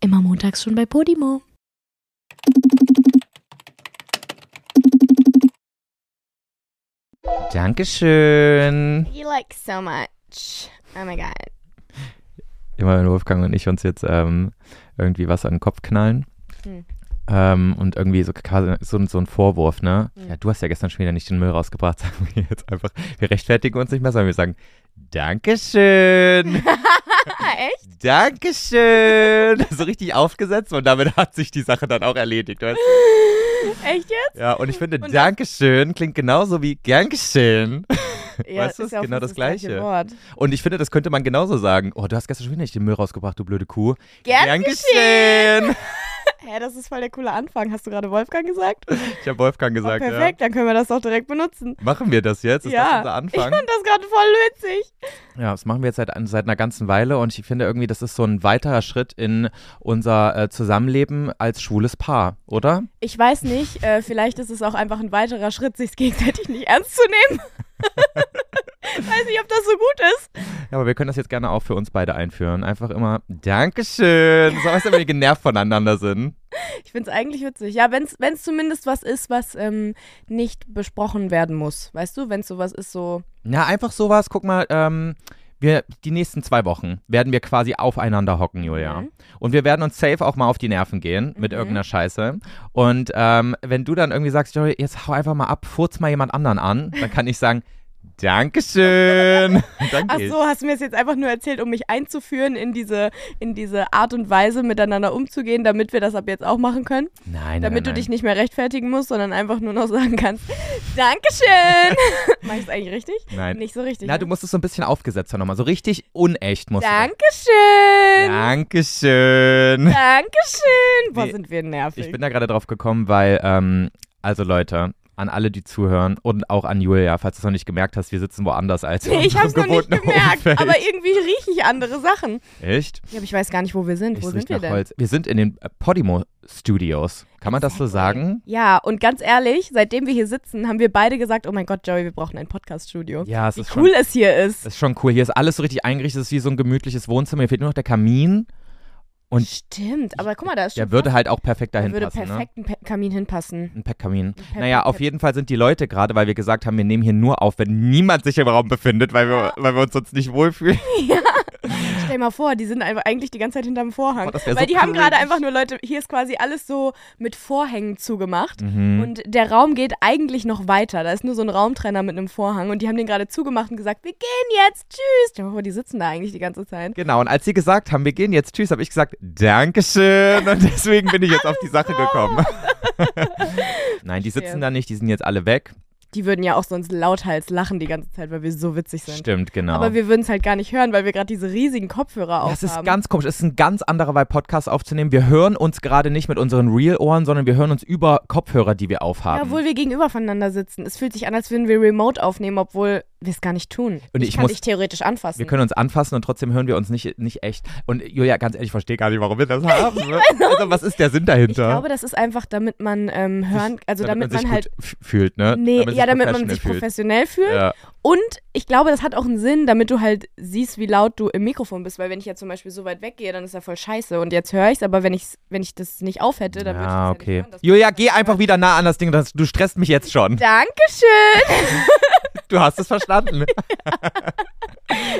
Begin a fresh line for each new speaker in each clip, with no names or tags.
Immer montags schon bei Podimo.
Dankeschön.
You like so much. Oh my god.
Immer wenn Wolfgang und ich uns jetzt ähm, irgendwie was an den Kopf knallen.
Hm.
Ähm, und irgendwie so, quasi so, so ein Vorwurf, ne?
Hm.
Ja, du hast ja gestern schon wieder nicht den Müll rausgebracht, sagen wir jetzt einfach. Wir rechtfertigen uns nicht mehr, sondern wir sagen, Dankeschön.
Echt?
Dankeschön. so richtig aufgesetzt und damit hat sich die Sache dann auch erledigt. Weißt? du?
Echt jetzt?
Ja, und ich finde,
Und das-
Dankeschön klingt genauso wie Dankeschön.
Ja,
Weißt du,
ja
ist genau
fast
das Gleiche.
Wort.
Und ich finde, das könnte man genauso sagen. Oh, du hast gestern schon wieder nicht den Müll rausgebracht, du blöde Kuh.
Gern
geschehen.
Hä, das ist voll der coole Anfang. Hast du gerade Wolfgang gesagt?
Ich habe Wolfgang
Oh,
gesagt, ja.
perfekt, dann können wir das auch direkt benutzen.
Machen wir das jetzt? Ist das
ja.
unser
Ich
Anfang?
fand das gerade voll witzig.
Ja, das machen wir jetzt seit, seit einer ganzen Weile und ich finde irgendwie, das ist so ein weiterer Schritt in unser äh, Zusammenleben als schwules Paar, oder?
Ich weiß nicht, äh, vielleicht ist es auch einfach ein weiterer Schritt, sich gegenseitig nicht ernst zu nehmen. weiß nicht, ob das so gut ist.
Ja, aber wir können das jetzt gerne auch für uns beide einführen. Einfach immer Dankeschön. So weißt du, wenn wir genervt voneinander sind.
Ich finde es eigentlich witzig. Ja, wenn es zumindest was ist, was ähm, nicht besprochen werden muss. Weißt du, wenn es sowas ist, so.
Na, einfach sowas, guck mal, ähm, wir, die nächsten zwei Wochen werden wir quasi aufeinander hocken, Julia.
Mhm.
Und wir werden uns safe auch mal auf die Nerven gehen mit
Mhm.
irgendeiner Scheiße. Und ähm, wenn du dann irgendwie sagst, Joey, jetzt hau einfach mal ab, furz mal jemand anderen an, dann kann ich sagen, Dankeschön.
Ach
Danke.
so, hast du mir das jetzt einfach nur erzählt, um mich einzuführen in diese, in diese Art und Weise, miteinander umzugehen, damit wir das ab jetzt auch machen können?
Nein,
Damit du
nein, nein.
dich nicht mehr rechtfertigen musst, sondern einfach nur noch sagen kannst: Dankeschön! Mach ich es eigentlich richtig?
Nein.
Nicht so richtig.
Na,
ne?
du musst es so ein bisschen aufgesetzt haben nochmal. So richtig unecht musst du.
Dankeschön!
Dankeschön.
Dankeschön! Boah,
Nee,
sind wir nervig.
Ich bin da gerade drauf gekommen, weil, ähm, also Leute, an alle, die zuhören und auch an Julia, falls du es noch nicht gemerkt hast, wir sitzen woanders als in
Nee, ich
unserem
hab's noch nicht
gewohnten
gemerkt,
Umfeld.
aber irgendwie rieche ich andere Sachen.
Echt?
Ja, aber ich weiß gar nicht, wo wir sind.
Ich
wo
riecht
sind wir
nach
denn?
Holz. Wir sind in den äh, Podimo Studios. Kann man das so sagen?
Ja, und ganz ehrlich, seitdem wir hier sitzen, haben wir beide gesagt, oh mein Gott, Joey, wir brauchen ein Podcast-Studio.
Ja, es
Wie
ist
cool
schon,
es hier ist.
es ist schon cool. Hier ist alles so richtig eingerichtet. Es ist wie so ein gemütliches Wohnzimmer. Hier fehlt nur noch der Kamin. Und
Stimmt, aber guck mal, da ist schon
Der würde halt auch perfekt
da
dahin
würde
passen.
perfekt ein Pe- Kamin hinpassen.
Ne? Ein Packkamin.
Ein Pe-
Naja,
Pe-
auf jeden Fall sind die Leute gerade, weil wir gesagt haben, wir nehmen hier nur auf, wenn niemand sich im Raum befindet, weil wir, weil wir uns sonst nicht wohlfühlen.
Stell mal vor, die sind einfach eigentlich die ganze Zeit hinterm Vorhang.
Oh, das wär
weil
so
die haben
cringe.
gerade einfach nur Leute, hier ist quasi alles so mit Vorhängen zugemacht.
Mhm.
Und der Raum geht eigentlich noch weiter. Da ist nur so ein Raumtrenner mit einem Vorhang und die haben den gerade zugemacht und gesagt, wir gehen jetzt, tschüss. Stell mal vor, die sitzen da eigentlich die ganze Zeit.
Genau, und als sie gesagt haben, wir gehen jetzt, tschüss, habe ich gesagt, Dankeschön. Und deswegen bin ich jetzt auf die Sache gekommen. Nein, die sitzen
Verstehe.
da nicht, die sind jetzt alle weg.
Die würden ja auch sonst lauthals lachen die ganze Zeit, weil wir so witzig sind.
Stimmt, genau.
Aber wir würden es halt gar nicht hören, weil wir gerade diese riesigen Kopfhörer
das ist
aufhaben.
ganz komisch. Es ist ein ganz anderer Vibe, Podcast aufzunehmen. Wir hören uns gerade nicht mit unseren Real-Ohren, sondern wir hören uns über Kopfhörer, die wir aufhaben.
ja, obwohl wir gegenüber voneinander sitzen. Es fühlt sich an, als würden wir remote aufnehmen, obwohl wir es gar nicht tun.
Und
ich,
ich
kann
muss-
dich theoretisch anfassen.
wir können uns anfassen und trotzdem hören wir uns nicht, nicht echt. Und Julia, ganz ehrlich, ich verstehe gar nicht, warum wir das haben. also, was ist der Sinn
ich
dahinter?
glaube, das ist einfach, damit man ähm, hören, also damit,
man sich
halt,
gut f- fühlt, ne?
nee,
man sich
ja, damit man
professional
sich professionell fühlt.
fühlt. Ja.
Und ich glaube, das hat auch einen Sinn, damit du halt siehst, wie laut du im Mikrofon bist, weil wenn ich ja zum Beispiel so weit weggehe, dann ist ja voll scheiße. Und jetzt höre ich es, aber wenn ich wenn ich das nicht aufhätte, dann
Ja,
würde ich Äh, das ja
okay.
nicht hören. dass-
Julia, geh einfach wieder nah an das Ding. Das, du stresst mich jetzt schon.
Dankeschön!
Du hast es verstanden.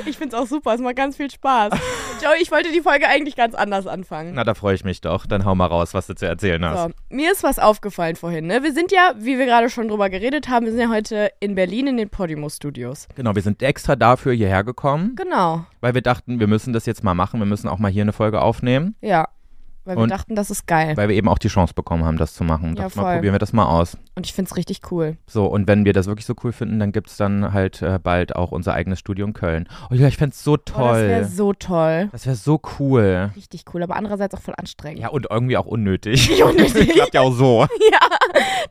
Ich find's auch super, es macht ganz viel Spaß. Joey, ich wollte die Folge eigentlich ganz anders anfangen.
Na, da freue ich mich doch. Dann hau mal raus, was du zu erzählen hast.
So, mir ist was aufgefallen vorhin. Ne? Wir sind ja, wie wir gerade schon drüber geredet haben, wir sind ja heute in Berlin in den Podimo Studios.
Genau, wir sind extra dafür hierher gekommen,
Genau,
weil wir dachten, wir müssen das jetzt mal machen. Wir müssen auch mal hier eine Folge aufnehmen,
ja. Weil wir
Und-
dachten, das ist geil.
weil wir eben auch die Chance bekommen haben, das zu machen.
Ja,
Dachten wir,
voll.
probieren wir das mal aus.
Und ich find's richtig cool.
So, und wenn wir das wirklich so cool finden, dann gibt es dann halt äh, bald auch unser eigenes Studio in Köln. Oh ja, ich fände es so
Oh, das
toll.
wäre so toll.
das wäre so cool.
Richtig cool, aber andererseits auch voll anstrengend.
Ja, und irgendwie auch unnötig.
unnötig.
Klappt ja auch so.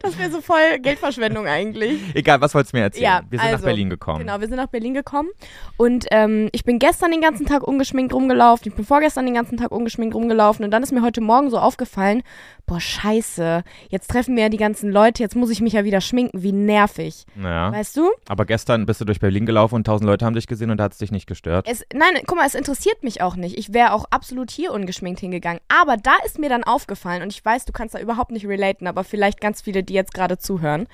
Das wäre so voll Geldverschwendung eigentlich.
Egal, was wolltest du mir erzählen?
Ja,
wir sind nach
also,
Berlin gekommen.
Genau, wir sind nach Berlin gekommen und ähm, ich bin gestern den ganzen Tag ungeschminkt rumgelaufen. Ich bin vorgestern den ganzen Tag ungeschminkt rumgelaufen und dann ist mir mir heute Morgen so aufgefallen, boah, scheiße, jetzt treffen mir ja die ganzen Leute, jetzt muss ich mich ja wieder schminken, wie nervig.
Ja.
Weißt du?
Aber gestern bist du durch Berlin gelaufen und tausend Leute haben dich gesehen und hat es dich nicht gestört.
Es, nein, guck mal, es interessiert mich auch nicht. Ich wäre auch absolut hier ungeschminkt hingegangen. Aber da ist mir dann aufgefallen, und ich weiß, du kannst da überhaupt nicht relaten, aber vielleicht ganz viele, die jetzt gerade zuhören.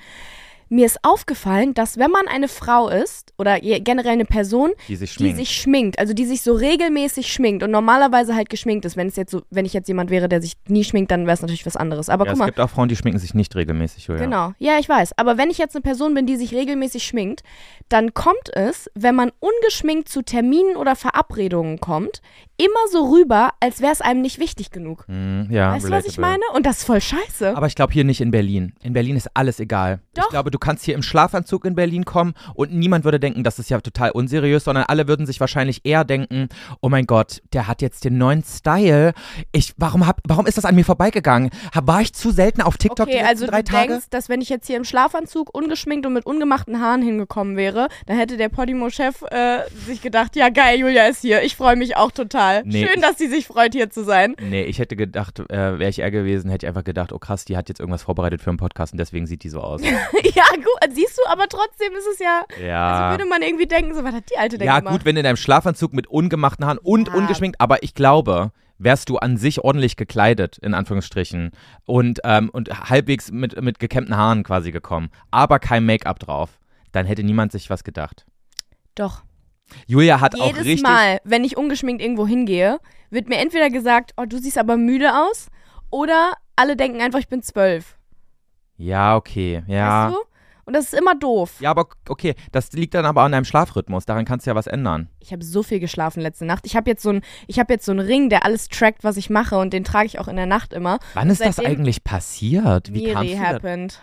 Mir ist aufgefallen, dass wenn man eine Frau ist oder je- generell eine Person,
Die sich
die
schminkt.
sich schminkt, also die sich so regelmäßig schminkt und normalerweise halt geschminkt ist, wenn es jetzt so, wenn ich jetzt jemand wäre, der sich nie schminkt, dann wäre es natürlich was anderes. Aber
ja,
guck
es
mal,
gibt auch Frauen, die schminken sich nicht regelmäßig, Julia.
Genau, ja, ich weiß. Aber wenn ich jetzt eine Person bin, die sich regelmäßig schminkt, dann kommt es, wenn man ungeschminkt zu Terminen oder Verabredungen kommt, immer so rüber, als wäre es einem nicht wichtig genug.
Hm, ja,
weißt du, was ich
relatable.
meine? Und das ist voll scheiße.
Aber ich glaube hier nicht in Berlin. In Berlin ist alles egal. Ich
Doch.
glaube, du kannst hier im Schlafanzug in Berlin kommen und niemand würde denken, das ist ja total unseriös, sondern alle würden sich wahrscheinlich eher denken, oh mein Gott, der hat jetzt den neuen Style. Ich, warum, hab, warum ist das an mir vorbeigegangen? Hab- War ich zu selten auf TikTok die
okay,
letzten
also
drei
du
Tage?
denkst, dass wenn ich jetzt hier im Schlafanzug ungeschminkt und mit ungemachten Haaren hingekommen wäre, dann hätte der Podimo-Chef äh, sich gedacht, ja geil, Julia ist hier, ich freue mich auch total.
Nee,
Schön,
ich-
dass sie sich freut, hier zu sein.
Nee, ich hätte gedacht, äh, wäre ich er gewesen, hätte ich einfach gedacht, oh krass, die hat jetzt irgendwas vorbereitet für einen Podcast und deswegen sieht die so aus.
ja, gut, siehst du, aber trotzdem ist es ja,
Ja.
also würde man irgendwie denken, so, was hat die Alte denn
ja,
gemacht?
gut, wenn du in deinem Schlafanzug mit ungemachten Haaren und
Ja.
ungeschminkt, aber ich glaube, wärst du an sich ordentlich gekleidet, in Anführungsstrichen, und, ähm, und halbwegs mit, mit gekämmten Haaren quasi gekommen, aber kein Make-up drauf, dann hätte niemand sich was gedacht.
Doch.
Julia hat auch
Jedes
richtig.
Mal, wenn ich ungeschminkt irgendwo hingehe, wird mir entweder gesagt, oh, du siehst aber müde aus, oder alle denken einfach, ich bin zwölf.
Ja, okay, ja.
Weißt du? Und das ist immer doof.
Ja, aber okay, das liegt dann aber an deinem Schlafrhythmus, daran kannst du ja was ändern.
Ich habe so viel geschlafen letzte Nacht. Ich habe jetzt so einen hab jetzt so einen Ring, der alles trackt, was ich mache, und den trage ich auch in der Nacht immer.
Wann ist das
Seitdem-
eigentlich passiert? Wie kamst
Miri
du da?
happened.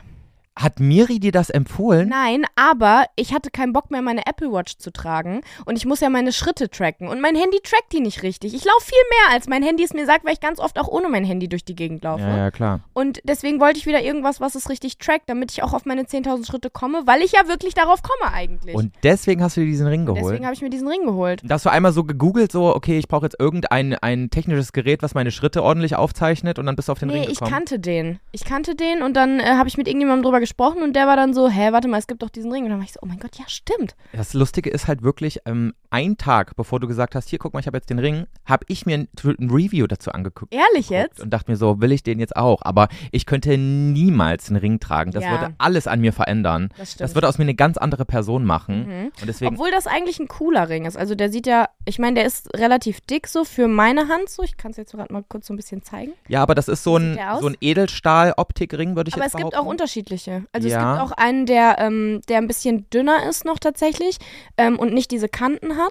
Hat Miri dir das empfohlen?
Nein, aber ich hatte keinen Bock mehr, meine Apple Watch zu tragen. Und ich muss ja meine Schritte tracken. Und mein Handy trackt die nicht richtig. Ich laufe viel mehr, als mein Handy es mir sagt, weil ich ganz oft auch ohne mein Handy durch die Gegend laufe.
Ja, ja, klar.
Und deswegen wollte ich wieder irgendwas, was es richtig trackt, damit ich auch auf meine 10.000 Schritte komme, weil ich ja wirklich darauf komme eigentlich.
Und deswegen hast du dir diesen Ring geholt.
deswegen habe ich mir diesen Ring geholt.
Da hast du einmal so gegoogelt, so, okay, ich brauche jetzt irgendein ein technisches Gerät, was meine Schritte ordentlich aufzeichnet und dann bist du auf den
Nee,
Ring
ich
gekommen.
kannte den. Ich kannte den und dann äh, habe ich mit irgendjemandem drüber gesprochen und der war dann so, hä, warte mal, es gibt doch diesen Ring. Und dann war ich so, oh mein Gott, ja, stimmt.
das Lustige ist halt wirklich, ähm, ein Tag, bevor du gesagt hast, hier, guck mal, ich habe jetzt den Ring, habe ich mir ein, ein Review dazu angeguckt.
Ehrlich jetzt?
Und dachte mir so, will ich den jetzt auch? Aber ich könnte niemals einen Ring tragen. Das
Ja.
würde alles an mir verändern.
Das stimmt. Mhm.
Das würde aus mir eine ganz andere Person machen. Und deswegen,
Obwohl das eigentlich ein cooler Ring ist. Also der sieht ja, ich meine, der ist relativ dick so für meine Hand so. Ich kann es jetzt gerade mal kurz so ein bisschen zeigen.
ja, aber das ist so ein,
Sieht der aus?
so ein Edelstahl-Optik-Ring, würde ich
Aber es
jetzt
gibt
behaupten.
auch unterschiedliche. Also
Ja.
es gibt auch einen, der, ähm, der ein bisschen dünner ist noch tatsächlich ähm, und nicht diese Kanten hat,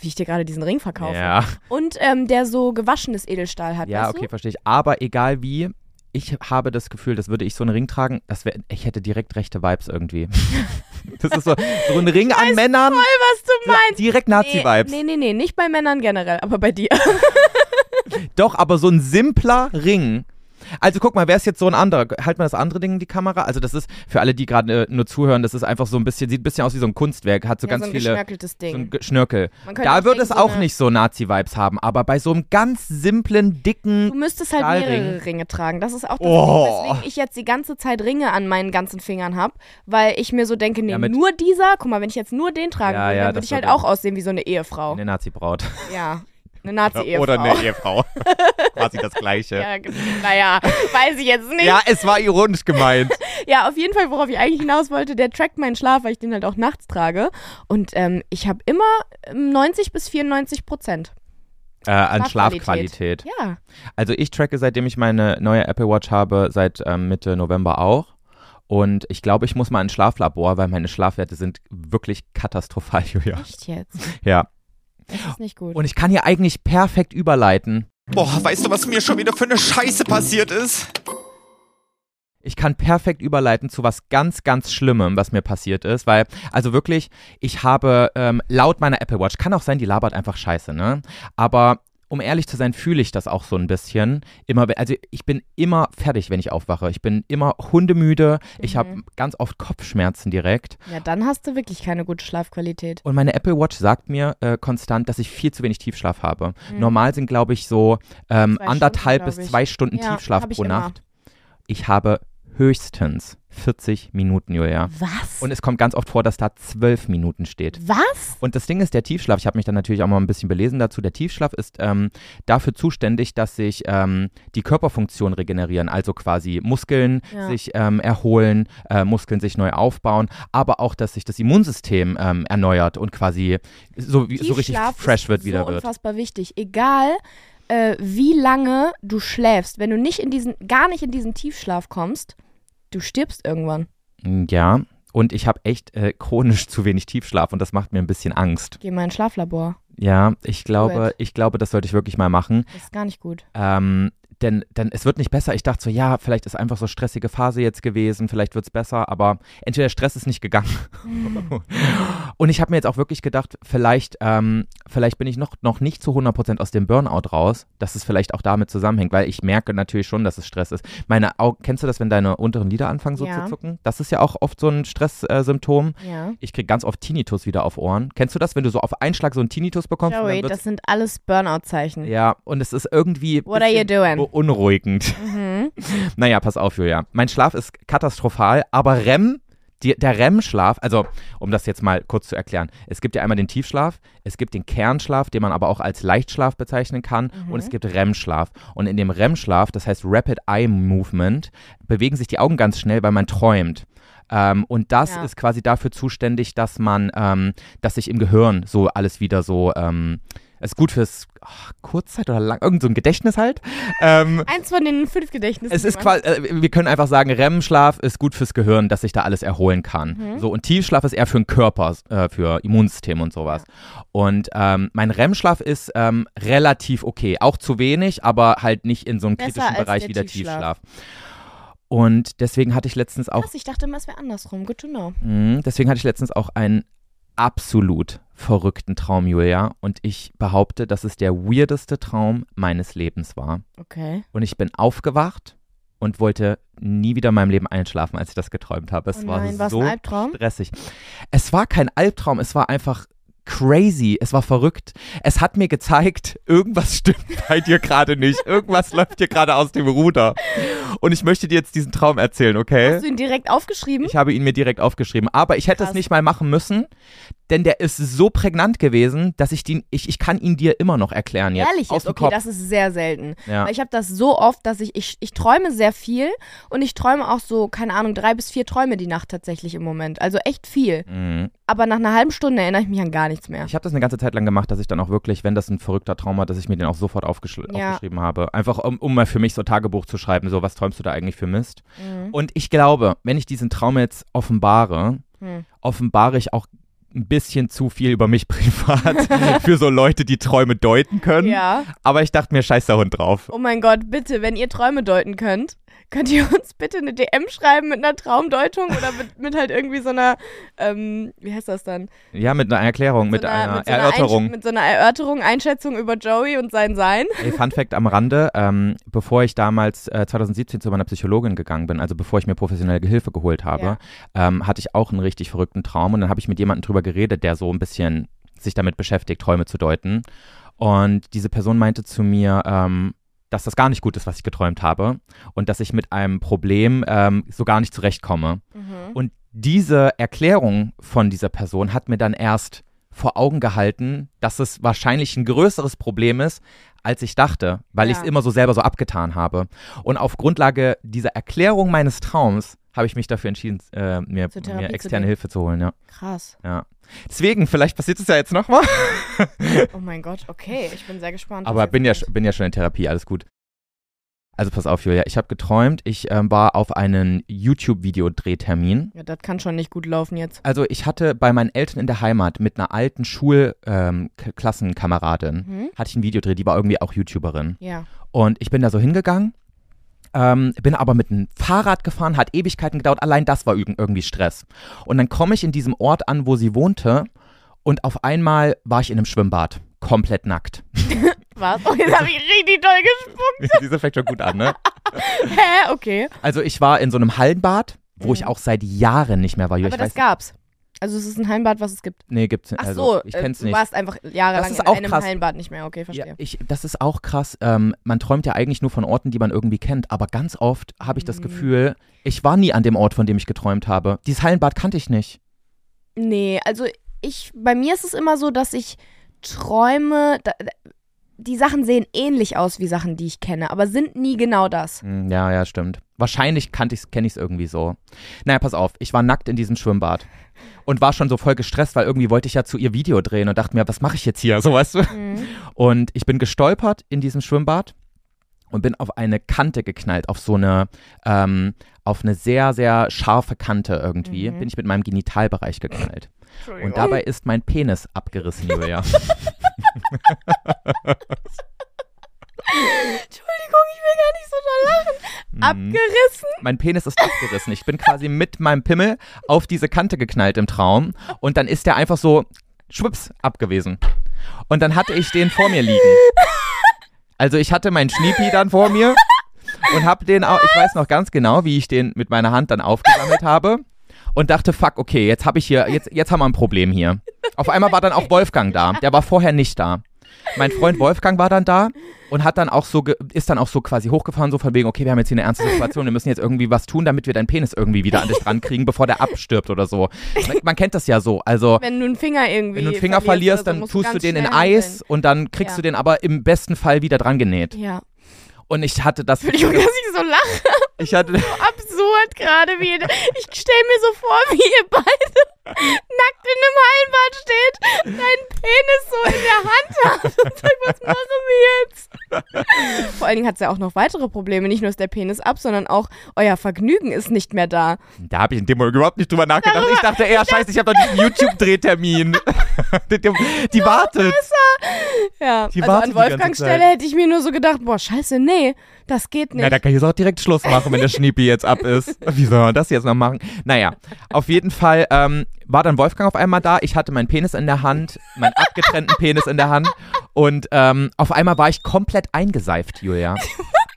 wie ich dir gerade diesen Ring verkaufe.
Ja.
Und ähm, der so gewaschenes Edelstahl hat.
Ja,
weißt
okay, verstehe ich. Aber egal wie, ich habe das Gefühl, das würde ich so einen Ring tragen, das wär, ich hätte direkt rechte Vibes irgendwie. das ist so, so ein Ring an Männern,
Du? Voll, was du meinst.
direkt Nazi-Vibes.
Nee, nee, nee, nicht bei Männern generell, aber bei dir. Also
Doch, aber so ein simpler Ring. Also guck mal, wäre es jetzt so ein anderer, halt mal das andere Ding in die Kamera. Also das ist, für alle, die gerade äh, nur zuhören, das ist einfach so ein bisschen, sieht ein bisschen aus wie so ein Kunstwerk, hat so
ja,
ganz
so ein
viele...
geschnörkeltes
So ein
Ding.
Ge- Schnörkel.
Man könnte
Da
auch
würde
denken,
es
so
auch
eine-
nicht so Nazi-Vibes haben, aber bei so einem ganz simplen, dicken,
Du müsstest halt
Stahlring.
mehrere Ringe tragen. Das ist auch das
Oh.
Ding, weswegen ich jetzt die ganze Zeit Ringe an meinen ganzen Fingern habe, weil ich mir so denke, nee,
Ja, mit-
nur dieser, guck mal, wenn ich jetzt nur den tragen
Ja,
würde,
ja,
dann
das Ne.
würde ich halt
würde-
auch aussehen wie so eine Ehefrau.
eine Nazi-Braut.
Ja, eine Nazi-Ehefrau.
Ehefrau. Quasi das Gleiche.
Ja, genau. naja, weiß ich jetzt nicht.
Ja,
Ja.
es war ironisch gemeint.
auf jeden Fall, worauf ich eigentlich hinaus wollte, der trackt meinen Schlaf, weil ich den halt auch nachts trage. Und ähm, ich habe immer ähm, 90 bis 94 Prozent.
äh, an
Schlafqualität.
Schlafqualität.
Ja,
Also ich tracke, seitdem ich meine neue Apple Watch habe, seit ähm, Mitte November auch. Und ich glaube, ich muss mal ins Schlaflabor, weil meine Schlafwerte sind wirklich katastrophal, Julia.
echt jetzt.
Ja.
Das ist nicht gut.
Und ich kann hier eigentlich perfekt überleiten.
Boah, weißt du, was mir schon wieder für eine Scheiße passiert ist?
Ich kann perfekt überleiten zu was ganz, ganz Schlimmem, was mir passiert ist, weil, also wirklich, ich habe ähm, laut meiner Apple Watch, kann auch sein, die labert einfach scheiße, ne? Aber um ehrlich zu sein, fühle ich das auch so ein bisschen. Immer, also ich bin immer fertig, wenn ich aufwache. Ich bin immer hundemüde. Ich habe ganz oft Kopfschmerzen direkt.
Ja, dann hast du wirklich keine gute Schlafqualität.
Und meine Apple Watch sagt mir äh, konstant, dass ich viel zu wenig Tiefschlaf habe. Normal sind, glaube ich, so ähm,
Mhm. Zwei Stunden,
anderthalb
glaub
bis
ich.
zwei Stunden
Ja,
Tiefschlaf
hab ich
pro
immer.
Nacht. Ich habe höchstens 40 Minuten, Julia.
Was?
Und es kommt ganz oft vor, dass da zwölf Minuten steht.
Was?
Und das Ding ist, der Tiefschlaf, ich habe mich dann natürlich auch mal ein bisschen belesen dazu, der Tiefschlaf ist ähm, dafür zuständig, dass sich ähm, die Körperfunktion regenerieren, also quasi Muskeln
Ja.
sich ähm, erholen, äh, Muskeln sich neu aufbauen, aber auch, dass sich das Immunsystem ähm, erneuert und quasi so, wie, so richtig
Tiefschlaf
fresh
ist
wird wieder
so
wird.
unfassbar wichtig. Egal, äh, wie lange du schläfst, wenn du nicht in diesen, gar nicht in diesen Tiefschlaf kommst, du stirbst irgendwann.
Ja, und ich habe echt äh, chronisch zu wenig Tiefschlaf und das macht mir ein bisschen Angst.
Geh mal ins Schlaflabor.
Ja, ich glaube,
it.
ich glaube, das sollte ich wirklich mal machen.
Das ist gar nicht gut.
Ähm, denn, denn es wird nicht besser. Ich dachte so, ja, vielleicht ist einfach so stressige Phase jetzt gewesen, vielleicht wird es besser, aber entweder der Stress ist nicht gegangen.
Mhm.
Und ich habe mir jetzt auch wirklich gedacht, vielleicht, ähm, vielleicht bin ich noch, noch nicht zu 100% aus dem Burnout raus, dass es vielleicht auch damit zusammenhängt, weil ich merke natürlich schon, dass es Stress ist. Meine Augen, kennst du das, wenn deine unteren Lider anfangen so
Ja.
zu zucken? Das ist ja auch oft so ein Stresssymptom. Äh, Symptom.
Ja.
ich kriege ganz oft Tinnitus wieder auf Ohren. Kennst du das, wenn du so auf einen Schlag so einen Tinnitus bekommst? und
Joey,
dann wird's-
das sind alles Burnout-Zeichen.
ja, und es ist irgendwie
What are you
bisschen
doing? Mhm.
beunruhigend. Naja, pass auf, Julia. Mein Schlaf ist katastrophal, aber REM, die, der REM-Schlaf, also um das jetzt mal kurz zu erklären, es gibt ja einmal den Tiefschlaf, es gibt den Kernschlaf, den man aber auch als Leichtschlaf bezeichnen kann, und es gibt REM-Schlaf. Und in dem REM-Schlaf, das heißt Rapid Eye Movement, bewegen sich die Augen ganz schnell, weil man träumt. Ähm, und das
Ja.
ist quasi dafür zuständig, dass man, ähm, dass sich im Gehirn so alles wieder so, ähm, es ist gut fürs ach, Kurzzeit oder lang, irgend so ein Gedächtnis halt. Ähm,
Eins von den fünf Gedächtnissen.
es ist
die man-
quasi, äh, wir können einfach sagen, REM-Schlaf ist gut fürs Gehirn, dass sich da alles erholen kann.
Mhm.
So und Tiefschlaf ist eher für den Körper, äh, für Immunsystem und sowas. Und ähm, mein REM-Schlaf ist ähm, relativ okay, auch zu wenig, aber halt nicht in so einem
Besser
kritischen
als
Bereich
der
wie der
Tiefschlaf.
Tiefschlaf. Und deswegen hatte ich letztens auch
Krass, ich dachte immer, es wäre andersrum. Good to know.
Mhm, Deswegen hatte ich letztens auch einen absolut verrückten Traum, Julia. Und ich behaupte, dass es der weirdeste Traum meines Lebens war.
Okay.
Und ich bin aufgewacht und wollte nie wieder in meinem Leben einschlafen, als ich das geträumt habe. Es
oh
war
nein, war es
so
ein Albtraum?
stressig. Es war kein Albtraum, es war einfach crazy, es war verrückt. Es hat mir gezeigt, irgendwas stimmt bei dir gerade nicht. Irgendwas läuft dir gerade aus dem Ruder. Und ich möchte dir jetzt diesen Traum erzählen, okay?
Hast du ihn direkt aufgeschrieben?
Ich habe ihn mir direkt aufgeschrieben. Aber ich hätte
Krass.
es nicht mal machen müssen, denn der ist so prägnant gewesen, dass ich den, ich, ich kann ihn dir immer noch erklären jetzt.
Ehrlich
aus
jetzt?
dem
Okay,
Kopf.
das ist sehr selten.
Ja.
Weil ich habe das so oft, dass ich, ich, ich träume sehr viel und ich träume auch so, keine Ahnung, drei bis vier Träume die Nacht tatsächlich im Moment. Also echt viel.
Mhm.
Aber nach einer halben Stunde erinnere ich mich an gar nichts mehr.
Ich habe das eine ganze Zeit lang gemacht, dass ich dann auch wirklich, wenn das ein verrückter Traum war, dass ich mir den auch sofort aufgeschl-
Ja.
aufgeschrieben habe. Einfach um, um mal für mich so Tagebuch zu schreiben, so was träumst du da eigentlich für Mist.
Mhm.
Und ich glaube, wenn ich diesen Traum jetzt offenbare,
Hm.
offenbare ich auch ein bisschen zu viel über mich privat für so Leute, die Träume deuten können.
Ja.
Aber ich dachte mir, scheiß der Hund drauf.
Oh mein Gott, bitte, wenn ihr Träume deuten könnt, könnt ihr uns bitte eine DM schreiben mit einer Traumdeutung oder mit, mit halt irgendwie so einer, ähm, wie heißt das dann?
Ja, mit einer Erklärung, mit,
so
einer,
mit so Einsch-
Erörterung.
mit so einer Erörterung, Einschätzung über Joey und sein Sein.
Ey, Fun Fact am Rande, ähm, bevor ich damals äh, 2017 zu meiner Psychologin gegangen bin, also bevor ich mir professionelle Hilfe geholt habe, ähm, hatte ich auch einen richtig verrückten Traum und dann habe ich mit jemandem drüber geredet, der so ein bisschen sich damit beschäftigt, Träume zu deuten. Und diese Person meinte zu mir, ähm, dass das gar nicht gut ist, was ich geträumt habe und dass ich mit einem Problem ähm, so gar nicht zurechtkomme.
Mhm.
Mhm. Und diese Erklärung von dieser Person hat mir dann erst vor Augen gehalten, dass es wahrscheinlich ein größeres Problem ist, als ich dachte, weil ich
Ja.
es immer so selber so abgetan habe. Und auf Grundlage dieser Erklärung meines Traums habe ich mich dafür entschieden, äh, mir,
Zur Therapie
mir
zu
externe
gehen.
Hilfe zu holen. Ja.
Krass.
Ja. Deswegen, vielleicht passiert es ja jetzt nochmal.
Oh mein Gott, okay, ich bin sehr gespannt.
Aber
was jetzt
bin ja,
kommt.
sch- bin ja schon in Therapie, alles gut. Also pass auf, Julia, ich habe geträumt, ich ähm, war auf einen YouTube-Video-Drehtermin.
Ja, das kann schon nicht gut laufen jetzt.
Also ich hatte bei meinen Eltern in der Heimat mit einer alten Schulklassenkameradin, ähm, K- Klassenkameradin,
Mhm.
hatte ich einen Videodreh, die war irgendwie auch YouTuberin.
Ja.
Und ich bin da so hingegangen, ähm, bin aber mit dem Fahrrad gefahren, hat Ewigkeiten gedauert, allein das war üb- irgendwie Stress. Und dann komme ich in diesem Ort an, wo sie wohnte und auf einmal war ich in einem Schwimmbad, komplett nackt.
Was? Oh, jetzt habe ich richtig doll gespuckt.
Diese fängt schon gut an, ne?
Hä? Okay.
Also ich war in so einem Hallenbad, wo ich auch seit Jahren nicht mehr war.
Mhm. Aber
ich
das
weiß,
gab's. Also es ist ein Hallenbad, was es gibt.
nee, gibt's
Ach
also,
so,
ich
äh,
kenn's
du
nicht.
warst einfach jahrelang
ist
in
auch
einem
krass.
Hallenbad nicht mehr. Okay, verstehe.
Ja, ich, das ist auch krass. Ähm, man träumt ja eigentlich nur von Orten, die man irgendwie kennt, aber ganz oft habe ich das Gefühl, ich war nie an dem Ort, von dem ich geträumt habe. Dieses Hallenbad kannte ich nicht.
Nee, also ich, bei mir ist es immer so, dass ich träume, da, da- die Sachen sehen ähnlich aus wie Sachen, die ich kenne, aber sind nie genau das.
Hm, Ja, ja, stimmt. Wahrscheinlich kannte ich's, kenne ich es irgendwie so. Naja, pass auf, ich war nackt in diesem Schwimmbad und war schon so voll gestresst, weil irgendwie wollte ich ja zu ihr Video drehen und dachte mir, was mache ich jetzt hier, so weißt du?
Mhm.
Und ich bin gestolpert in diesem Schwimmbad und bin auf eine Kante geknallt, auf so eine, ähm, auf eine sehr, sehr scharfe Kante irgendwie, bin ich mit meinem Genitalbereich geknallt. Und dabei ist mein Penis abgerissen, Julia.
Entschuldigung, ich will gar nicht so doll lachen.
Mhm.
Abgerissen.
mein Penis ist abgerissen. Ich bin quasi mit meinem Pimmel auf diese Kante geknallt im Traum und dann ist der einfach so schwupps abgewesen. Und dann hatte ich den vor mir liegen. Also ich hatte meinen Schniepi dann vor mir und habe den auch, ich weiß noch ganz genau, wie ich den mit meiner Hand dann aufgesammelt habe und dachte, fuck, okay, jetzt habe ich hier, jetzt, jetzt haben wir ein Problem hier. Auf einmal war dann auch Wolfgang da, der war vorher nicht da. Mein Freund Wolfgang war dann da und hat dann auch so ge- ist dann auch so quasi hochgefahren, so von wegen, okay, wir haben jetzt hier eine ernste Situation, wir müssen jetzt irgendwie was tun, damit wir deinen Penis irgendwie wieder an dich dran kriegen, bevor der abstirbt oder so. Man, man kennt das ja so. Also
Wenn du einen Finger irgendwie.
wenn du einen Finger verlierst,
verlierst, oder so,
dann
musst
tust du
ganz
den in
schnell
Eis und dann kriegst
Ja.
du den aber im besten Fall wieder dran genäht.
handeln. Ja.
Und ich hatte das.
Entschuldigung, dass ich so lache.
Ich hatte,
Absurd gerade wie. Ich stelle mir so vor, wie ihr beide nackt in einem Hallenbad steht, deinen Penis so in der Hand habt und sagt, was machen wir jetzt? Vor allen Dingen hat es ja auch noch weitere Probleme. Nicht nur ist der Penis ab, sondern auch euer Vergnügen ist nicht mehr da.
da habe ich in dem Moment überhaupt nicht drüber nachgedacht. ich dachte eher, scheiße, ich habe doch diesen YouTube-Drehtermin. die, die, die wartet.
Ja,
Die
also
wartet
an
die ganze
Wolfgangs
Zeit.
Stelle hätte ich mir nur so gedacht, boah, scheiße, nee, das geht nicht.
Na, da kann ich jetzt auch direkt Schluss machen, wenn der Schniepi jetzt ab ist. Wie soll man das jetzt noch machen? Naja, auf jeden Fall ähm, war dann Wolfgang auf einmal da. Ich hatte meinen Penis in der Hand, meinen abgetrennten Penis in der Hand. Und ähm, auf einmal war ich komplett eingeseift, Julia.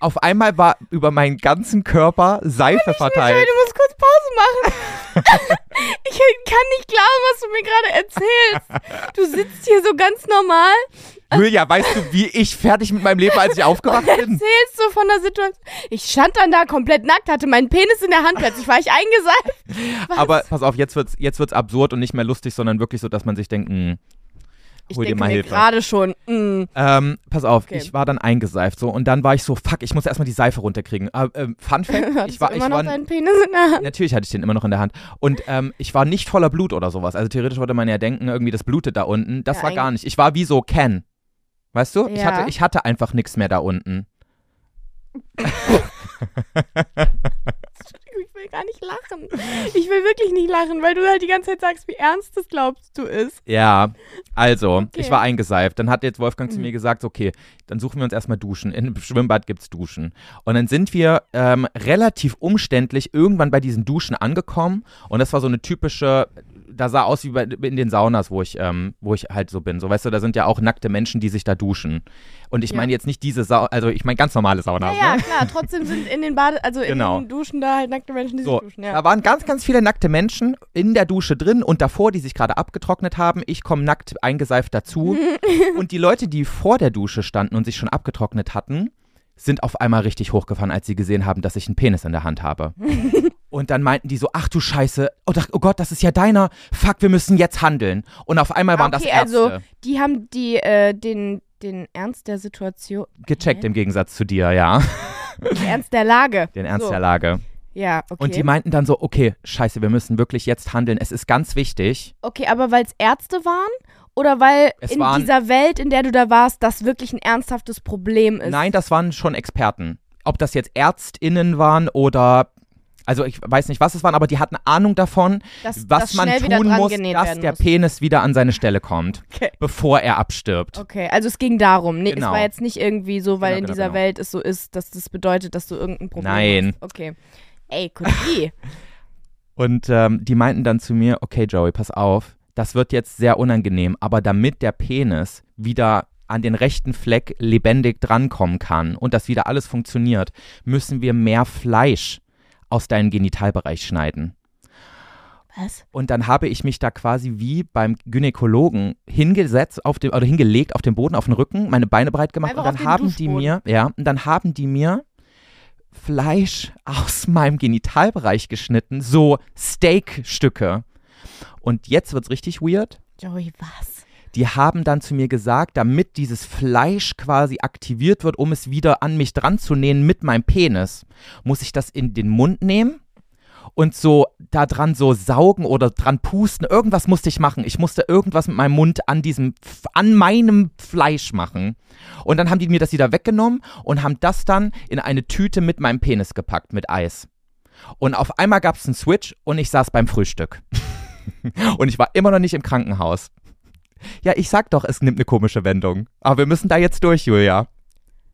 Auf einmal war über meinen ganzen Körper Seife verteilt.
du musst kurz Pause machen. ich kann nicht glauben, was du mir gerade erzählst. Du sitzt hier so ganz normal,
Julia, weißt du, wie ich fertig mit meinem Leben, war, als ich aufgewacht bin?
erzählst so von der Situation. Ich stand dann da komplett nackt, hatte meinen Penis in der Hand, plötzlich war ich eingeseift.
Aber pass auf, jetzt wird's, jetzt wird's absurd und nicht mehr lustig, sondern wirklich so, dass man sich denkt, hm, mh,
Ich
hol dir
denke
mal
mir
Hilfe.
gerade schon, mm,
Ähm, pass auf,
Okay.
ich war dann eingeseift so und dann war ich so, fuck, ich muss erstmal die Seife runterkriegen. Äh, ähm, Fun Fact,
hattest
ich war,
du
ich
immer noch
war,
deinen Penis in der Hand.
natürlich hatte ich den immer noch in der Hand und ähm, ich war nicht voller Blut oder sowas. Also theoretisch würde man ja denken, irgendwie das blutet da unten. Das
Ja,
war gar nicht. Ich war wie so Ken, weißt du? Ich
Ja.
hatte, ich hatte einfach nichts mehr da unten.
Ich will gar nicht lachen. Ich will wirklich nicht lachen, weil du halt die ganze Zeit sagst, wie ernst das glaubst du ist.
Ja, also, ich
Okay. Mhm.
war eingeseift. Dann hat jetzt Wolfgang zu mir gesagt, okay, dann suchen wir uns erstmal Duschen. Im Schwimmbad gibt's Duschen. Und dann sind wir ähm, relativ umständlich irgendwann bei diesen Duschen angekommen. Und das war so eine typische, da sah aus wie bei, in den Saunas, wo ich, ähm, wo ich halt so bin. So, weißt du, da sind ja auch nackte Menschen, die sich da duschen. Und ich
Ja.
meine jetzt nicht diese Sauna, also ich meine ganz normale Saunas.
Ja, ja,
ne?
klar, trotzdem sind in den Bade, also in
Genau.
den Duschen da halt nackte Menschen, die
So,
sich duschen. Ja.
da waren ganz, ganz viele nackte Menschen in der Dusche drin und davor, die sich gerade abgetrocknet haben. Ich komme nackt eingeseift dazu. und die Leute, die vor der Dusche standen und sich schon abgetrocknet hatten, sind auf einmal richtig hochgefahren, als sie gesehen haben, dass ich einen Penis in der Hand habe. Und dann meinten die so, ach du Scheiße, oh, da- oh Gott, das ist ja deiner. Fuck, wir müssen jetzt handeln. Und auf einmal waren das
okay,
Ärzte
also die haben die äh, den den Ernst der Situation,
gecheckt im Gegensatz zu dir, ja.
den Ernst der Lage.
Den Ernst
so.
der Lage.
Ja, okay.
Und die meinten dann so, okay, scheiße, wir müssen wirklich jetzt handeln. Es ist ganz wichtig.
okay, aber weil es Ärzte waren oder weil
Es
in
waren-
dieser Welt, in der du da warst, das wirklich ein ernsthaftes Problem ist.
Nein, das waren schon Experten. Ob das jetzt ÄrztInnen waren oder. Also ich weiß nicht, was es waren, aber die hatten Ahnung davon,
Dass-
was
dass
man
schnell wieder
tun
dran
muss,
genäht
dass
werden
der
muss.
Penis wieder an seine Stelle kommt,
Okay.
bevor er abstirbt.
Okay, also es ging darum. Nee,
Genau.
Es war jetzt nicht irgendwie so, weil
Genau,
in
genau,
dieser
genau.
Welt es so ist, dass das bedeutet, dass du irgendein Problem
Nein.
hast. Okay. Ey, could be.
Und ähm, die meinten dann zu mir, okay Joey, pass auf, das wird jetzt sehr unangenehm, aber damit der Penis wieder an den rechten Fleck lebendig drankommen kann und dass wieder alles funktioniert, müssen wir mehr Fleisch aus deinem Genitalbereich schneiden.
Was?
Und dann habe ich mich da quasi wie beim Gynäkologen hingesetzt auf dem oder hingelegt auf den Boden, auf den Rücken, meine Beine breit gemacht
Einfach
und
auf
dann
den
haben die
Duschboden.
mir, ja, und dann haben die mir Fleisch aus meinem Genitalbereich geschnitten, so Steakstücke. Und jetzt wird's richtig weird
Joey, was?
die haben dann zu mir gesagt, damit dieses Fleisch quasi aktiviert wird, um es wieder an mich dran zu nähen mit meinem Penis, muss ich das in den Mund nehmen und so da dran so saugen oder dran pusten. Irgendwas musste ich machen. Ich musste irgendwas mit meinem Mund an diesem, F- an meinem Fleisch machen. Und dann haben die mir das wieder weggenommen und haben das dann in eine Tüte mit meinem Penis gepackt, mit Eis. Und auf einmal gab es einen Switch und ich saß beim Frühstück. und ich war immer noch nicht im Krankenhaus. Ja, ich sag doch, es nimmt eine komische Wendung. Aber wir müssen da jetzt durch, Julia.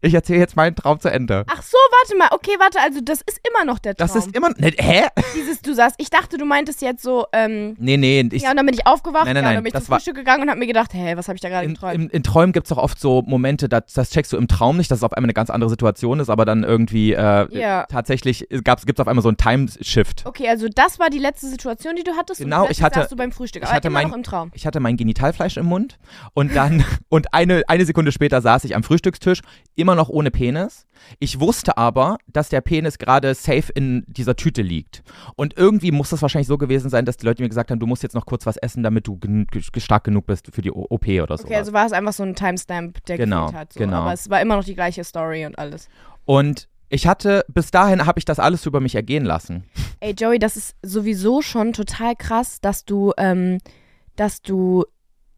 Ich erzähle jetzt meinen Traum zu Ende.
Ach so, warte mal. Okay, warte, also das ist immer noch der Traum.
Das ist immer. Ne, hä?
dieses, du sagst, ich dachte, du meintest jetzt so, ähm,
Nee, nee, ich.
ja, und dann bin ich aufgewacht,
Nein, nein,
ja, und
nein,
dann bin ich
das
zum
war-
Frühstück gegangen und hab mir gedacht, hey, was habe ich da gerade
in,
geträumt?
in, in Träumen gibt es doch oft so Momente, das, das checkst du im Traum nicht, dass es auf einmal eine ganz andere Situation ist, aber dann irgendwie äh,
Ja.
tatsächlich gibt es auf einmal so einen Time-Shift.
Okay, also das war die letzte Situation, die du hattest.
Genau,
und plötzlich
ich hatte-
saßt du beim Frühstück,
ich
aber
hatte
immer
mein-
noch im Traum.
Ich hatte mein Genitalfleisch im Mund und dann und eine, eine Sekunde später saß ich am Frühstückstisch, immer noch ohne Penis. Ich wusste aber, dass der Penis gerade safe in dieser Tüte liegt. Und irgendwie muss das wahrscheinlich so gewesen sein, dass die Leute mir gesagt haben, du musst jetzt noch kurz was essen, damit du gen ge- stark genug bist für die O- OP oder so.
Okay, also war es einfach so ein Timestamp, der
Genau,
gefehlt hat. So.
genau.
Aber es war immer noch die gleiche Story und alles.
und ich hatte, bis dahin habe ich das alles über mich ergehen lassen.
Ey, Joey, das ist sowieso schon total krass, dass du, ähm, dass du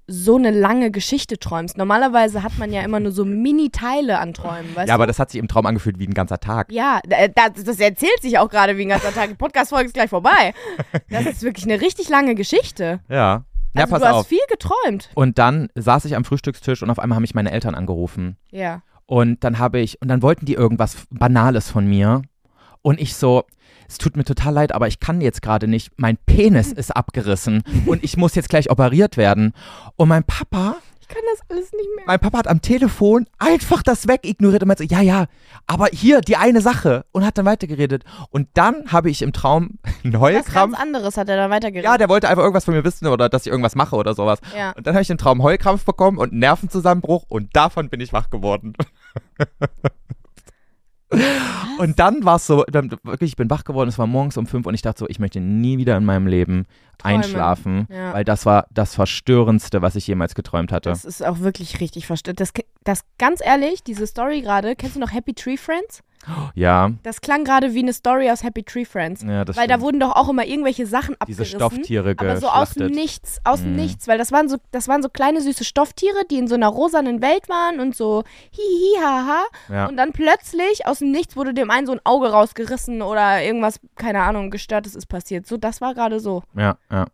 so eine lange Geschichte träumst. Normalerweise hat man ja immer nur so Mini-Teile an Träumen, weißt
ja, aber
du?
das hat sich im Traum angefühlt wie ein ganzer Tag.
Ja, da- äh, das, das erzählt sich auch gerade wie ein ganzer Tag. Die Podcast-Folge ist gleich vorbei. Das ist wirklich eine richtig lange Geschichte.
Ja. Na,
Also
pass
du hast
auf.
viel geträumt.
Und dann saß ich am Frühstückstisch und auf einmal haben mich meine Eltern angerufen.
Ja.
Und dann habe ich, und dann wollten die irgendwas Banales von mir. Und ich so, es tut mir total leid, aber ich kann jetzt gerade nicht. Mein Penis ist abgerissen und ich muss jetzt gleich operiert werden. Und mein Papa,
Ich kann das alles nicht mehr.
mein Papa hat am Telefon einfach das wegignoriert und meinte so, ja, ja, aber hier die eine Sache. Und hat dann weitergeredet. Und dann habe ich im Traum einen
Was ganz
Heulkrampf.
anderes hat er dann weitergeredet.
Ja, der wollte einfach irgendwas von mir wissen oder dass ich irgendwas mache oder sowas.
Ja.
Und dann habe ich im Traum Heulkrampf bekommen und einen Nervenzusammenbruch und davon bin ich wach geworden. Und dann war es so, dann, wirklich, ich bin wach geworden, es war morgens um fünf und ich dachte so, ich möchte nie wieder in meinem Leben
Träumen.
einschlafen,
Ja.
weil das war das Verstörendste, was ich jemals geträumt hatte.
Das ist auch wirklich richtig verstört. Das, das ganz ehrlich, diese Story gerade, kennst du noch Happy Tree Friends?
ja,
Das klang gerade wie eine Story aus Happy Tree Friends.
ja, Mhm, das
weil da
stimmt.
wurden doch auch immer irgendwelche Sachen abgerissen.
diese Stofftiere
aber so aus dem
geschlachtet.
Nichts, aus dem
Mhm.
Nichts, weil das waren so, das waren so kleine süße Stofftiere, die in so einer rosanen Welt waren und so hihi haha
Ja.
und dann plötzlich aus dem Nichts wurde dem einen so ein Auge rausgerissen oder irgendwas, keine Ahnung, gestörtes ist passiert. So, das war gerade so.
Ja, ja.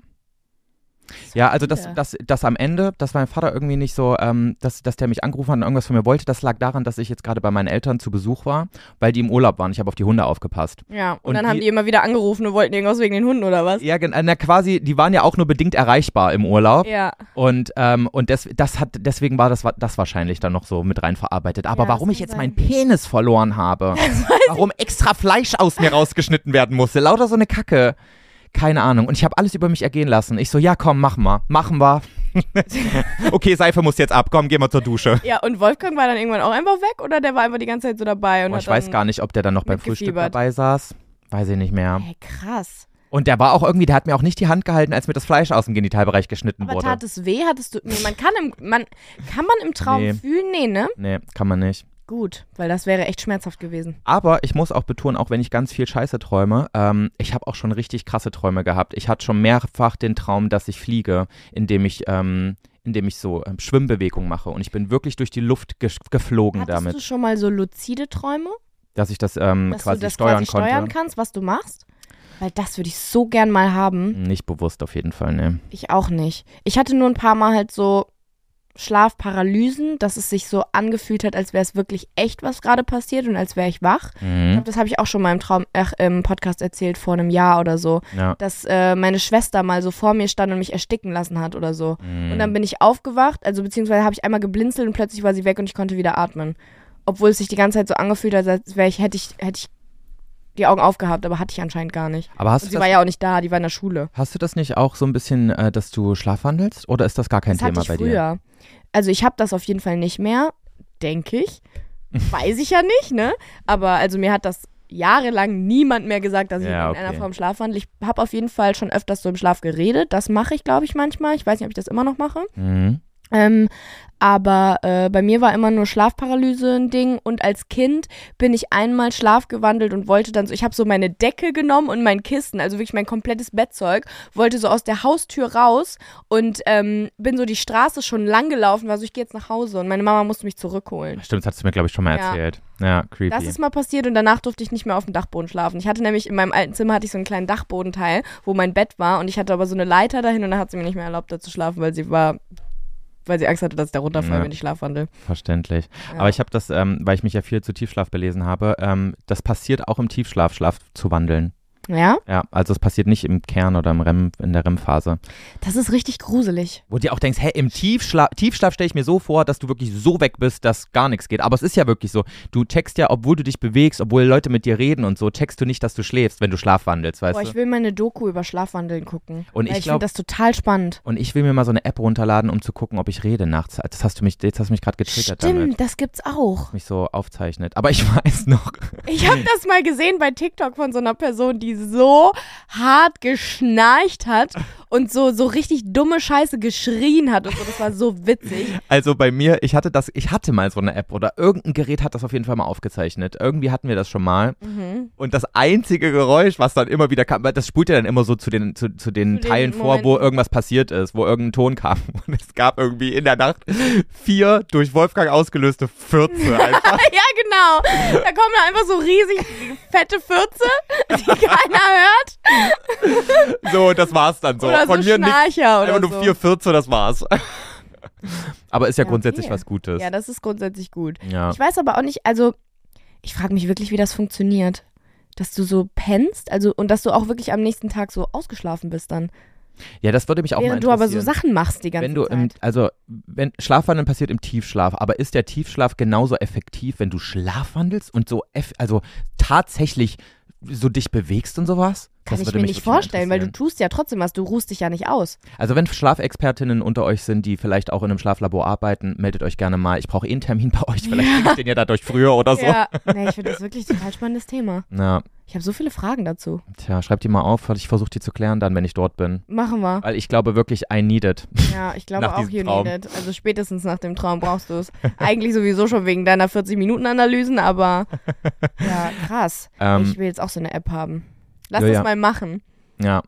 Ja, also das,
viele.
das, das am Ende, dass mein Vater irgendwie nicht so, ähm, dass, dass der mich angerufen hat und irgendwas von mir wollte, das lag daran, dass ich jetzt gerade bei meinen Eltern zu Besuch war, weil die im Urlaub waren. Ich habe auf die Hunde aufgepasst.
Ja, und,
Und
dann haben
die-
die immer wieder angerufen und wollten irgendwas wegen den Hunden oder was?
Ja, gen- na, quasi, die waren ja auch nur bedingt erreichbar im Urlaub.
Ja.
Und, ähm, und das, das hat, deswegen war das, wa- das wahrscheinlich dann noch so mit rein verarbeitet. Aber
Ja,
warum
das
ich
kann
jetzt meinen
sein.
Penis verloren habe, warum extra Fleisch aus mir rausgeschnitten werden musste, lauter so eine Kacke. Keine Ahnung. Und ich habe alles über mich ergehen lassen. Ich so, ja komm, mach mal, machen wir. okay, Seife muss jetzt ab. Komm, gehen wir zur Dusche.
Ja, und Wolfgang war dann irgendwann auch einfach weg oder der war einfach die ganze Zeit so dabei? Und
Boah,
hat
ich weiß
dann-
gar nicht, ob der dann noch beim Frühstück
mitgefiebert.
dabei saß. Weiß ich nicht mehr.
Hey, krass.
Und der war auch irgendwie, der hat mir auch nicht die Hand gehalten, als mir das Fleisch aus dem Genitalbereich geschnitten
Aber
wurde.
tat es weh? Hattest du. Nee, man kann im. Man, kann man im Traum
Nee.
fühlen? Nee, ne?
Nee, kann man nicht.
Gut, weil das wäre echt schmerzhaft gewesen.
Aber ich muss auch betonen, auch wenn ich ganz viel Scheiße träume, ähm, ich habe auch schon richtig krasse Träume gehabt. Ich hatte schon mehrfach den Traum, dass ich fliege, indem ich, ähm, indem ich so ähm, Schwimmbewegungen mache. Und ich bin wirklich durch die Luft ge geflogen
Hattest
damit,
du schon mal so luzide Träume?
dass ich das ähm,
Dass
quasi
du das
steuern
quasi steuern
konnte.
kannst, was du machst? Weil das würde ich so gern
Mhm.
mal haben.
Nicht bewusst auf jeden Fall, ne.
Ich auch nicht. Ich hatte nur ein paar Mal halt so Schlafparalysen, dass es sich so angefühlt hat, als wäre es wirklich echt, was gerade passiert und als wäre ich wach.
Mhm,
Ich glaub, das habe ich auch schon mal im Traum, ach, im Podcast erzählt vor einem Jahr oder so,
Ja.
dass äh, meine Schwester mal so vor mir stand und mich ersticken lassen hat oder so. Und
Hm. Mhm.
dann bin ich aufgewacht, also beziehungsweise habe ich einmal geblinzelt und plötzlich war sie weg und ich konnte wieder atmen, obwohl es sich die ganze Zeit so angefühlt hat, als wäre ich hätte ich hätte ich die Augen aufgehabt, aber hatte ich anscheinend gar nicht.
Aber hast
Und
du
sie
das
war ja auch nicht da, die war in der Schule.
Hast du das nicht auch so ein bisschen, äh, dass du schlafwandelst? Oder ist das gar kein
Das hatte
Thema
ich
bei dir?
früher. Also ich habe das auf jeden Fall nicht mehr, denke ich. Weiß ich ja nicht, ne? Aber also mir hat das jahrelang niemand mehr gesagt, dass ich
Ja,
in einer
okay.
Form schlafwandel. Ich habe auf jeden Fall schon öfters so im Schlaf geredet. Das mache ich, glaube ich, manchmal. Ich weiß nicht, ob ich das immer noch mache.
Mhm.
Ähm, aber äh, bei mir war immer nur Schlafparalyse ein Ding und als Kind bin ich einmal schlafgewandelt und wollte dann so, ich habe so meine Decke genommen und mein Kissen, also wirklich mein komplettes Bettzeug, wollte so aus der Haustür raus und ähm, bin so die Straße schon lang gelaufen, war so, ich gehe jetzt nach Hause und meine Mama musste mich zurückholen.
Stimmt, das hast du mir, glaube ich, schon mal
Ja.
erzählt. Ja, creepy.
Das ist mal passiert und danach durfte ich nicht mehr auf dem Dachboden schlafen. Ich hatte nämlich in meinem alten Zimmer hatte ich so einen kleinen Dachbodenteil, wo mein Bett war und ich hatte aber so eine Leiter dahin und dann hat sie mir nicht mehr erlaubt, da zu schlafen, weil sie war, weil sie Angst hatte, dass ich da runterfall,
Ja.
wenn ich schlafwandel.
Verständlich.
Ja.
Aber ich habe das, ähm, weil ich mich ja viel zu Tiefschlaf belesen habe, ähm, das passiert auch im Tiefschlaf, Schlaf zu wandeln.
Ja,
Ja, also es passiert nicht im Kern oder im REM, in der REM-Phase.
das ist richtig gruselig.
Wo du dir auch denkst, hä, im Tiefschlaf, Tiefschlaf stelle ich mir so vor, dass du wirklich so weg bist, dass gar nichts geht. Aber es ist ja wirklich so. Du checkst ja, obwohl du dich bewegst, obwohl Leute mit dir reden und so, checkst du nicht, dass du schläfst, wenn du Schlaf wandelst, weißt
Boah,
du?
ich will meine Doku über Schlafwandeln gucken.
Und
weil
ich
ich finde
glaub-
das total spannend.
Und ich will mir mal so eine App runterladen, um zu gucken, ob ich rede nachts. Das hast du mich, jetzt hast du mich gerade getriggert
Stimmt,
damit.
das gibt's auch.
Mich so aufzeichnet. Aber ich weiß noch.
Ich habe das mal gesehen bei TikTok von so einer Person, die so hart geschnarcht hat und so so richtig dumme Scheiße geschrien hat und so. Das war so witzig.
Also bei mir, ich hatte das, ich hatte mal so eine App oder irgendein Gerät hat das auf jeden Fall mal aufgezeichnet. Irgendwie hatten wir das schon mal.
Mhm.
Und das einzige Geräusch, was dann immer wieder kam, weil das spult ja dann immer so zu den, zu, zu den
Zu den
Teilen vor, wo
Momenten.
irgendwas passiert ist, wo irgendein Ton kam. Und es gab irgendwie in der Nacht vier durch Wolfgang ausgelöste Fürze einfach.
Ja, genau. Da kommen dann einfach so riesig fette Fürze, die keiner hört.
So, das war's dann so.
Oder
Von
so
mir nichts.
Schnarcher oder
Einfach nur
so.
4,14, das war's. Aber ist ja,
Ja,
grundsätzlich
okay.
was Gutes.
Ja, das ist grundsätzlich gut.
Ja.
Ich weiß aber auch nicht, also ich frage mich wirklich, wie das funktioniert. Dass du so pennst, also und dass du auch wirklich am nächsten Tag so ausgeschlafen bist dann.
ja, das würde mich auch mal
Während du aber so
interessieren.
Sachen machst die ganze
wenn du im,
Zeit.
also wenn Schlafwandeln passiert im Tiefschlaf, aber ist der Tiefschlaf genauso effektiv, wenn du schlafwandelst und so eff, also tatsächlich so dich bewegst und sowas?
Kann
das
ich
würde
mir
mich
nicht
total
vorstellen, weil du
interessieren.
tust ja trotzdem was, du ruhst dich ja nicht aus.
Also wenn Schlafexpertinnen unter euch sind, die vielleicht auch in einem Schlaflabor arbeiten, meldet euch gerne mal. Ich brauche eh einen Termin bei euch, vielleicht kriege ich den ja dadurch früher oder so.
Ja, nee, ich finde das wirklich total spannendes Thema.
Na,
Ich habe so viele Fragen dazu.
tja, schreibt die mal auf, ich versuche die zu klären dann, wenn ich dort bin.
Machen wir.
Weil ich glaube wirklich, I need it.
Ja, ich glaube
Nach
auch
diesem
you
Traum.
need it. Also spätestens nach dem Traum brauchst du es. Eigentlich sowieso schon wegen deiner 40-Minuten-Analysen, aber ja, krass.
Ähm,
ich will jetzt auch so eine App haben. Lass
ja,
das
ja.
mal machen.
Ja.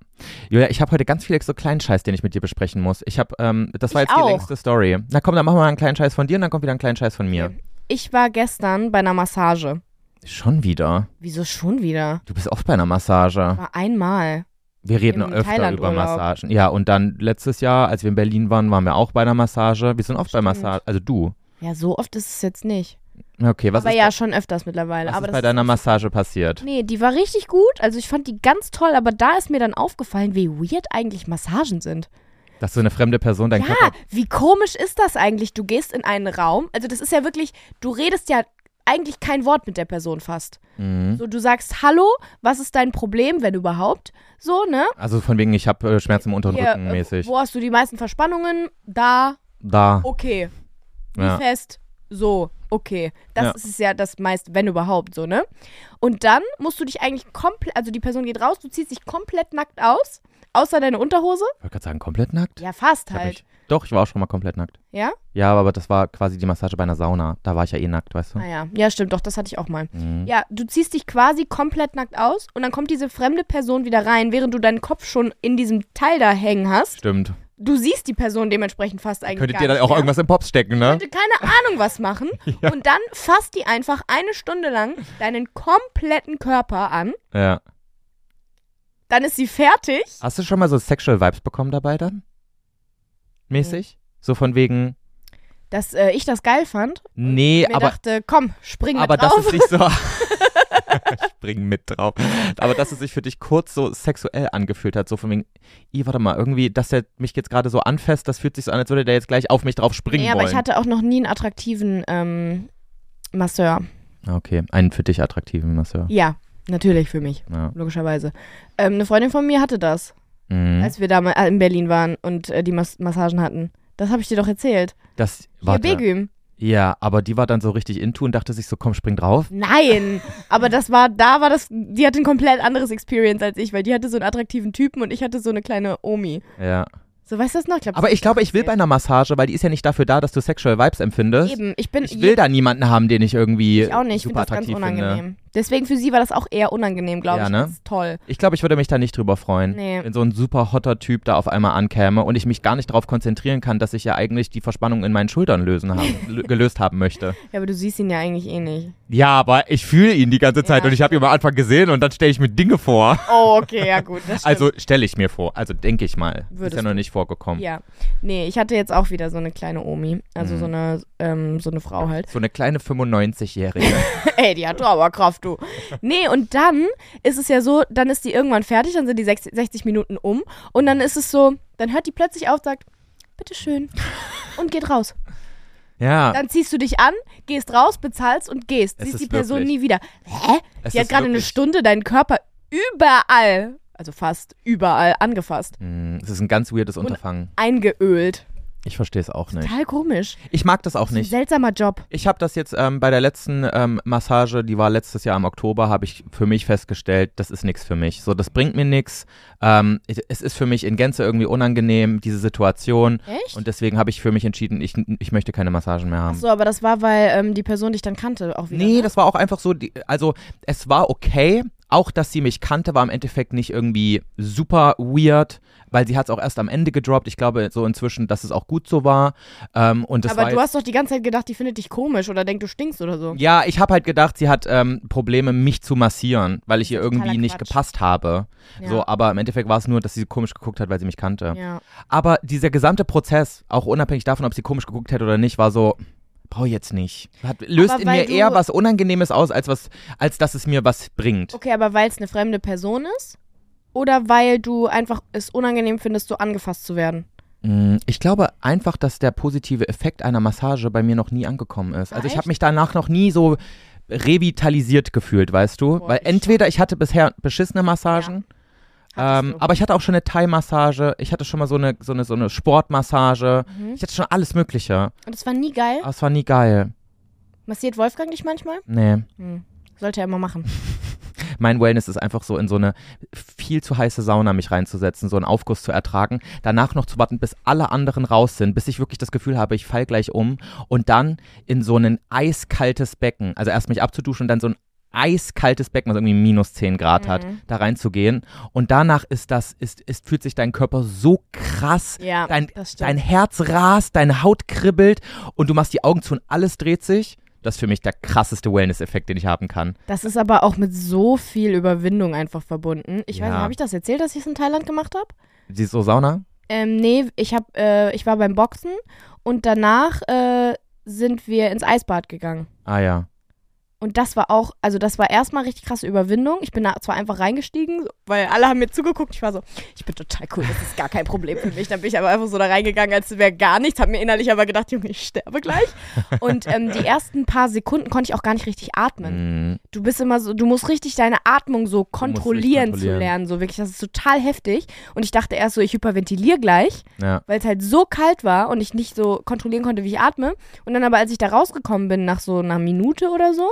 Julia, ich habe heute ganz viel so kleinen Scheiß, den ich mit dir besprechen muss. Ich habe, ähm, das war
Ich
jetzt die
auch.
längste Story. Na komm, dann machen wir mal einen kleinen Scheiß von dir und dann kommt wieder ein kleiner Scheiß von mir.
Okay. Ich war gestern bei einer Massage.
Schon wieder.
Wieso schon wieder?
Du bist oft bei einer Massage.
War einmal.
Wir reden
Im
öfter über
Thailand-Urlaub.
Massagen. Ja, und dann letztes Jahr, als wir in Berlin waren, waren wir auch bei einer Massage. Wir sind oft bei
Stimmt.
Massagen. Also du.
Ja, so oft ist es jetzt nicht.
Okay, was
aber
ist,
ja,
bei-
schon öfters mittlerweile.
was
aber
ist
das
bei deiner Massage passiert?
Nee, die war richtig gut. Also ich fand die ganz toll, aber da ist mir dann aufgefallen, wie weird eigentlich Massagen sind.
Dass so eine fremde Person deinen
Ja,
Körper.
wie komisch ist das eigentlich? Du gehst in einen Raum, also das ist ja wirklich, du redest ja eigentlich kein Wort mit der Person fast.
Mhm.
So, du sagst Hallo, was ist dein Problem, wenn überhaupt? So, ne?
Also von wegen, ich habe äh, Schmerzen im unteren
Hier,
Rücken
äh,
mäßig.
Wo hast du die meisten Verspannungen? Da,
Da.
okay. Wie
Ja.
fest? So, okay. Das
Ja.
ist ja das meiste, wenn überhaupt, so, ne? Und dann musst du dich eigentlich komplett, also die Person geht raus, du ziehst dich komplett nackt aus, außer deine Unterhose.
Ich wollte gerade sagen, komplett nackt?
Ja, fast
Ich hab
halt.
mich- Doch, ich war auch schon mal komplett nackt.
Ja?
Ja, aber das war quasi die Massage bei einer Sauna. Da war ich ja eh nackt, weißt du?
Naja, Ah, ja, stimmt, doch, das hatte ich auch mal.
Mhm.
Ja, du ziehst dich quasi komplett nackt aus und dann kommt diese fremde Person wieder rein, während du deinen Kopf schon in diesem Teil da hängen hast.
Stimmt.
Du siehst die Person dementsprechend fast eigentlich
Könntet
gar
ihr dann
nicht
auch
mehr.
irgendwas im Pops stecken, ne?
Könnte keine Ahnung was machen und dann fasst die einfach eine Stunde lang deinen kompletten Körper an.
Ja.
Dann ist sie fertig.
Hast du schon mal so Sexual Vibes bekommen dabei dann? Mäßig? So von wegen,
dass äh, ich das geil fand.
Nee,
Mir
aber,
dachte, komm, spring
aber
mit drauf.
dass es sich so. Spring mit drauf. Aber dass es sich für dich kurz so sexuell angefühlt hat, so von wegen, i, warte mal, irgendwie, dass der mich jetzt gerade so anfasst, das fühlt sich so an, als würde der jetzt gleich auf mich drauf springen
nee, aber
wollen.
ich hatte auch noch nie einen attraktiven ähm, Masseur.
okay, einen für dich attraktiven Masseur.
Ja, natürlich für mich,
Ja.
logischerweise. Ähm, eine Freundin von mir hatte das,
Mhm.
als wir da mal äh, in Berlin waren und äh, die Mas Massagen hatten. Das habe ich dir doch erzählt.
Das
Hier,
war.
Begüm.
Ja, aber die war dann so richtig into und dachte sich so, komm, spring drauf.
Nein, aber das war, da war das, die hatte ein komplett anderes Experience als ich, weil die hatte so einen attraktiven Typen und ich hatte so eine kleine Omi.
Ja.
So, weißt du das noch? Ich glaub,
Aber ich glaube, ich will bei einer Massage, weil die ist ja nicht dafür da, dass du sexual Vibes empfindest.
eben, ich bin
Ich will da niemanden haben, den ich irgendwie
ich auch nicht, ich finde
super
das ganz
attraktiv
unangenehm.
finde.
Deswegen für sie war das auch eher unangenehm, glaube
Ja,
ich.
ne?
Das ist toll.
Ich glaube, ich würde mich da nicht drüber freuen,
Nee.
wenn so ein super hotter Typ da auf einmal ankäme und ich mich gar nicht darauf konzentrieren kann, dass ich ja eigentlich die Verspannung in meinen Schultern lösen haben, lö- gelöst haben möchte.
Ja, aber du siehst ihn ja eigentlich eh nicht.
Ja, aber ich fühle ihn die ganze Zeit
Ja.
und ich habe ihn am Anfang gesehen und dann stelle ich mir Dinge vor.
Oh, okay, ja gut. Das stimmt.
Also stelle ich mir vor, also denke ich mal.
Würdest
ist ja noch nicht vorgekommen.
Ja. Nee, ich hatte jetzt auch wieder so eine kleine Omi.
Mhm.
Also so, eine, ähm, so eine Frau halt.
So eine kleine 95-Jährige.
Ey, die hat Trauerkraft, du. Nee, und dann ist es ja so, dann ist die irgendwann fertig, dann sind die 60, 60 Minuten um. Und dann ist es so, dann hört die plötzlich auf, sagt, bitteschön. Und geht raus.
ja.
Dann ziehst du dich an, gehst raus, bezahlst und gehst.
Es
Siehst
ist
die Person
wirklich-
nie wieder. Hä?
Es
die hat
ist
gerade eine
wirklich-
Stunde deinen Körper überall, also fast überall angefasst.
Hm, Es ist ein ganz weirdes Unterfangen.
Eingeölt.
Ich verstehe es auch nicht.
Total komisch.
Ich mag das auch nicht.
Seltsamer Job.
Ich habe das jetzt ähm, bei der letzten ähm, Massage, die war letztes Jahr im Oktober, habe ich für mich festgestellt, das ist nichts für mich. So, das bringt mir nichts. Ähm, ich- es ist für mich in Gänze irgendwie unangenehm, diese Situation.
Echt?
Und deswegen habe ich für mich entschieden, ich, ich möchte keine Massagen mehr haben.
Achso, aber das war, weil ähm, die Person dich dann kannte auch wieder.
Nee, das war auch einfach so, die, also es war okay. Auch, dass sie mich kannte, war im Endeffekt nicht irgendwie super weird, weil sie hat es auch erst am Ende gedroppt. Ich glaube so inzwischen, dass es auch gut so war. Ähm, und das war
aber du
jetzt-
hast doch die ganze Zeit gedacht, die findet dich komisch oder denkt, du stinkst oder so.
Ja, ich habe halt gedacht, sie hat ähm, Probleme, mich zu massieren, weil ich ihr
totaler
irgendwie nicht
Quatsch.
gepasst habe.
Ja.
So, aber im Endeffekt war es nur, dass sie komisch geguckt hat, weil sie mich kannte.
Ja.
Aber dieser gesamte Prozess, auch unabhängig davon, ob sie komisch geguckt hätte oder nicht, war so brauche ich jetzt nicht. Hat, löst
Aber
in
weil
mir
du-
eher was Unangenehmes aus, als was, als dass es mir was bringt.
Okay, aber weil es eine fremde Person ist? Oder weil du einfach es unangenehm findest, so angefasst zu werden?
Mm, Ich glaube einfach, dass der positive Effekt einer Massage bei mir noch nie angekommen ist. Also ich
Echt?
habe mich danach noch nie so revitalisiert gefühlt, weißt du?
Boah,
Weil
ich
entweder ich hatte bisher beschissene Massagen,
Hattest
ähm,
du.
aber ich hatte auch schon eine Thai-Massage, ich hatte schon mal so eine, so eine, so eine Sportmassage,
Mhm.
ich hatte schon alles Mögliche.
Und das war nie geil.
Aber es war nie geil.
Massiert Wolfgang dich manchmal?
Nee.
Hm. Sollte er immer machen.
Mein Wellness ist einfach so in so eine viel zu heiße Sauna mich reinzusetzen, so einen Aufguss zu ertragen, danach noch zu warten, bis alle anderen raus sind, bis ich wirklich das Gefühl habe, ich fall gleich um und dann in so ein eiskaltes Becken, also erst mich abzuduschen und dann so ein eiskaltes Becken, was irgendwie minus 10 Grad hat, da reinzugehen und danach ist das, ist, ist, fühlt sich dein Körper so krass,
Ja,
dein,
das stimmt.
dein Herz rast, deine Haut kribbelt und du machst die Augen zu und alles dreht sich. Das ist für mich der krasseste Wellness-Effekt, den ich haben kann.
Das ist aber auch mit so viel Überwindung einfach verbunden. Ich weiß
Ja.
nicht, habe ich das erzählt, dass ich es in Thailand gemacht habe?
Die so Sauna?
Ähm, nee, ich hab, äh, ich war beim Boxen und danach äh, sind wir ins Eisbad gegangen.
Ah ja.
Und das war auch, also das war erstmal richtig krasse Überwindung. Ich bin da zwar einfach reingestiegen, weil alle haben mir zugeguckt. Ich war so, ich bin total cool, das ist gar kein Problem für mich. Dann bin ich aber einfach so da reingegangen, als wäre gar nichts. Hab mir innerlich aber gedacht, Junge, ich sterbe gleich. Und ähm, die ersten paar Sekunden konnte ich auch gar nicht richtig atmen.
Mhm.
Du bist immer so, du musst richtig deine Atmung so kontrollieren,
kontrollieren.
zu lernen. So wirklich, das ist total heftig. Und ich dachte erst so, ich hyperventiliere gleich,
Ja.
weil es halt so kalt war und ich nicht so kontrollieren konnte, wie ich atme. Und dann aber, als ich da rausgekommen bin, nach so einer Minute oder so,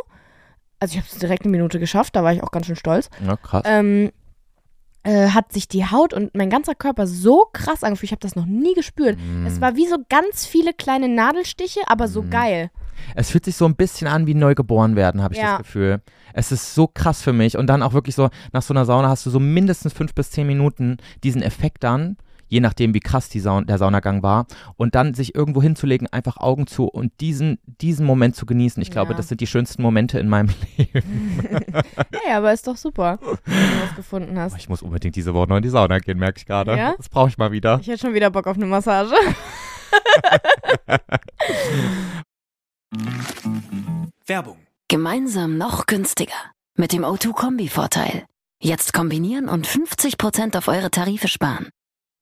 also ich habe es direkt eine Minute geschafft, da war ich auch ganz schön stolz,
ja, krass.
ähm, äh, hat sich die Haut und mein ganzer Körper so krass angefühlt. Ich habe das noch nie gespürt.
Mhm.
Es war wie so ganz viele kleine Nadelstiche, aber so geil.
Es fühlt sich so ein bisschen an wie neugeboren werden, habe ich
Ja.
das Gefühl. Es ist so krass für mich. Und dann auch wirklich so, nach so einer Sauna hast du so mindestens fünf bis zehn Minuten diesen Effekt dann, je nachdem, wie krass die Saun der Saunagang war. Und dann sich irgendwo hinzulegen, einfach Augen zu und diesen, diesen Moment zu genießen. Ich glaube,
Ja.
das sind die schönsten Momente in meinem Leben.
Hey, aber ist doch super, wenn du was gefunden hast.
Ich muss unbedingt diese Woche noch in die Sauna gehen, merke ich gerade.
Ja?
Das brauche ich mal wieder.
Ich hätte schon wieder Bock auf eine Massage.
Werbung.
Gemeinsam noch günstiger. Mit dem O2-Kombi-Vorteil. Jetzt kombinieren und 50% auf eure Tarife sparen.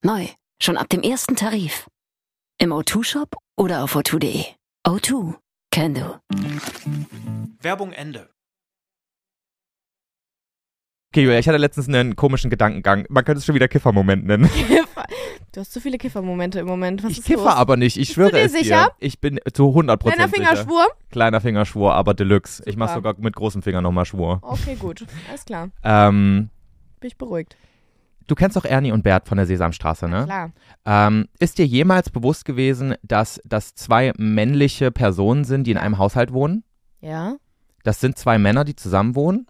Neu. Schon ab dem ersten Tarif. Im O2-Shop oder auf O2.de. O2. Can do.
Werbung Ende.
Okay, Julia, ich hatte letztens einen komischen Gedankengang. Man könnte es schon wieder Kiffermoment nennen.
Kiffer. Du hast so viele Kiffermomente im Moment. Was
ich
ist los?
kiffer aber nicht, ich
Bist
schwöre
du dir
es dir.
sicher?
Ich bin zu 100%
Kleiner
sicher.
Fingerschwur?
Kleiner Fingerschwur, aber Deluxe. Ich mache
Super.
sogar mit großem Finger nochmal Schwur.
Okay, gut. Alles klar.
Ähm,
Bin ich beruhigt.
du kennst doch Ernie und Bert von der Sesamstraße, ne?
Klar.
Ähm, ist dir jemals bewusst gewesen, dass das zwei männliche Personen sind, die in einem Haushalt wohnen?
Ja.
Das sind zwei Männer, die zusammen wohnen.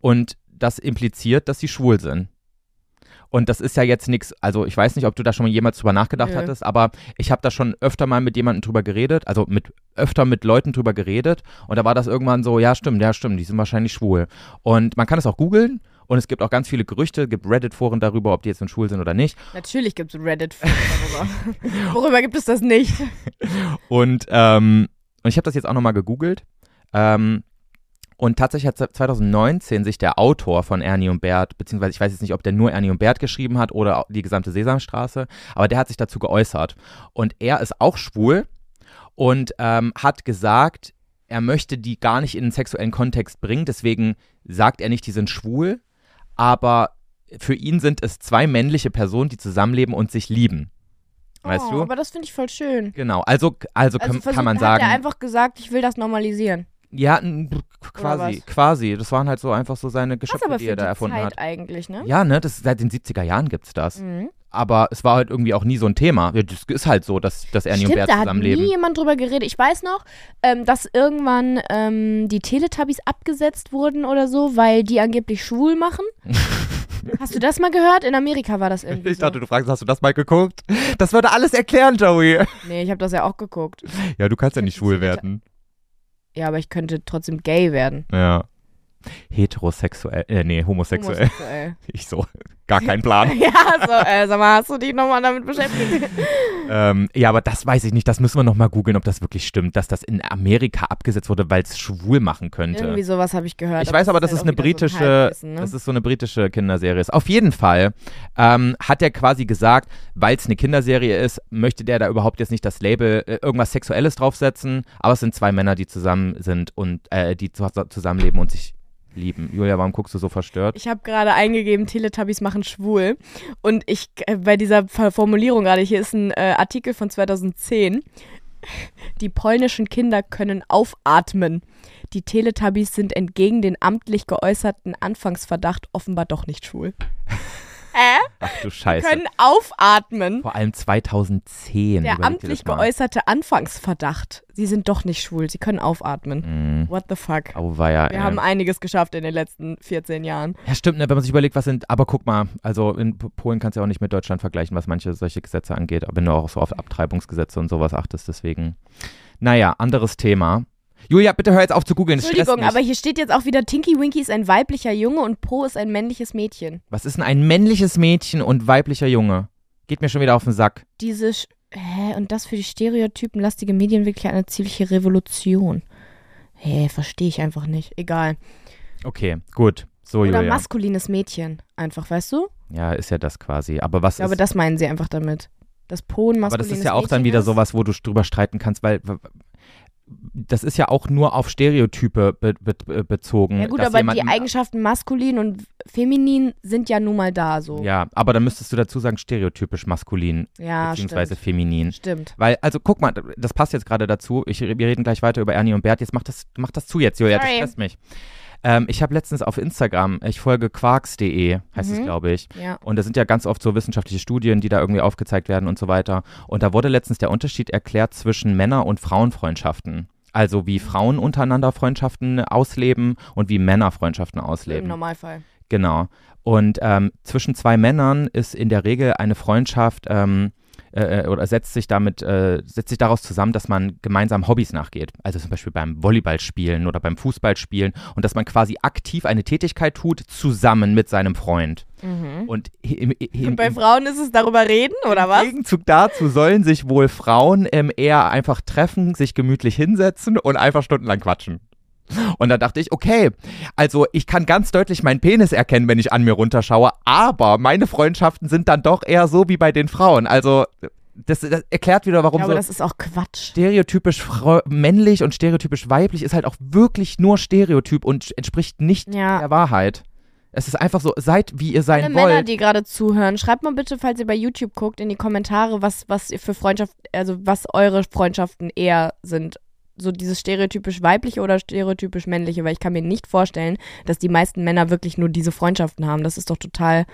Und das impliziert, dass sie schwul sind. Und das ist ja jetzt nichts, also ich weiß nicht, ob du da schon mal jemals drüber nachgedacht
Nö.
hattest, aber ich habe da schon öfter mal mit jemandem drüber geredet, also mit öfter mit Leuten drüber geredet und da war das irgendwann so, ja stimmt, ja stimmt, die sind wahrscheinlich schwul. Und man kann es auch googeln und es gibt auch ganz viele Gerüchte, gibt Reddit-Foren darüber, ob die jetzt nun schwul sind oder nicht.
Natürlich gibt es Reddit darüber. Worüber gibt es das nicht?
Und, ähm, und ich habe das jetzt auch nochmal gegoogelt. Ähm, und tatsächlich hat 2019 sich der Autor von Ernie und Bert, beziehungsweise ich weiß jetzt nicht, ob der nur Ernie und Bert geschrieben hat oder die gesamte Sesamstraße, aber der hat sich dazu geäußert. Und er ist auch schwul und ähm, hat gesagt, er möchte die gar nicht in den sexuellen Kontext bringen, deswegen sagt er nicht, die sind schwul, aber für ihn sind es zwei männliche Personen, die zusammenleben und sich lieben. Weißt
oh,
du?
Aber das finde ich voll schön.
Genau, also, also,
Also
kann,
versucht,
kann man
hat
sagen.
er einfach gesagt, ich will das normalisieren.
ja, n- b- quasi,
was?
quasi. Das waren halt so einfach so seine
Was
Geschöpfe,
aber
die
für
er
die
da erfunden
Zeit
hat.
eigentlich, ne?
Ja, ne, das, seit den 70er Jahren gibt's das.
Mhm.
Aber es war halt irgendwie auch nie so ein Thema. Ja, das ist halt so, dass, dass Ernie und
Stimmt,
Bert
da hat
zusammenleben.
nie jemand drüber geredet. Ich weiß noch, ähm, dass irgendwann ähm, die Teletubbies abgesetzt wurden oder so, weil die angeblich schwul machen. Hast du das mal gehört? In Amerika war das irgendwie.
ich dachte, du fragst, hast du das mal geguckt? Das würde alles erklären, Joey.
so. Nee, ich habe das ja auch geguckt.
Ja, du kannst ja
Ich
nicht
hab
schwul
die Tele-
werden.
Ja, aber ich könnte trotzdem gay werden.
Ja. Heterosexuell, äh, nee, homosexuell.
Homosexuell.
Ich so, gar keinen Plan.
ja, so, äh, sag mal, hast du dich nochmal damit beschäftigt?
ähm, ja, aber das weiß ich nicht. Das müssen wir nochmal googeln, ob das wirklich stimmt, dass das in Amerika abgesetzt wurde, weil es schwul machen könnte.
Irgendwie sowas habe ich gehört.
Ich weiß aber, dass es
halt
eine
auch wieder so ein
britische,
Halbwissen, ne?
das ist so eine britische Kinderserie ist. Auf jeden Fall ähm, hat er quasi gesagt, weil es eine Kinderserie ist, möchte der da überhaupt jetzt nicht das Label äh, irgendwas Sexuelles draufsetzen. Aber es sind zwei Männer, die zusammen sind und äh, die zu, zusammenleben und sich lieben. Julia, warum guckst du so verstört?
Ich habe gerade eingegeben, Teletubbies machen schwul. Und ich, äh, bei dieser Ver- Formulierung gerade, hier ist ein äh, Artikel von 2010. Die polnischen Kinder können aufatmen. Die Teletubbies sind entgegen den amtlich geäußerten Anfangsverdacht offenbar doch nicht schwul. Äh?
Ach du Scheiße.
Können aufatmen.
Vor allem 2010. überleg
Der
dir das
amtlich
mal.
geäußerte Anfangsverdacht. Sie sind doch nicht schwul. Sie können aufatmen.
Mhm.
What the fuck?
Auweia,
Wir
ey.
haben einiges geschafft in den letzten 14 Jahren.
Ja, stimmt, ne, wenn man sich überlegt, was sind, aber guck mal, also in P- Polen kannst du ja auch nicht mit Deutschland vergleichen, was manche solche Gesetze angeht, aber wenn du auch so auf Abtreibungsgesetze und sowas achtest, deswegen. Naja, anderes Thema. Julia, bitte hör jetzt auf zu googeln, das stresst
Entschuldigung,
mich.
aber hier steht jetzt auch wieder, Tinky Winky ist ein weiblicher Junge und Po ist ein männliches Mädchen.
was ist denn ein männliches Mädchen und weiblicher Junge? Geht mir schon wieder auf den Sack.
Diese, Sch hä, und das für die stereotypenlastige Medienentwicklung eine ziemliche Revolution. Hä, verstehe ich einfach nicht. Egal.
Okay, gut. So,
Oder
Oh, Julia.
maskulines Mädchen, einfach, weißt du?
Ja, ist ja das quasi. Aber was
Ich glaube,
ist.
das meinen sie einfach damit. Das Po ein maskulines
aber das ist ja auch dann
Mädchen
wieder
ist.
sowas, wo du drüber streiten kannst, weil. w- w- Das ist ja auch nur auf Stereotype be be bezogen.
Ja gut,
Hm, dass
aber die
jemandem-
Eigenschaften maskulin und feminin sind ja nun mal da so.
Ja, aber dann müsstest du dazu sagen, stereotypisch maskulin
Ja,
beziehungsweise feminin.
stimmt. Stimmt.
Weil, also guck mal, das passt jetzt gerade dazu. Ich, wir reden gleich weiter über Ernie und Bert. Jetzt mach das, mach das zu jetzt, Julia, das
Sorry.
stresst mich. Ähm, ich habe letztens auf Instagram, ich folge quarks.de, heißt es,
Mhm.
glaube ich.
Ja.
Und da sind ja ganz oft so wissenschaftliche Studien, die da irgendwie aufgezeigt werden und so weiter. Und da wurde letztens der Unterschied erklärt zwischen Männer- und Frauenfreundschaften. Also wie Frauen untereinander Freundschaften ausleben und wie Männer Freundschaften
Im
ausleben.
Normalfall.
Genau. Und ähm, zwischen zwei Männern ist in der Regel eine Freundschaft ähm, äh, oder setzt sich damit, äh, setzt sich daraus zusammen, dass man gemeinsam Hobbys nachgeht. Also zum Beispiel beim Volleyballspielen oder beim Fußballspielen und dass man quasi aktiv eine Tätigkeit tut, zusammen mit seinem Freund. Und im, im,
Und bei
im-
Frauen ist es darüber reden, oder was?
Im Gegenzug dazu sollen sich wohl Frauen ähm, eher einfach treffen, sich gemütlich hinsetzen und einfach stundenlang quatschen. Und da dachte ich, okay, also ich kann ganz deutlich meinen Penis erkennen, wenn ich an mir runterschaue, aber meine Freundschaften sind dann doch eher so wie bei den Frauen. Also das, das erklärt wieder, warum
Ja,
so
aber das ist auch Quatsch.
stereotypisch frau- männlich und stereotypisch weiblich ist halt auch wirklich nur Stereotyp und entspricht nicht
Ja.
der Wahrheit. Es ist einfach so, seid wie ihr sein
Alle
wollt.
Männer, die gerade zuhören, schreibt mal bitte, falls ihr bei YouTube guckt, in die Kommentare, was, was ihr für Freundschaft, also was eure Freundschaften eher sind. So dieses stereotypisch weibliche oder stereotypisch männliche, weil ich kann mir nicht vorstellen, dass die meisten Männer wirklich nur diese Freundschaften haben. Das ist doch total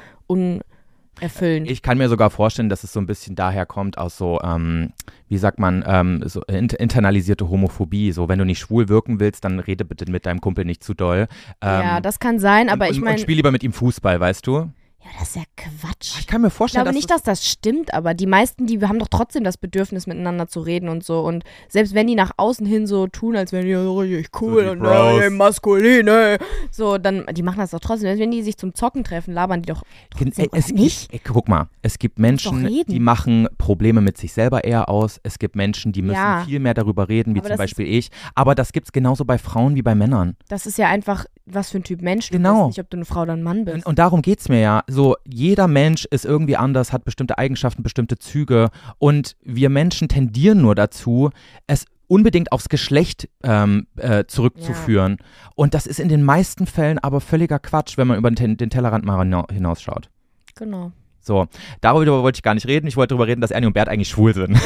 unerfüllend.
Ich kann mir sogar vorstellen, dass es so ein bisschen daher kommt aus so, ähm, wie sagt man, ähm, so in internalisierte Homophobie. So, wenn du nicht schwul wirken willst, dann rede bitte mit deinem Kumpel nicht zu doll. Ähm,
ja, das kann sein, aber
und,
ich
und-
meine,
Und spiel lieber mit ihm Fußball, weißt du?
ja, das ist ja Quatsch.
Ich kann mir
Ich
vorstellen,
glaube
dass
nicht, dass das stimmt, aber die meisten, die haben doch trotzdem das Bedürfnis, miteinander zu reden und so. Und selbst wenn die nach außen hin so tun, als wären die so richtig cool
die
und
Bros.
äh, maskulin, ey. so, dann, die machen das doch trotzdem. Selbst wenn die sich zum Zocken treffen, labern die doch
Gen-
trotzdem,
äh, es
oder nicht?
Gibt, ey, guck mal, es gibt Menschen,
reden.
die machen Probleme mit sich selber eher aus. Es gibt Menschen, die müssen
Ja.
viel mehr darüber reden, wie
Aber
zum
das
Beispiel ich. Aber das gibt es genauso bei Frauen wie bei Männern.
Das ist ja einfach, was für ein Typ Mensch du
Genau.
bist, nicht, ob du eine Frau oder ein Mann bist.
Und, und darum geht es mir ja. So, jeder Mensch ist irgendwie anders, hat bestimmte Eigenschaften, bestimmte Züge. Und wir Menschen tendieren nur dazu, es unbedingt aufs Geschlecht ähm, äh, zurückzuführen. Und das ist in den meisten Fällen aber völliger Quatsch, wenn man über den, Ten- den Tellerrand mal hinau- hinausschaut.
genau.
So, darüber wollte ich gar nicht reden. Ich wollte darüber reden, dass Ernie und Bert eigentlich schwul sind.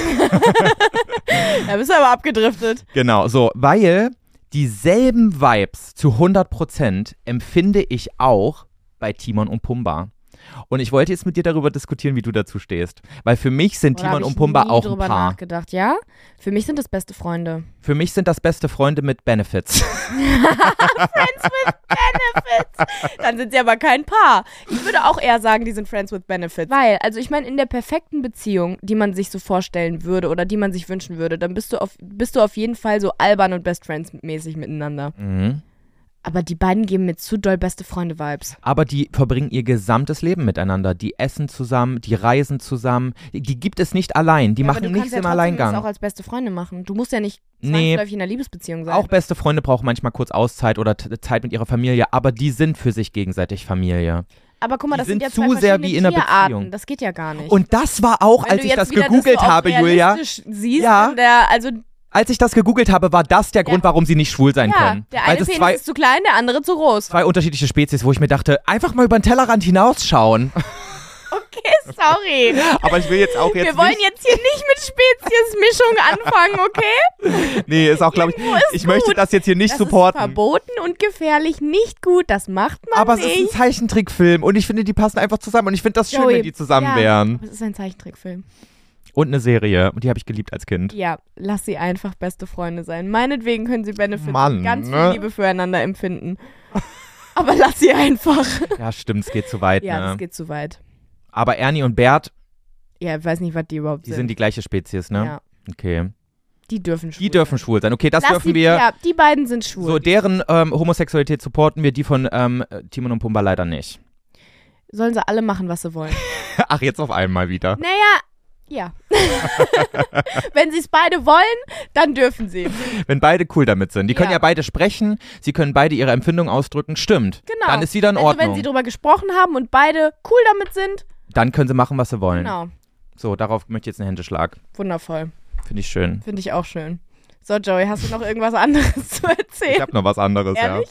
Da bist du aber abgedriftet.
Genau, so, weil dieselben Vibes zu 100% empfinde ich auch bei Timon und Pumba. Und ich wollte jetzt mit dir darüber diskutieren, wie du dazu stehst. Weil für mich sind
Boah, da hab
Timon
ich
und Pumba
nie
auch ein
drüber
Paar.
nachgedacht, ja? Für mich sind das beste Freunde.
Für mich sind das beste Freunde mit Benefits.
Dann sind sie aber kein Paar. Ich würde auch eher sagen, die sind Friends with Benefits. Weil, also ich meine, in der perfekten Beziehung, die man sich so vorstellen würde oder die man sich wünschen würde, dann bist du auf, bist du auf jeden Fall so albern und Best Friends mäßig miteinander.
mhm.
Aber die beiden geben mir zu doll beste Freunde-Vibes.
Aber die verbringen ihr gesamtes Leben miteinander. Die essen zusammen, die reisen zusammen. Die- Die gibt es nicht allein. Die
Ja, aber
machen
du
nichts
kannst ja
im
trotzdem
Alleingang.
Das auch als beste Freunde machen. Du musst ja nicht
Nee.
zwangsläufig in einer Liebesbeziehung sein.
Auch beste Freunde brauchen manchmal kurz Auszeit oder t- Zeit mit ihrer Familie, aber die sind für sich gegenseitig Familie.
aber guck mal,
die
das
sind
sind, ja
zu
zwei
sehr
verschiedene
wie in einer
Tierarten.
Beziehung.
Das geht ja gar nicht.
Und das war auch,
Wenn
als
du
ich
jetzt
das
wieder
gegoogelt
so auf
habe, Julia.
realistisch Siehst,
Ja.
ja. Der, also
Als ich das gegoogelt habe, war das der Grund, warum sie nicht schwul sein
ja,
können.
der
Weil
eine
es
Penis
zwei,
ist zu klein, der andere zu groß.
zwei unterschiedliche Spezies, wo ich mir dachte, einfach mal über den Tellerrand hinausschauen.
Okay, sorry.
Aber ich will jetzt auch jetzt
Wir wollen
nicht,
jetzt hier nicht mit Speziesmischung anfangen, okay?
nee, ist auch glaube ich, ich möchte
gut.
das jetzt hier nicht
Das ist
supporten.
verboten und gefährlich, nicht gut, das macht man
Aber es
nicht.
ist ein Zeichentrickfilm und ich finde, die passen einfach zusammen und ich finde das schön,
Joey,
wenn die zusammen
ja,
wären.
aber Es ist ein Zeichentrickfilm.
Und eine Serie und die habe ich geliebt als Kind.
Ja, lass sie einfach beste Freunde sein. Meinetwegen können sie Benefits
Mann,
und ganz
ne?
viel Liebe füreinander empfinden. Aber lass sie einfach.
Ja, stimmt, es geht zu weit.
Ja, das
ne?
geht zu weit.
Aber Ernie und Bert,
Ja, ich weiß nicht, was die überhaupt
die sind die gleiche Spezies, ne?
Ja,
Okay.
die dürfen schwul.
Die dürfen schwul sein. Okay, das
lass
dürfen
die,
wir.
Ja, die beiden sind schwul.
So, deren ähm, Homosexualität supporten wir, die von ähm, Timon und Pumba leider nicht.
Sollen sie alle machen, was sie wollen.
Ach, jetzt auf einmal wieder.
Naja, ja. Wenn sie es beide wollen, dann dürfen sie.
Wenn beide cool damit sind. Die können ja
Ja.
beide sprechen, sie können beide ihre Empfindung ausdrücken. Stimmt.
Genau.
Dann ist sie dann in
Also, wenn
Ordnung. Mhm.
sie drüber gesprochen haben und beide cool damit sind,
dann können sie machen, was sie wollen.
genau.
So, darauf möchte ich jetzt einen Händeschlag.
Wundervoll.
Finde ich schön.
Finde ich auch schön. So, Joey, hast du noch irgendwas anderes zu
Ich
erzählen?
habe noch was anderes,
Ehrlich?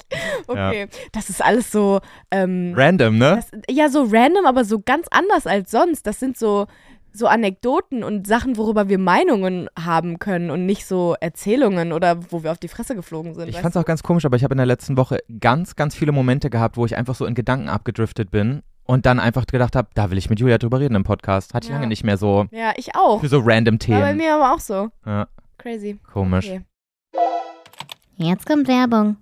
Okay. Das ist alles so, ähm,
ja. Random, ne?
das, ja, so random, aber so ganz anders als sonst. Das sind so, so Anekdoten und Sachen, worüber wir Meinungen haben können und nicht so Erzählungen oder wo wir auf die Fresse geflogen sind.
Ich
weißt
fand's auch ganz komisch, aber ich habe in der letzten Woche ganz, ganz viele Momente gehabt, wo ich einfach so in Gedanken abgedriftet bin und dann einfach gedacht habe, da will ich mit Julia drüber reden im Podcast. Hatte ich
Ja.
lange nicht mehr so.
du? ja, ich auch.
Für so random
War bei
Themen.
mir aber auch so.
Ja,
Crazy.
komisch.
Okay.
Jetzt kommt Werbung.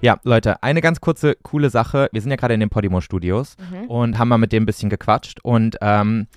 Ja, Leute, eine ganz kurze, coole Mhm.
Oh,
Sache. Wir sind ja gerade in den Podimo-Studios und haben mal mit dem ein bisschen gequatscht. Und ähm,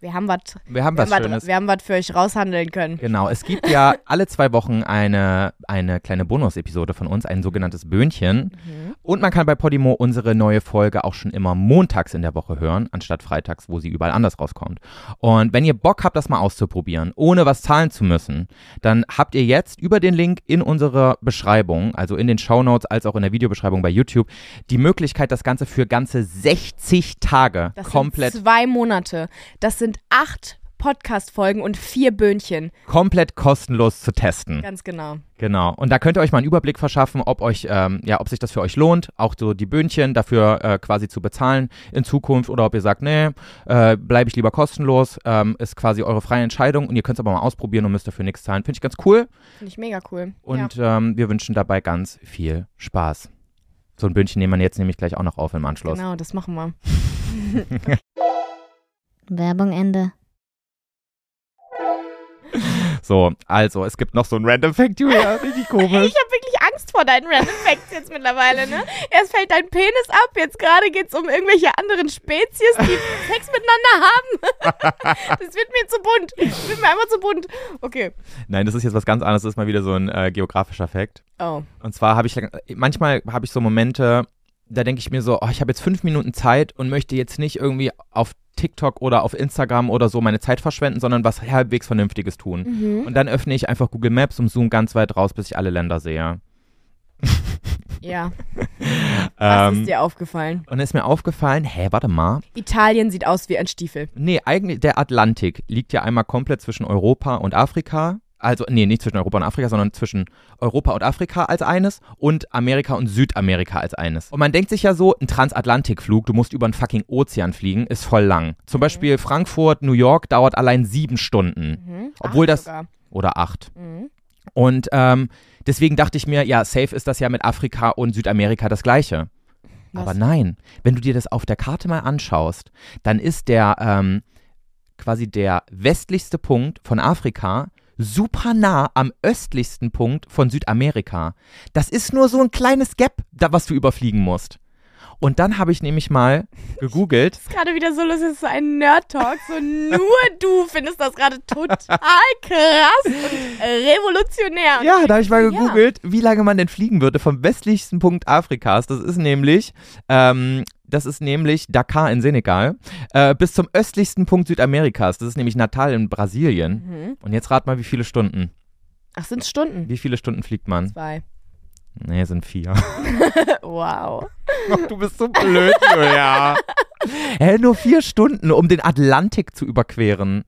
Wir haben was
Wir haben
wir
was
haben
Schönes.
was- wir haben was für euch raushandeln können.
Genau, es gibt ja alle zwei Wochen eine, eine kleine Bonus-Episode von uns, ein sogenanntes Böhnchen.
Mhm.
Und man kann bei Podimo unsere neue Folge auch schon immer montags in der Woche hören, anstatt freitags, wo sie überall anders rauskommt. Und wenn ihr Bock habt, das mal auszuprobieren, ohne was zahlen zu müssen, dann habt ihr jetzt über den Link in unserer Beschreibung, also in den Shownotes als auch in der Videobeschreibung bei YouTube, die Möglichkeit, das Ganze für ganze 60 Tage
Das
komplett
sind zwei Monate. Das sind acht Podcast-Folgen und vier Böhnchen.
komplett kostenlos zu testen.
Ganz genau.
Genau. Und da könnt ihr euch mal einen Überblick verschaffen, ob euch, ähm, ja, ob sich das für euch lohnt, auch so die Böhnchen dafür äh, quasi zu bezahlen in Zukunft oder ob ihr sagt, nee, äh, bleibe ich lieber kostenlos, ähm, ist quasi eure freie Entscheidung und ihr könnt es aber mal ausprobieren und müsst dafür nichts zahlen. Finde ich ganz cool
Finde ich mega cool. ja.
und ähm, wir wünschen dabei ganz viel Spaß. So ein Böhnchen nehmen wir jetzt nämlich gleich auch noch auf im Anschluss.
Genau, das machen wir.
Genau. Werbung Ende.
So, also, es gibt noch so ein Random Fact, Julia, richtig komisch.
Ich habe wirklich Angst vor deinen Random Facts jetzt mittlerweile, ne? Erst fällt dein Penis ab, jetzt gerade geht's um irgendwelche anderen Spezies, die Sex miteinander haben. Das wird mir zu bunt. Das wird mir einmal zu bunt. Okay.
Nein, das ist jetzt was ganz anderes, das ist mal wieder so ein äh, geografischer Fact.
Oh.
Und zwar habe ich, manchmal habe ich so Momente, da denke ich mir so, oh, ich habe jetzt fünf Minuten Zeit und möchte jetzt nicht irgendwie auf TikTok oder auf Instagram oder so meine Zeit verschwenden, sondern was halbwegs Vernünftiges tun.
Mhm.
Und dann öffne ich einfach Google Maps und zoome ganz weit raus, bis ich alle Länder sehe.
Ja. Was
Ähm,
ist dir aufgefallen?
und dann ist mir aufgefallen, hä, warte mal.
Italien sieht aus wie ein Stiefel.
Nee, eigentlich der Atlantik liegt ja einmal komplett zwischen Europa und Afrika. Also, nee, nicht zwischen Europa und Afrika, sondern zwischen Europa und Afrika als eines und Amerika und Südamerika als eines. Und man denkt sich ja so, ein Transatlantikflug, du musst über einen fucking Ozean fliegen, ist voll lang.
Mhm.
Zum Beispiel Frankfurt, New York dauert allein sieben Stunden. Obwohl
Mhm. Acht
das.
Ah, sogar. Mhm.
Oder acht. Und ähm, deswegen dachte ich mir, ja, safe ist das ja mit Afrika und Südamerika das gleiche.
Was?
Aber nein, wenn du dir das auf der Karte mal anschaust, dann ist der ähm, quasi der westlichste Punkt von Afrika super nah am östlichsten Punkt von Südamerika. Das ist nur so ein kleines Gap, da, was du überfliegen musst. Und dann habe ich nämlich mal gegoogelt.
ist gerade wieder so los, es ist so ein Nerd-Talk. So nur du findest das gerade total krass und revolutionär.
Ja, da habe ich mal
Ja.
gegoogelt, wie lange man denn fliegen würde vom westlichsten Punkt Afrikas. Das ist nämlich, ähm, das ist nämlich Dakar in Senegal, äh, bis zum östlichsten Punkt Südamerikas. Das ist nämlich Natal in Brasilien. Und jetzt rat mal, wie viele Stunden?
Ach, sind Stunden?
Wie viele Stunden fliegt man?
Zwei.
Nee, sind vier. Oh,
Wow.
du bist so blöd, Julia. Hä, nur vier Stunden, um den Atlantik zu überqueren.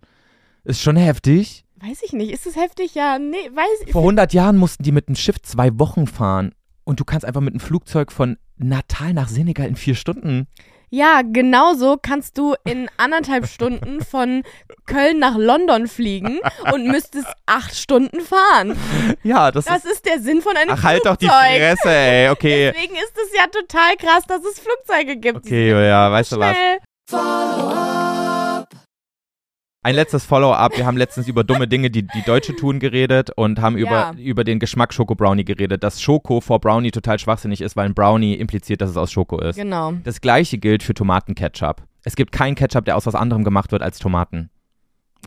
Ist schon heftig.
Weiß ich nicht. Ist das heftig? Ja, nee, weiß ich.
Vor 100 Jahren mussten die mit dem Schiff zwei Wochen fahren. Und du kannst einfach mit einem Flugzeug von Natal nach Senegal in vier Stunden.
Ja, genauso kannst du in anderthalb Stunden von Köln nach London fliegen und müsstest acht Stunden fahren.
Ja, das,
Das
ist.
ist der Sinn von einem
Ach, halt doch die
Flugzeug.
Fresse, ey. Okay.
Deswegen ist es ja total krass, dass es Flugzeuge gibt.
Okay, Julia, weißt du was?
Schnell.
Ein letztes Follow-up. Wir haben letztens über dumme Dinge, die die Deutsche tun, geredet und haben über,
Ja.
über den Geschmack Schoko Brownie geredet. Dass Schoko vor Brownie total schwachsinnig ist, weil ein Brownie impliziert, dass es aus Schoko ist.
Genau.
Das gleiche gilt für Tomatenketchup. Es gibt keinen Ketchup, der aus was anderem gemacht wird als Tomaten.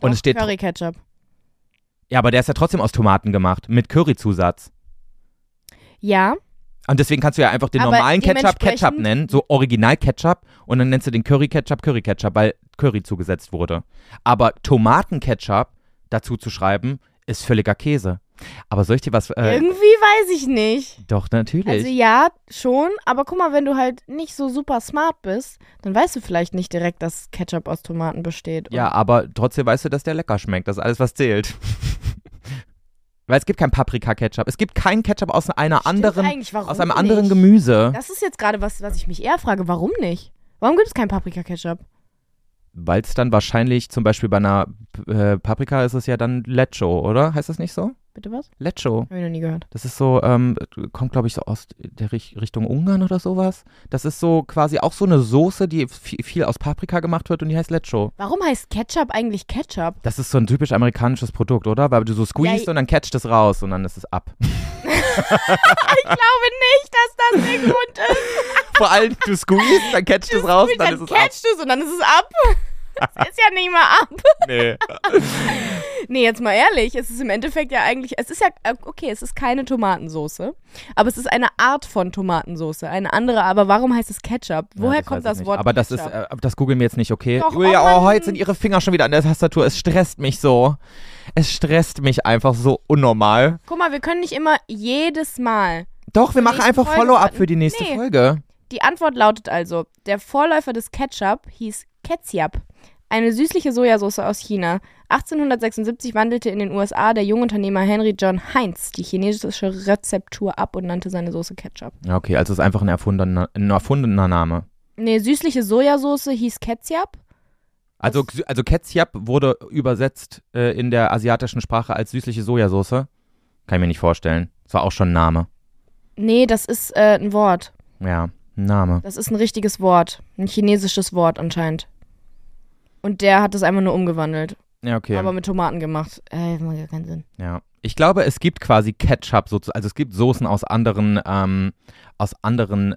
Und es steht.
Curry Ketchup.
Ja, aber der ist ja trotzdem aus Tomaten gemacht, mit Curryzusatz.
Ja,
Und deswegen kannst du ja einfach den
Aber
normalen Ketchup
dementsprechend-
Ketchup nennen, so Original Ketchup, und dann nennst du den Curry Ketchup Curry Ketchup, weil Curry zugesetzt wurde. Aber Tomatenketchup dazu zu schreiben, ist völliger Käse. Aber soll ich dir was. Äh,
irgendwie weiß ich nicht.
doch, natürlich.
Also ja, schon, aber guck mal, wenn du halt nicht so super smart bist, dann weißt du vielleicht nicht direkt, dass Ketchup aus Tomaten besteht.
ja, aber trotzdem weißt du, dass der lecker schmeckt. Das ist alles, was zählt. Weil es gibt kein Paprika-Ketchup. Es gibt keinen Ketchup aus einer
Stimmt
anderen,
eigentlich, warum
aus einem
nicht?
anderen Gemüse.
Das ist jetzt gerade was, was ich mich eher frage, warum nicht? Warum gibt es kein Paprika-Ketchup?
Weil es dann wahrscheinlich, zum Beispiel bei einer äh, Paprika ist es ja dann Lecho, oder? Heißt das nicht so?
Bitte was?
Lecho.
Hab ich noch nie gehört.
Das ist so, ähm, kommt glaube ich so aus der Rich- Richtung Ungarn oder sowas. Das ist so quasi auch so eine Soße, die vi- viel aus Paprika gemacht wird und die heißt Lecho.
Warum heißt Ketchup eigentlich Ketchup?
Das ist so ein typisch amerikanisches Produkt, oder? Weil du so squeezed
Ja,
und dann catcht es raus und dann ist es ab.
Ich glaube nicht, dass das der Grund ist.
Vor allem, du squeezed, dann catcht es raus,
Gut,
dann ist
dann
es ab.
catchst du es und dann ist es ab. ist ja nicht mal ab.
Nee.
Nee, jetzt mal ehrlich, es ist im Endeffekt ja eigentlich, es ist ja, äh, okay, es ist keine Tomatensoße, aber es ist eine Art von Tomatensoße, eine andere, aber warum heißt es Ketchup? Woher
das weiß
kommt
ich
das
nicht.
Wort
Aber das
Ketchup?
ist, äh, das googeln wir jetzt nicht, okay?
Doch,
Julia,
oh Mann.
heute sind ihre Finger schon wieder an der Tastatur. Es stresst mich so. Es stresst mich einfach so unnormal.
Guck mal, wir können nicht immer jedes Mal.
Doch, wir
die
machen
nächste
einfach
Folge
Follow-up
warten.
für die nächste
Nee.
Folge.
Die Antwort lautet also, der Vorläufer des Ketchup hieß Ketchup. Eine süßliche Sojasauce aus China. 1876 wandelte in den USA der Jungunternehmer Henry John Heinz die chinesische Rezeptur ab und nannte seine Soße Ketchup.
Ja, okay, also es ist einfach ein erfundener, ein erfundener Name.
Nee, süßliche Sojasauce hieß Ketchup.
Also, also Ketchup wurde übersetzt äh, in der asiatischen Sprache als süßliche Sojasauce. Kann ich mir nicht vorstellen. Das war auch schon ein Name.
Nee, das ist äh, ein Wort.
Ja, ein Name.
Das ist ein richtiges Wort. Ein chinesisches Wort anscheinend. Und der hat es einfach nur umgewandelt.
Ja, okay.
Aber mit Tomaten gemacht. Äh, macht gar keinen Sinn.
Ja. Ich glaube, es gibt quasi Ketchup, sozu- also es gibt Soßen aus anderen, ähm, aus anderen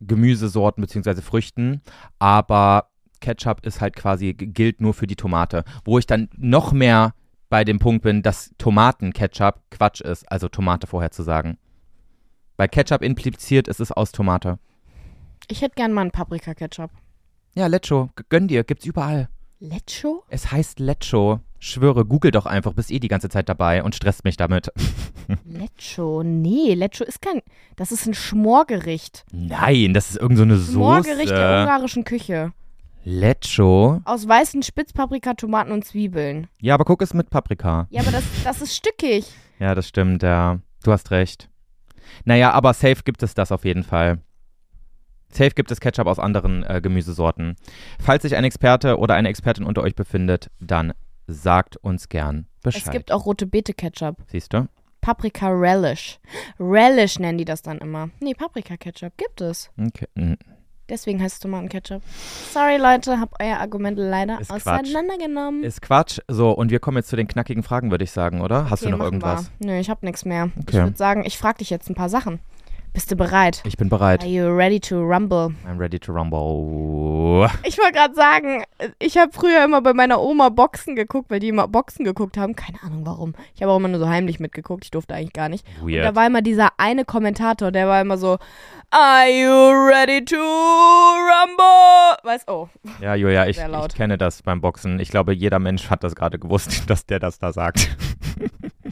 Gemüsesorten bzw. Früchten, aber Ketchup ist halt quasi, g- gilt nur für die Tomate. Wo ich dann noch mehr bei dem Punkt bin, dass Tomatenketchup Quatsch ist, also Tomate vorher zu sagen. Bei Ketchup impliziert, es ist aus Tomate.
Ich hätte gern mal einen Paprika-Ketchup.
Ja, Lecho, g- gönn dir, gibt's überall.
Lecho?
Es heißt Lecho. Schwöre, google doch einfach, bist eh die ganze Zeit dabei und stresst mich damit.
Lecho? Nee, Lecho ist kein. Das ist ein Schmorgericht.
Nein, das ist irgend so eine Soße.
Schmorgericht der ungarischen Küche.
Lecho.
Aus weißen Spitzpaprika, Tomaten und Zwiebeln.
Ja, aber guck es mit Paprika.
Ja, aber das, das ist stückig.
Ja, das stimmt, ja. Du hast recht. Naja, aber safe gibt es das auf jeden Fall. Safe gibt es Ketchup aus anderen äh, Gemüsesorten. Falls sich ein Experte oder eine Expertin unter euch befindet, dann sagt uns gern Bescheid.
Es gibt auch rote Beete-Ketchup.
Siehst du?
Paprika Relish. Relish nennen die das dann immer. Nee, Paprika Ketchup gibt es.
Okay. mm.
Deswegen heißt es Tomatenketchup. Sorry Leute, hab euer Argument leider
Ist Quatsch.
auseinandergenommen.
Ist Quatsch. So, und wir kommen jetzt zu den knackigen Fragen, würde ich sagen, oder? Hast du
Okay,
noch
machen
irgendwas?
Wir. Nö, ich hab nichts mehr. Ich
Okay.
würde sagen, ich frag dich jetzt ein paar Sachen. Bist du bereit?
Ich bin bereit.
Are you ready to rumble?
I'm ready to rumble.
Ich wollte gerade sagen, ich habe früher immer bei meiner Oma Boxen geguckt, weil die immer Boxen geguckt haben. Keine Ahnung warum. Ich habe auch immer nur so heimlich mitgeguckt. Ich durfte eigentlich gar nicht. Und da
Weird.
war immer dieser eine Kommentator, der war immer so, Are you ready to rumble? Weißt oh,
Ja, Julia, ich,
Sehr
ich
laut.
kenne das beim Boxen. Ich glaube, jeder Mensch hat das gerade gewusst, dass der das da sagt.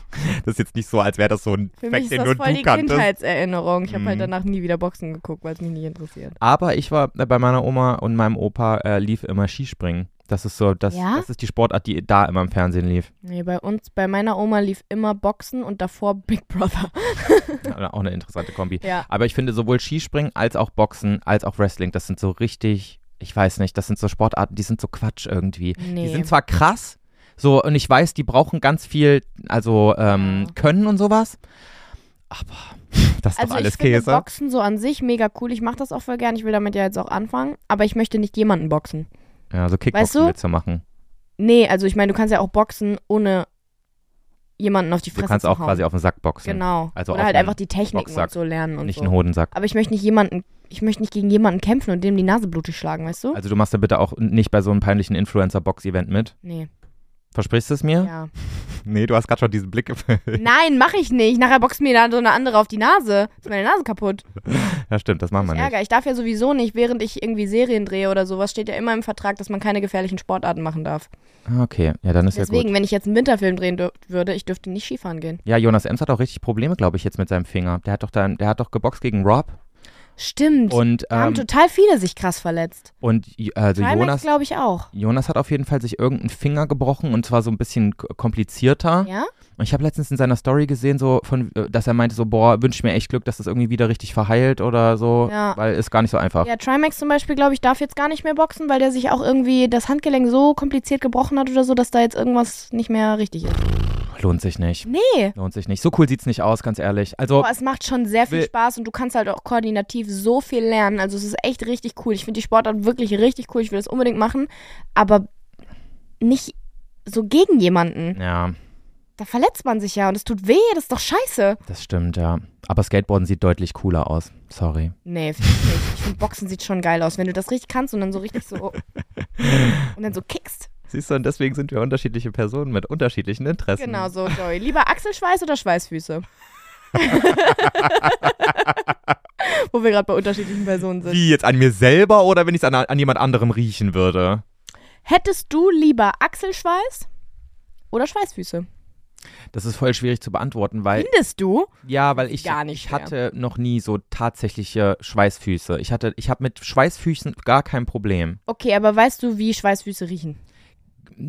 das ist jetzt nicht so, als wäre das so ein
für mich
Fact,
ist
den
das
nur
voll
du
die
kanntest.
Kindheitserinnerung. Ich habe
Mhm.
halt danach nie wieder Boxen geguckt, weil es mich nicht interessiert.
Aber ich war äh, bei meiner Oma und meinem Opa äh, lief immer Skispringen. Das ist so, das,
Ja?
das ist die Sportart, die da immer im Fernsehen lief.
Nee, bei uns, bei meiner Oma lief immer Boxen und davor Big Brother.
Auch eine interessante Kombi.
Ja.
Aber ich finde sowohl Skispringen als auch Boxen als auch Wrestling, das sind so richtig, ich weiß nicht, das sind so Sportarten, die sind so Quatsch irgendwie.
Nee.
Die sind zwar krass, so, und ich weiß, die brauchen ganz viel, also ähm,
Ja.
Können und sowas, aber das ist
Ah. also
doch alles
ich finde
Käse.
Boxen so an sich mega cool. Ich mache das auch voll gern. Ich will damit ja jetzt auch anfangen. Aber ich möchte nicht jemanden boxen.
ja, so Kickboxen
Weißt du?
willst du machen.
Nee, also ich meine, du kannst ja auch boxen, ohne jemanden auf die Fresse
Du kannst
zu
auch
hauen.
quasi auf den Sack boxen.
Genau.
Also
Oder
auf
halt
einen
einfach die Techniken
Boxsack,
und so lernen und
Nicht
so.
einen Hodensack.
Aber ich möchte nicht jemanden, ich möchte nicht gegen jemanden kämpfen und dem die Nase blutig schlagen, weißt du?
Also du machst dann bitte auch nicht bei so einem peinlichen Influencer-Box-Event mit.
nee.
Versprichst du es mir?
Ja.
Nee, du hast gerade schon diesen Blick.
Nein, mache ich nicht. Nachher boxt mir dann so eine andere auf die Nase. Ist meine Nase kaputt.
ja, stimmt, das machen wir
Ich
nicht.
Ärger. Ich darf ja sowieso nicht, während ich irgendwie Serien drehe oder sowas, steht ja immer im Vertrag, dass man keine gefährlichen Sportarten machen darf.
Ah, Okay, ja, dann ist ja
Deswegen,
gut.
wenn ich jetzt einen Winterfilm drehen dür- würde, ich dürfte nicht Skifahren gehen.
Ja, Jonas Ems hat auch richtig Probleme, glaube ich, jetzt mit seinem Finger. Der hat doch, dann, der hat doch geboxt gegen Rob.
Stimmt.
Und,
da haben
ähm,
total viele sich krass verletzt.
und äh, also
Trimax,
Jonas,
glaube ich, auch.
Jonas hat auf jeden Fall sich irgendeinen Finger gebrochen und zwar so ein bisschen k- komplizierter.
Ja?
Und ich habe letztens in seiner Story gesehen, so von, äh, dass er meinte so, boah, wünsch mir echt Glück, dass das irgendwie wieder richtig verheilt oder so,
Ja.
weil ist gar nicht so einfach.
Ja, Trimax zum Beispiel, glaube ich, darf jetzt gar nicht mehr boxen, weil der sich auch irgendwie das Handgelenk so kompliziert gebrochen hat oder so, dass da jetzt irgendwas nicht mehr richtig ist.
Lohnt sich nicht.
Nee.
Lohnt sich nicht. So cool sieht's nicht aus, ganz ehrlich. Also
Boah, es macht schon sehr viel
Will-
Spaß und du kannst halt auch koordinativ so viel lernen. Also es ist echt richtig cool. Ich finde die Sportart wirklich richtig cool. Ich will das unbedingt machen, aber nicht so gegen jemanden.
ja,
Da verletzt man sich ja und es tut weh, das ist doch scheiße.
Das stimmt, ja. Aber Skateboarden sieht deutlich cooler aus. Sorry.
Nee, finde ich nicht. Ich finde, Boxen sieht schon geil aus, wenn du das richtig kannst und dann so richtig so. und dann so kickst.
Siehst du, und deswegen sind wir unterschiedliche Personen mit unterschiedlichen Interessen.
Genau so, Joey. Lieber Achselschweiß oder Schweißfüße? Wo wir gerade bei unterschiedlichen Personen sind.
Wie jetzt an mir selber oder wenn ich es an, an jemand anderem riechen würde?
Hättest du lieber Achselschweiß oder Schweißfüße?
Das ist voll schwierig zu beantworten, weil
Findest du?
ja, weil ich,
Gar nicht
ich
mehr.
hatte noch nie so tatsächliche Schweißfüße. Ich hatte, ich habe mit Schweißfüßen gar kein Problem.
Okay, aber weißt du, wie Schweißfüße riechen?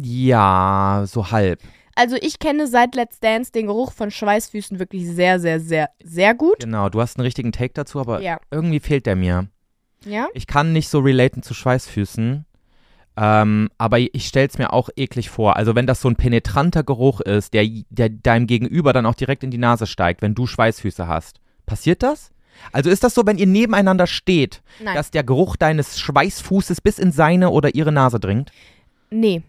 Ja, so halb.
Also ich kenne seit Let's Dance den Geruch von Schweißfüßen wirklich sehr, sehr, sehr, sehr gut.
Genau, du hast einen richtigen Take dazu, aber
Ja.
irgendwie fehlt der mir.
Ja?
Ich kann nicht so relaten zu Schweißfüßen. Ähm, aber ich stelle es mir auch eklig vor. Also wenn das so ein penetranter Geruch ist, der, der deinem Gegenüber dann auch direkt in die Nase steigt, wenn du Schweißfüße hast. Passiert das? Also ist das so, wenn ihr nebeneinander steht,
Nein.
dass der Geruch deines Schweißfußes bis in seine oder ihre Nase dringt?
Nee.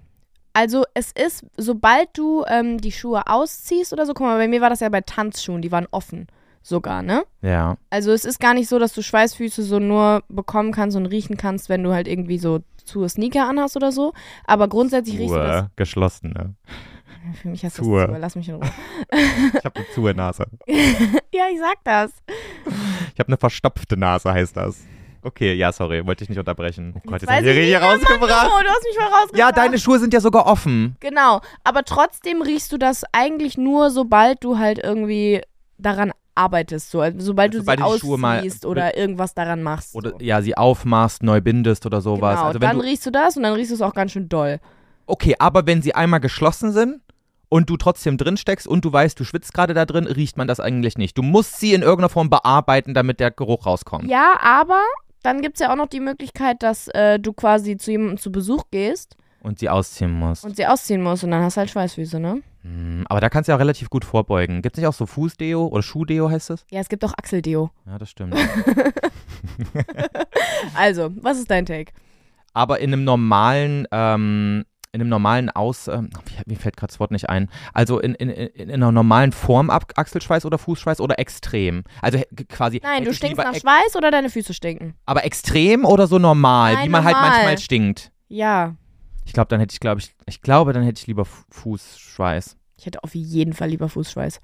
Also es ist, sobald du ähm, die Schuhe ausziehst oder so, guck mal, bei mir war das ja bei Tanzschuhen, die waren offen sogar, ne?
Ja.
Also es ist gar nicht so, dass du Schweißfüße so nur bekommen kannst und riechen kannst, wenn du halt irgendwie so zu Sneaker anhast oder so. Aber grundsätzlich riechst du das.
geschlossene.
Für mich heißt das
Schuhe.
Schuhe, lass mich in Ruhe.
Ich habe eine zue Nase.
ja, ich sag das.
Ich habe eine verstopfte Nase, heißt das. Okay, ja, sorry, wollte ich nicht unterbrechen. Oh Gott,
Weiß ich nicht, Mann, Oh, du hast mich mal rausgebracht.
Ja, deine Schuhe sind ja sogar offen.
Genau, aber trotzdem riechst du das eigentlich nur, sobald du halt irgendwie daran arbeitest, so also sobald du
Sobald
sie
du die Schuhe mal-
ausziehst oder irgendwas daran machst.
Oder
so.
ja, sie aufmaßt, neu bindest oder sowas.
Genau,
also wenn
dann
du,
riechst du das und dann riechst du es auch ganz schön doll.
okay, aber wenn sie einmal geschlossen sind und du trotzdem drin steckst und du weißt, du schwitzt gerade da drin, riecht man das eigentlich nicht. Du musst sie in irgendeiner Form bearbeiten, damit der Geruch rauskommt.
Ja, aber dann gibt es ja auch noch die Möglichkeit, dass äh, du quasi zu jemandem zu Besuch gehst
Und sie ausziehen musst.
und sie ausziehen musst und dann hast du halt Schweißfüße, ne?
Hm, aber da kannst du ja auch relativ gut vorbeugen. Gibt es nicht auch so Fußdeo oder Schuhdeo heißt es?
Ja, es gibt auch Achseldeo.
Ja, das stimmt.
Also, was ist dein Take?
aber in einem normalen, ähm, in einem normalen Aus, ähm, wie- mir fällt gerade das Wort nicht ein, also in, in, in in einer normalen Form ab Achselschweiß oder Fußschweiß oder extrem? Also he- g- quasi.
Nein,
hätte
du
ich
stinkst
lieber
nach
ex-
Schweiß oder deine Füße stinken?
Aber extrem oder so normal,
Nein,
wie man halt
normal.
manchmal stinkt.
Ja,
Ich glaube, dann hätte ich, glaube ich, ich glaube, dann hätte ich lieber Fu- Fußschweiß.
Ich hätte auf jeden Fall lieber Fußschweiß.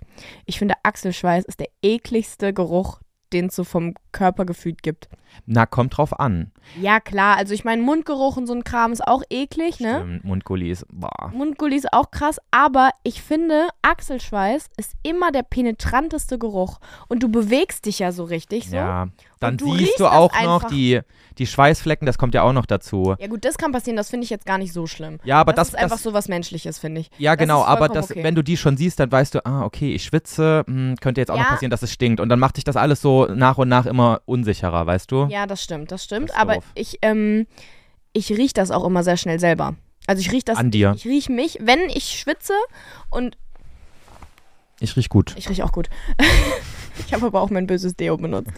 Ich finde, Achselschweiß ist der ekligste Geruch, den es so vom Körper gefühlt gibt.
Na, kommt drauf an.
Ja, klar. Also, ich meine, Mundgeruch und so ein Kram ist auch eklig, ne?
Stimmt, Mundgulli ist, boah.
Mundgulli ist auch krass, aber ich finde, Achselschweiß ist immer der penetranteste Geruch. Und du bewegst dich ja so richtig so.
Ja, dann
du
siehst
riechst
du
das
auch noch
einfach.
die, die Schweißflecken, das kommt ja auch noch dazu.
Ja, gut, das kann passieren, das finde ich jetzt gar nicht so schlimm.
Ja, aber das,
ist einfach so was Menschliches, finde ich.
Ja,
Das
genau,
ist
aber
vollkommen
das,
okay.
wenn du die schon siehst, dann weißt du, ah, okay, ich schwitze, hm, könnte jetzt auch noch
Ja.
passieren, dass es stinkt. Und dann macht dich das alles so nach und nach immer unsicherer, weißt du?
Ja, das stimmt, das stimmt.
Oh. Das ist
aber
doof.
ich, ähm, ich rieche das auch immer sehr schnell selber. Also ich rieche das.
An dir.
Ich rieche mich, wenn ich schwitze und
Ich riech gut.
ich rieche auch gut. ich habe aber auch mein böses Deo benutzt.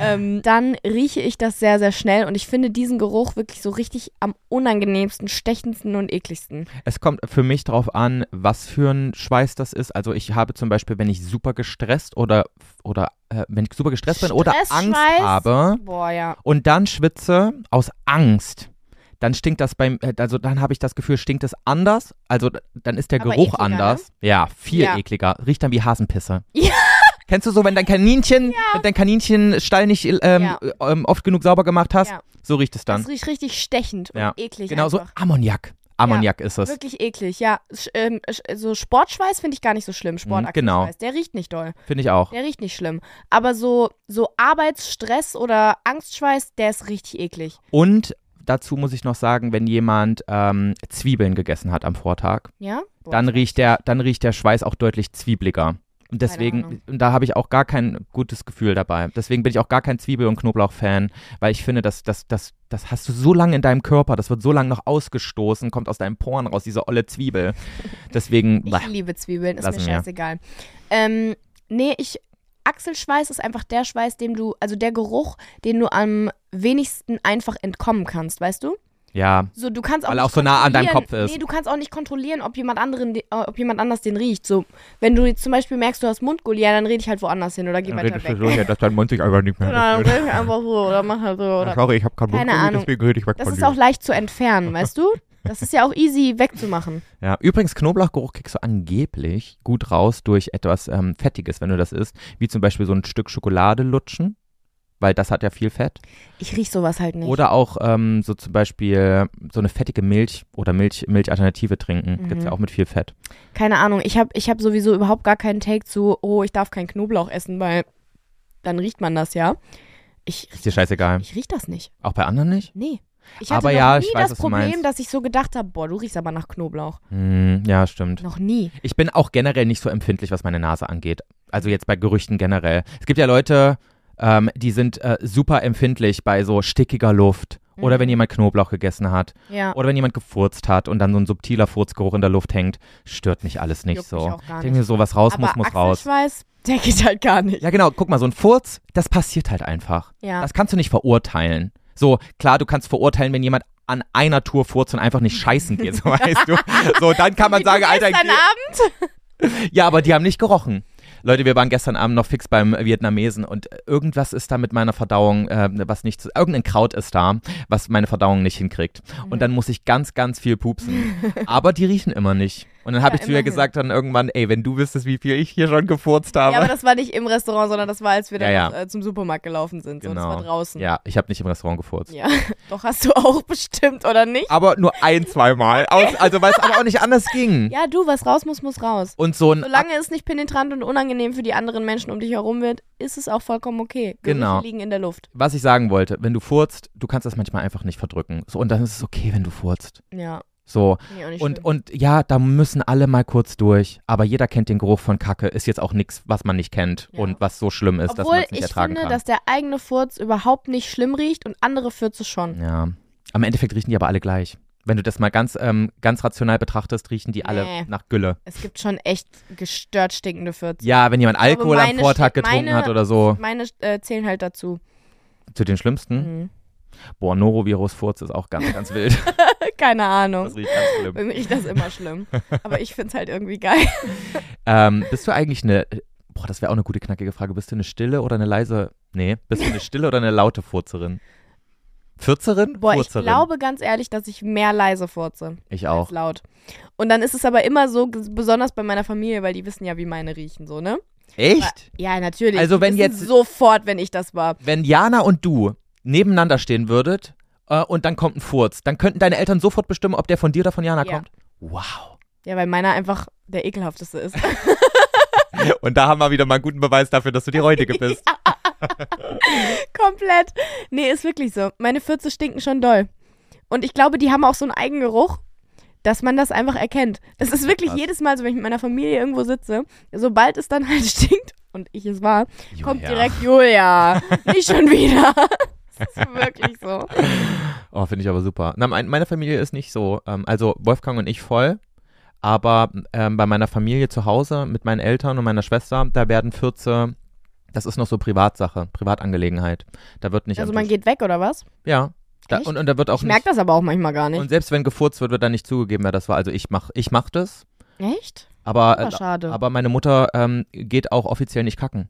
ähm, dann rieche ich das sehr, sehr schnell und ich finde diesen Geruch wirklich so richtig am unangenehmsten, stechendsten und ekligsten.
Es kommt für mich drauf an, was für ein Schweiß das ist. Also ich habe zum Beispiel, wenn ich super gestresst oder, oder äh, wenn ich super gestresst bin oder Angst
Stressschweiß?
habe
Boah, ja.
und dann schwitze aus Angst, dann stinkt das beim, äh, also dann habe ich das Gefühl, stinkt es anders. Also d- dann ist der
Aber
Geruch
ekliger, ne?
anders. Ja, viel
Ja.
ekliger. Riecht dann wie Hasenpisse.
Ja.
Kennst du so, wenn dein Kaninchen, wenn dein Kaninchenstall nicht ähm,
Ja.
äh, ähm, oft genug sauber gemacht hast,
Ja.
so riecht es dann.
Das riecht richtig stechend
Ja,
und eklig.
Genau so
einfach.
Ammoniak. Ammoniak ist es.
Wirklich eklig, ja. Sch- ähm, sch- so Sportschweiß finde ich gar nicht so schlimm. Sportschweiß,
genau.
der riecht nicht doll.
Finde ich auch.
Der riecht nicht schlimm. Aber so, so Arbeitsstress oder Angstschweiß, der ist richtig eklig.
Und dazu muss ich noch sagen, wenn jemand ähm, Zwiebeln gegessen hat am Vortag,
Ja? Boah,
dann
ich-
riecht der, dann riecht der Schweiß auch deutlich zwiebliger. Und
Ahnung.
deswegen, und da habe ich auch gar kein gutes Gefühl dabei. Deswegen bin ich auch gar kein Zwiebel- und Knoblauch-Fan, weil ich finde, das, das, das, das hast du so lange in deinem Körper, das wird so lange noch ausgestoßen, kommt aus deinen Poren raus, diese olle Zwiebel. Deswegen,
Ich
bah,
liebe Zwiebeln, ist
Lassen
mir
wir.
scheißegal. Ähm, nee, ich. Achselschweiß ist einfach der Schweiß, dem du, also der Geruch, den du am wenigsten einfach entkommen kannst, weißt du?
Ja.
So, du kannst auch
Weil
nicht
er auch so nah an deinem
kontrollieren-
Kopf ist.
Nee, du kannst auch nicht kontrollieren, ob jemand, anderen, de- äh, ob jemand anders den riecht. So, wenn du jetzt zum Beispiel merkst, du hast Mundgulli, ja, dann rede ich halt woanders hin oder geh
Dann
weiter
redest du
weg.
so, ja, dass dein Mund sich einfach nicht mehr
Oder dann rede ich einfach so oder mach halt so. Oder.
Sorry, ich habe keinen
Keine
Mundgummi,
Ahnung.
deswegen rede ich weg
Das
von
ist
dir.
auch leicht zu entfernen, weißt du? Das ist ja auch easy wegzumachen.
Ja, übrigens, Knoblauchgeruch kriegst du angeblich gut raus durch etwas ähm, Fettiges, wenn du das isst. Wie zum Beispiel so ein Stück Schokolade lutschen, weil das hat ja viel Fett.
Ich riech sowas halt nicht.
Oder auch ähm, so zum Beispiel so eine fettige Milch oder Milch, Milchalternative trinken. Gibt's
Mhm.
ja auch mit viel Fett.
Keine Ahnung, ich habe ich hab sowieso überhaupt gar keinen Take zu, oh, ich darf keinen Knoblauch essen, weil dann riecht man das ja. Ich,
Ist dir scheißegal.
ich riech das nicht.
Auch bei anderen nicht?
Nee. Ich hatte
Aber
noch
ja,
nie
ich weiß,
das
was du
Problem,
meinst.
dass ich so gedacht habe, boah, du riechst aber nach Knoblauch.
Hm, ja, stimmt.
Noch nie.
Ich bin auch generell nicht so empfindlich, was meine Nase angeht. Also jetzt bei Gerüchten generell. Es gibt ja Leute, ähm, die sind äh, super empfindlich bei so stickiger Luft. Oder wenn jemand Knoblauch gegessen hat.
Mhm. Ja.
Oder wenn jemand gefurzt hat und dann so ein subtiler Furzgeruch in der Luft hängt. Stört mich alles nicht
Juckt
so.
mich auch gar
ich denke mir
nicht.
so, was raus
aber
muss, muss raus.
Achselschweiß, der geht halt gar nicht.
Ja, genau. Guck mal, so ein Furz, das passiert halt einfach.
Ja.
Das kannst du nicht verurteilen. So, klar, du kannst verurteilen, wenn jemand an einer Tour furzt und einfach nicht scheißen geht, so weißt du. So, dann kann man
Wie
sagen,
du
Alter,
gestern
geh-
Abend?
ja, aber die haben nicht gerochen. Leute, wir waren gestern Abend noch fix beim Vietnamesen und irgendwas ist da mit meiner Verdauung, äh, was nicht zu. Irgendein Kraut ist da, was meine Verdauung nicht hinkriegt. Und dann muss ich ganz, ganz viel pupsen. aber die riechen immer nicht. Und dann habe
Ja,
ich zu ihr
immerhin.
gesagt dann irgendwann, ey, wenn du wüsstest, wie viel ich hier schon gefurzt habe.
Ja, aber das war nicht im Restaurant, sondern das war, als wir dann
Ja, ja.
Äh, zum Supermarkt gelaufen sind. So,
genau.
Das war draußen.
Ja, ich habe nicht im Restaurant gefurzt.
ja. Doch hast du auch bestimmt, oder nicht?
Aber nur ein, zweimal. Aus, also weil es aber auch nicht anders ging.
Ja, du, was raus muss, muss raus.
Und so ein
Solange es nicht penetrant und unangenehm für die anderen Menschen um dich herum wird, ist es auch vollkommen okay. Gerüche
Genau.
liegen in der Luft.
was ich sagen wollte, wenn du furzt, du kannst das manchmal einfach nicht verdrücken. So, und dann ist es okay, wenn du furzt.
Ja,
So.
nee, auch nicht
Und,
schlimm.
und ja, da müssen alle mal kurz durch. Aber jeder kennt den Geruch von Kacke. Ist jetzt auch nichts, was man nicht kennt
Ja.
und was so schlimm ist, dass man
Obwohl
es nicht
ich
ertragen
finde,
kann.
dass der eigene Furz überhaupt nicht schlimm riecht und andere Furze schon.
ja. Am Endeffekt riechen die aber alle gleich. Wenn du das mal ganz, ähm, ganz rational betrachtest, riechen die
Nee.
alle nach Gülle.
Es gibt schon echt gestört stinkende Furze.
Ja, wenn jemand Alkohol am
meine
Vortag
steht-
getrunken
meine-
hat oder so.
Meine äh, zählen halt dazu.
Zu den schlimmsten.
Mhm.
Boah, Norovirus-Furz ist auch ganz, ganz wild.
Keine Ahnung.
Das riecht ganz schlimm.
Bei mir riecht das immer schlimm. Aber ich find's halt irgendwie geil.
Ähm, bist du eigentlich eine, boah, das wäre auch eine gute knackige Frage. Bist du eine stille oder eine leise, nee, bist du eine stille oder eine laute Furzerin? Fürzerin?
Boah, ich
Furzerin.
glaube ganz ehrlich, dass ich mehr leise furze.
Ich
als
auch.
laut. Und dann ist es aber immer so, ges- besonders bei meiner Familie, weil die wissen ja, wie meine riechen, so, ne?
Echt?
Ja, natürlich.
Also
Die
wenn
wissen
jetzt-
Sofort, wenn ich das war.
Wenn Jana und du nebeneinander stehen würdet äh, und dann kommt ein Furz, dann könnten deine Eltern sofort bestimmen, ob der von dir oder von Jana
Ja.
kommt? Wow.
Ja, weil meiner einfach der ekelhafteste ist.
Und da haben wir wieder mal einen guten Beweis dafür, dass du die Räudige bist.
Komplett. Nee, ist wirklich so. Meine Fürze stinken schon doll. Und ich glaube, die haben auch so einen Eigengeruch, dass man das einfach erkennt. Es ist wirklich
Krass.
jedes Mal so, wenn ich mit meiner Familie irgendwo sitze, sobald es dann halt stinkt und ich es war,
Julia.
kommt direkt Julia. Nicht schon wieder. Das ist wirklich so.
Oh, finde ich aber super. Na, mein, meine Familie ist nicht so. Ähm, also Wolfgang und ich voll. Aber ähm, bei meiner Familie zu Hause mit meinen Eltern und meiner Schwester, da werden Fürze, das ist noch so Privatsache, Privatangelegenheit. Da wird nicht.
Also
am
man
Tisch-
geht weg, oder was?
Ja. Da,
Echt?
und, und da wird auch
Ich merke das aber auch manchmal gar
nicht.
nicht.
Und selbst wenn gefurzt wird, wird dann nicht zugegeben, wer das war. Also ich mach, ich mach das.
Echt?
Aber, äh,
Aber schade.
aber meine Mutter ähm, geht auch offiziell nicht kacken.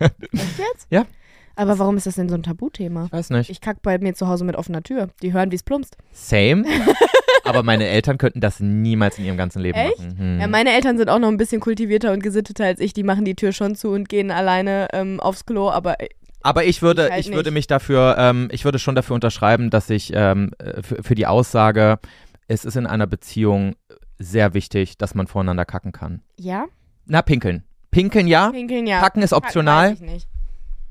Echt jetzt?
Ja.
Aber warum ist das denn so ein Tabuthema?
Ich weiß nicht.
Ich kack bei mir zu Hause mit offener Tür. Die hören, wie es plumpst.
Same. aber meine Eltern könnten das niemals in ihrem ganzen Leben
Echt?
machen. Hm.
Ja, Äh, meine Eltern sind auch noch ein bisschen kultivierter und gesitteter als ich. Die machen die Tür schon zu und gehen alleine ähm, aufs Klo. Aber äh,
Aber ich würde,
Ich
ich,
halt
würde
nicht.
mich dafür, ähm, ich würde schon dafür unterschreiben, dass ich ähm, äh, für, für die Aussage, es ist in einer Beziehung sehr wichtig, dass man voreinander kacken kann.
ja,
Na, pinkeln. Pinkeln ja,
pinkeln ja.
kacken ist
Weiß
optional.
ich nicht.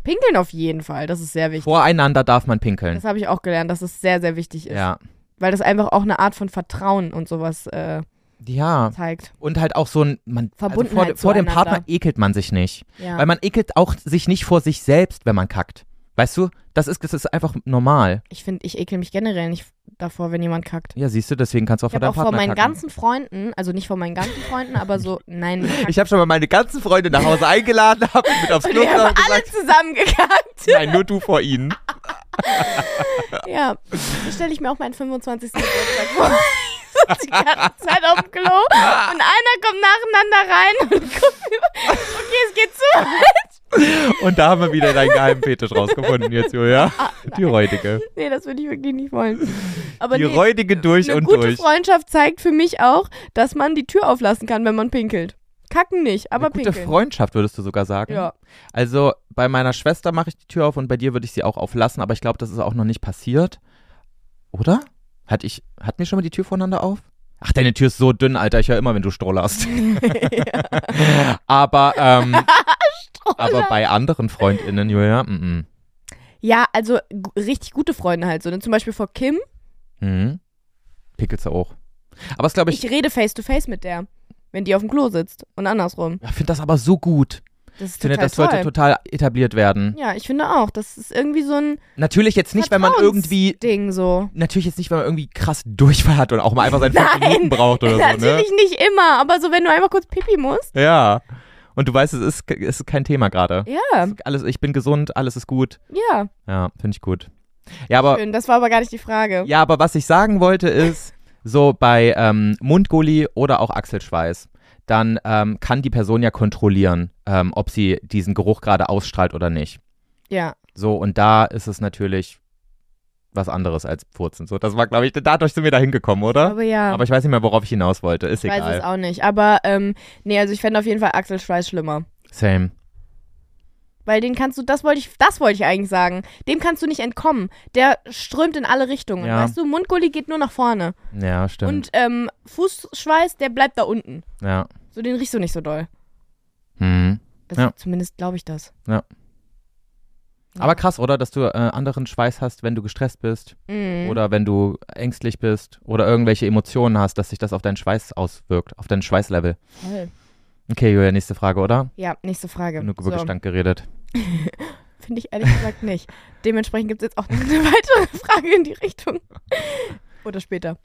Pinkeln auf jeden Fall. Das ist sehr wichtig.
Voreinander darf man pinkeln.
Das habe ich auch gelernt, dass es sehr, sehr wichtig ist.
Ja.
Weil das einfach auch eine Art von Vertrauen und sowas äh,
Ja.
zeigt.
Und halt auch so ein, man, also vor,
Verbundenheit
vor dem
zueinander.
Partner ekelt man sich nicht.
Ja.
Weil man ekelt auch sich nicht vor sich selbst, wenn man kackt. Weißt du, das ist, das ist einfach normal.
ich finde, ich ekel mich generell nicht davor, wenn jemand kackt.
Ja, siehst du, deswegen kannst du auch
Ich
vor
habe
deinem
auch vor
Partner
meinen
kacken.
ganzen Freunden, also nicht vor meinen ganzen Freunden, aber so, nein,
ich habe schon mal meine ganzen Freunde nach Hause eingeladen, habe mit aufs Klo
wir
genommen
haben
und gesagt,
alle zusammengekackt.
Nein, nur du vor ihnen.
Ja, so stelle ich mir auch meinen 25. Geburtstag vor. Die ganze Zeit auf dem Klo und einer kommt nacheinander rein und guckt über. Okay, es geht zu weit.
Und da haben wir wieder deinen geheimen Fetisch rausgefunden jetzt, Julia.
Ah,
Die räudige.
Nee, das würde ich wirklich nicht wollen. Aber
Die
nee,
räudige durch
eine
und
gute
durch.
Freundschaft zeigt für mich auch, dass man die Tür auflassen kann, wenn man pinkelt. Kacken nicht, aber
Eine gute
pinkeln.
Freundschaft würdest du sogar sagen.
Ja.
Also bei meiner Schwester mache ich die Tür auf und bei dir würde ich sie auch auflassen, aber ich glaube, das ist auch noch nicht passiert. Oder? Hat ich, hatten wir schon mal die Tür voneinander auf? Ach, deine Tür ist so dünn, Alter. Ich höre immer, wenn du strollerst. aber, ähm, aber bei anderen FreundInnen, Julia, mm
Ja, also gu- richtig gute Freunde halt so. Ne? Zum Beispiel vor Kim,
-mm. Mhm. Pickelst du auch. Aber es glaube ich,
ich rede face to face mit der, wenn die auf dem Klo sitzt und andersrum.
ich finde das aber so gut.
Das ist
Ich finde,
total
das sollte
toll.
total etabliert werden.
Ja, ich finde auch. Das ist irgendwie so ein
Natürlich jetzt nicht, wenn man irgendwie
Ding so.
natürlich jetzt nicht, wenn man irgendwie krass Durchfall hat und auch mal einfach seine fünf
Nein,
Minuten braucht oder so, ne?
Natürlich nicht immer, aber so wenn du einfach kurz pipi musst.
Ja. Und du weißt, es ist, ke- es ist kein Thema gerade.
Ja,
Alles, ich bin gesund, alles ist gut.
ja.
Ja, finde ich gut. Ja, aber
Schön. Das war aber gar nicht die Frage.
Ah. ja, aber was ich sagen wollte ist, so bei ähm, Mundgully oder auch Achselschweiß, dann ähm, kann die Person ja kontrollieren, ähm, ob sie diesen Geruch gerade ausstrahlt oder nicht.
Ja.
So, und da ist es natürlich was anderes als Furzen. So, das war, glaube ich, dadurch sind wir da hingekommen, oder?
Aber ja.
Ah. Aber ich weiß nicht mehr, worauf ich hinaus wollte. Ist
ich weiß es
egal.
auch nicht. Aber ähm, nee, also ich fände auf jeden Fall Axel Schweiß schlimmer.
Same.
Weil den kannst du, das wollte ich, das wollte ich eigentlich sagen. Dem kannst du nicht entkommen. Der strömt in alle Richtungen.
Ja.
Weißt du, Mundgulli geht nur nach vorne.
Ja, stimmt.
Und ähm, Fußschweiß, der bleibt da unten.
Ja.
So, den riechst du nicht so doll.
Hm.
Also,
Ja.
Zumindest glaube ich das.
Aber krass, oder? Dass du äh, anderen Schweiß hast, wenn du gestresst bist
Mhm.
oder wenn du ängstlich bist oder irgendwelche Emotionen hast, dass sich das auf deinen Schweiß auswirkt, auf dein Schweißlevel.
Voll.
Okay, Julia, nächste Frage, oder?
Ja, nächste Frage.
Genug über
so,
Gestank geredet.
Finde ich ehrlich gesagt nicht. Dementsprechend gibt es jetzt auch noch eine weitere Frage in die Richtung. Oder später.